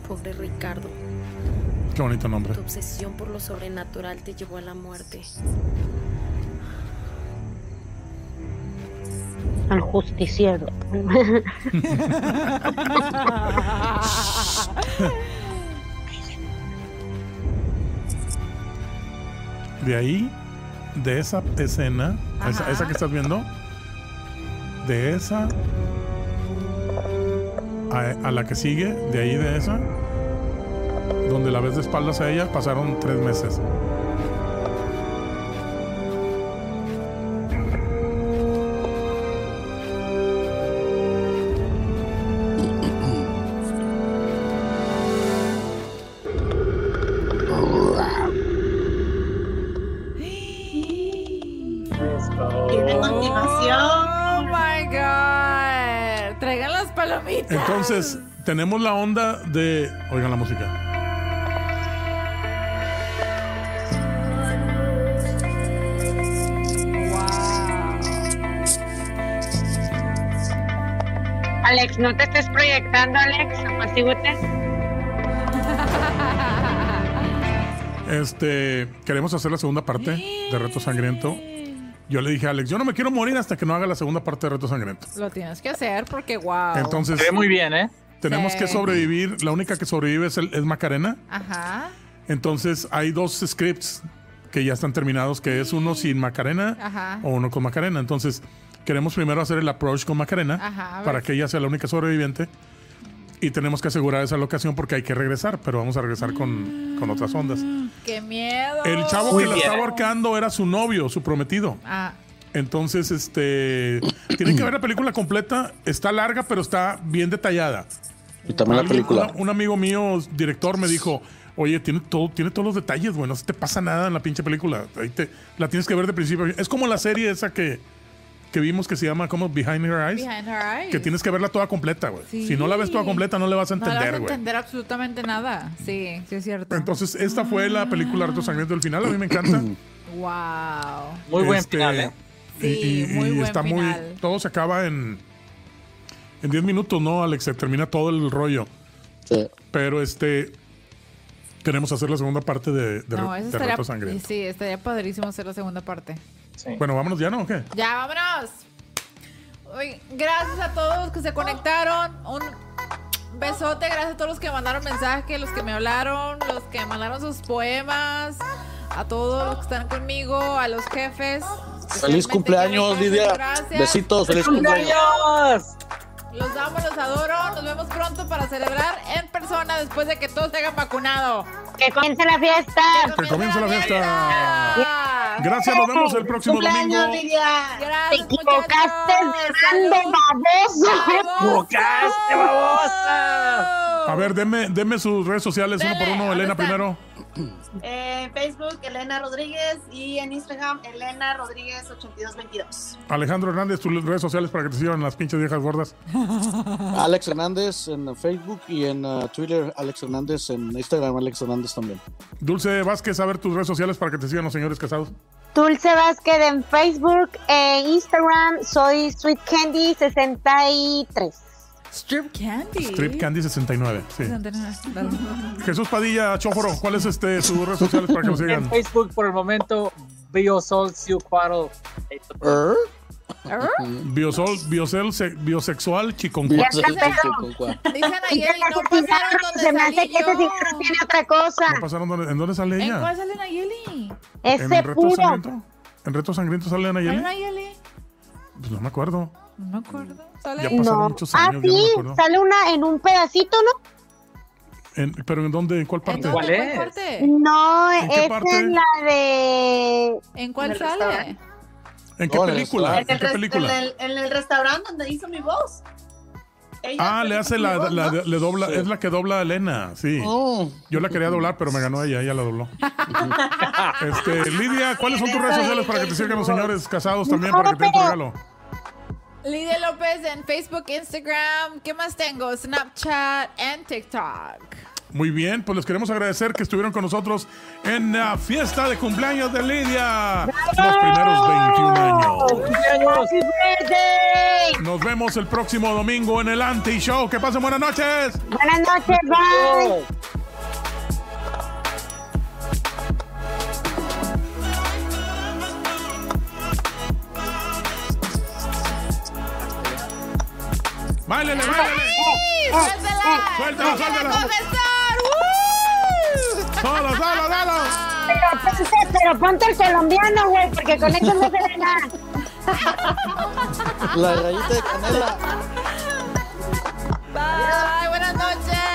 [SPEAKER 15] Pobre Ricardo,
[SPEAKER 2] Qué bonito nombre.
[SPEAKER 15] tu obsesión por lo sobrenatural te llevó a la muerte.
[SPEAKER 1] Al justiciero.
[SPEAKER 2] De ahí, de esa escena, esa, esa que estás viendo, de esa a, a la que sigue, de ahí de esa, donde la ves de espaldas a ella, pasaron tres meses.
[SPEAKER 5] Tiene continuación.
[SPEAKER 3] Oh my god. Traigan las palomitas.
[SPEAKER 2] Entonces, tenemos la onda de. Oigan la música.
[SPEAKER 1] Alex, no te estés proyectando, Alex. Apacíguate.
[SPEAKER 2] Este, queremos hacer la segunda parte de Reto Sangriento. Yo le dije a Alex, yo no me quiero morir hasta que no haga la segunda parte de Reto Sangriento.
[SPEAKER 3] Lo tienes que hacer porque wow.
[SPEAKER 2] Entonces.
[SPEAKER 12] Se ve muy bien, ¿eh?
[SPEAKER 2] Tenemos
[SPEAKER 3] Sí.
[SPEAKER 2] que sobrevivir. La única que sobrevive es, el- es Macarena.
[SPEAKER 3] Ajá.
[SPEAKER 2] Entonces, hay dos scripts que ya están terminados, que es uno sin Macarena
[SPEAKER 3] Ajá.
[SPEAKER 2] o uno con Macarena. Entonces, queremos primero hacer el approach con Macarena
[SPEAKER 3] Ajá, a ver.
[SPEAKER 2] para que ella sea la única sobreviviente. Y tenemos que asegurar esa locación porque hay que regresar, pero vamos a regresar con, con otras ondas.
[SPEAKER 3] Qué miedo.
[SPEAKER 2] El chavo
[SPEAKER 3] Muy
[SPEAKER 2] que la
[SPEAKER 3] bien.
[SPEAKER 2] estaba ahorcando era su novio, su prometido.
[SPEAKER 3] Ah,
[SPEAKER 2] Entonces, este. Tienen que ver la película completa. Está larga, pero está bien detallada.
[SPEAKER 7] Y también la
[SPEAKER 2] Alguien-
[SPEAKER 7] película.
[SPEAKER 2] Un, un amigo mío, director, me dijo: Oye, tiene, todo, tiene todos los detalles, güey. No se te pasa nada en la pinche película. Ahí te- la tienes que ver de principio. a fin". Es como la serie esa que, que vimos que se llama como Behind Her Eyes.
[SPEAKER 3] behind her eyes.
[SPEAKER 2] Que tienes que verla toda completa, güey.
[SPEAKER 3] Sí.
[SPEAKER 2] Si no la ves toda completa, no le vas a
[SPEAKER 3] no le vas a
[SPEAKER 2] entender, güey.
[SPEAKER 3] entender absolutamente nada. Sí, sí es cierto.
[SPEAKER 2] Entonces, esta fue la película Reto Sangriento del final. A mí me encanta.
[SPEAKER 3] Wow.
[SPEAKER 2] Este,
[SPEAKER 3] ¿eh?
[SPEAKER 2] y-
[SPEAKER 3] Sí,
[SPEAKER 2] y-
[SPEAKER 3] muy
[SPEAKER 2] y
[SPEAKER 3] buen
[SPEAKER 2] está
[SPEAKER 3] final.
[SPEAKER 2] muy. Todo se acaba en. En 10 minutos, ¿no, Alex? Se termina todo el rollo. Pero este. Queremos hacer la segunda parte de, de,
[SPEAKER 3] no,
[SPEAKER 2] de
[SPEAKER 3] eso
[SPEAKER 2] Reto
[SPEAKER 3] estaría,
[SPEAKER 2] Sangriento.
[SPEAKER 3] sí, estaría padrísimo hacer la segunda parte.
[SPEAKER 2] Bueno, vámonos ya, ¿no? ¿O qué?
[SPEAKER 3] Ya, vámonos. Oye, gracias a todos los que se conectaron. Un besote. Gracias a todos los que mandaron mensajes, los que me hablaron, los que mandaron sus poemas. A todos los que están conmigo, a los jefes.
[SPEAKER 7] Feliz cumpleaños, Lidia.
[SPEAKER 3] Gracias.
[SPEAKER 7] Besitos, feliz cumpleaños.
[SPEAKER 3] Los amo, los adoro. Nos vemos pronto para celebrar en persona después de que todos se hayan vacunado.
[SPEAKER 1] Que comience la fiesta.
[SPEAKER 2] Que comience la fiesta. Gracias, nos vemos el próximo
[SPEAKER 1] Cumpleaños,
[SPEAKER 2] domingo.
[SPEAKER 1] Lidia.
[SPEAKER 3] Gracias,
[SPEAKER 1] Te equivocaste de bando, baboso.
[SPEAKER 2] ¡Equivocaste, babosa! A ver, deme, deme sus redes sociales uno por uno. Elena primero.
[SPEAKER 5] Eh, En Facebook, Elena Rodríguez. Y en Instagram, Elena Rodríguez 8222.
[SPEAKER 2] Alejandro Hernández, tus redes sociales para que te sigan las pinches viejas gordas.
[SPEAKER 7] Alex Hernández en Facebook y en uh, Twitter, Alex Hernández en Instagram, Alex Hernández también.
[SPEAKER 2] Dulce Vázquez, a ver tus redes sociales para que te sigan los señores casados.
[SPEAKER 1] Dulce Vázquez en Facebook e Instagram. Soy Sweet Candy 63.
[SPEAKER 3] Strip Candy.
[SPEAKER 2] Trip Candy 69. Sí. Jesús Padilla, Choforo, ¿cuál es este sus redes sociales para que nos
[SPEAKER 12] En
[SPEAKER 2] sigan?
[SPEAKER 12] Facebook por el momento, Biosol Sioux Paddle.
[SPEAKER 3] ¿Er?
[SPEAKER 2] Biosol, biosel, se- biosexual, chiconcuá.
[SPEAKER 1] Ya está, pero-
[SPEAKER 3] Dicen ayer y no pasaron donde
[SPEAKER 1] Se me hace
[SPEAKER 3] salí
[SPEAKER 1] que ese
[SPEAKER 3] yo.
[SPEAKER 1] señor tiene otra cosa.
[SPEAKER 2] ¿No pasaron dónde- ¿En dónde sale
[SPEAKER 3] ¿En
[SPEAKER 2] ella?
[SPEAKER 3] cuál sale Nayeli?
[SPEAKER 1] Ese
[SPEAKER 2] Reto
[SPEAKER 1] puro.
[SPEAKER 2] Sangriento? ¿En Reto Sangriento sale Ana
[SPEAKER 3] ¿Sale
[SPEAKER 2] Yeli?
[SPEAKER 3] Nayeli?
[SPEAKER 2] Pues no me acuerdo.
[SPEAKER 3] No me acuerdo. ¿Sale?
[SPEAKER 2] Ya pasaron
[SPEAKER 1] No.
[SPEAKER 2] muchos
[SPEAKER 1] Ah,
[SPEAKER 2] años, ya no me
[SPEAKER 1] sí,
[SPEAKER 2] acuerdo.
[SPEAKER 1] sale una en un pedacito, ¿no?
[SPEAKER 2] En- ¿Pero en dónde? ¿En cuál parte?
[SPEAKER 3] ¿En cuál parte?
[SPEAKER 1] No,
[SPEAKER 2] ¿En qué
[SPEAKER 1] es
[SPEAKER 2] parte?
[SPEAKER 1] en la de.
[SPEAKER 3] ¿En cuál sale?
[SPEAKER 2] ¿En qué
[SPEAKER 7] No, en el
[SPEAKER 2] película?
[SPEAKER 7] restaurante.
[SPEAKER 2] ¿En qué
[SPEAKER 5] res- En
[SPEAKER 2] película?
[SPEAKER 5] el, en el restaurante donde hizo mi voz. Ella
[SPEAKER 2] Ah, le hace la, la- le dobla, es la que dobla a Elena, sí. Yo la quería doblar, pero me ganó ella, ella la dobló. Este, Lidia, ¿cuáles son tus redes sociales para que te sigan los señores casados también para que te den tu regalo?
[SPEAKER 3] Lidia López en Facebook, Instagram. ¿Qué más tengo? Snapchat and TikTok.
[SPEAKER 2] Muy bien, pues les queremos agradecer que estuvieron con nosotros en la fiesta de cumpleaños de Lidia. Los primeros 21 años.
[SPEAKER 1] ¡Happy birthday!
[SPEAKER 2] Nos vemos el próximo domingo en el Anti Show. Que pasen buenas noches.
[SPEAKER 1] Buenas noches, bye.
[SPEAKER 2] Báilele, báilele.
[SPEAKER 3] ¡Ay! ¡Suéltala!
[SPEAKER 2] Suéltala, suéltala.
[SPEAKER 3] ¡Déjala comenzar! ¡Woo!
[SPEAKER 2] ¡Solo, solo, solo!
[SPEAKER 1] Pero ponte, pero ponte el colombiano, güey, porque con eso no se ve nada.
[SPEAKER 7] La rayita de canela.
[SPEAKER 3] Bye. Buenas noches.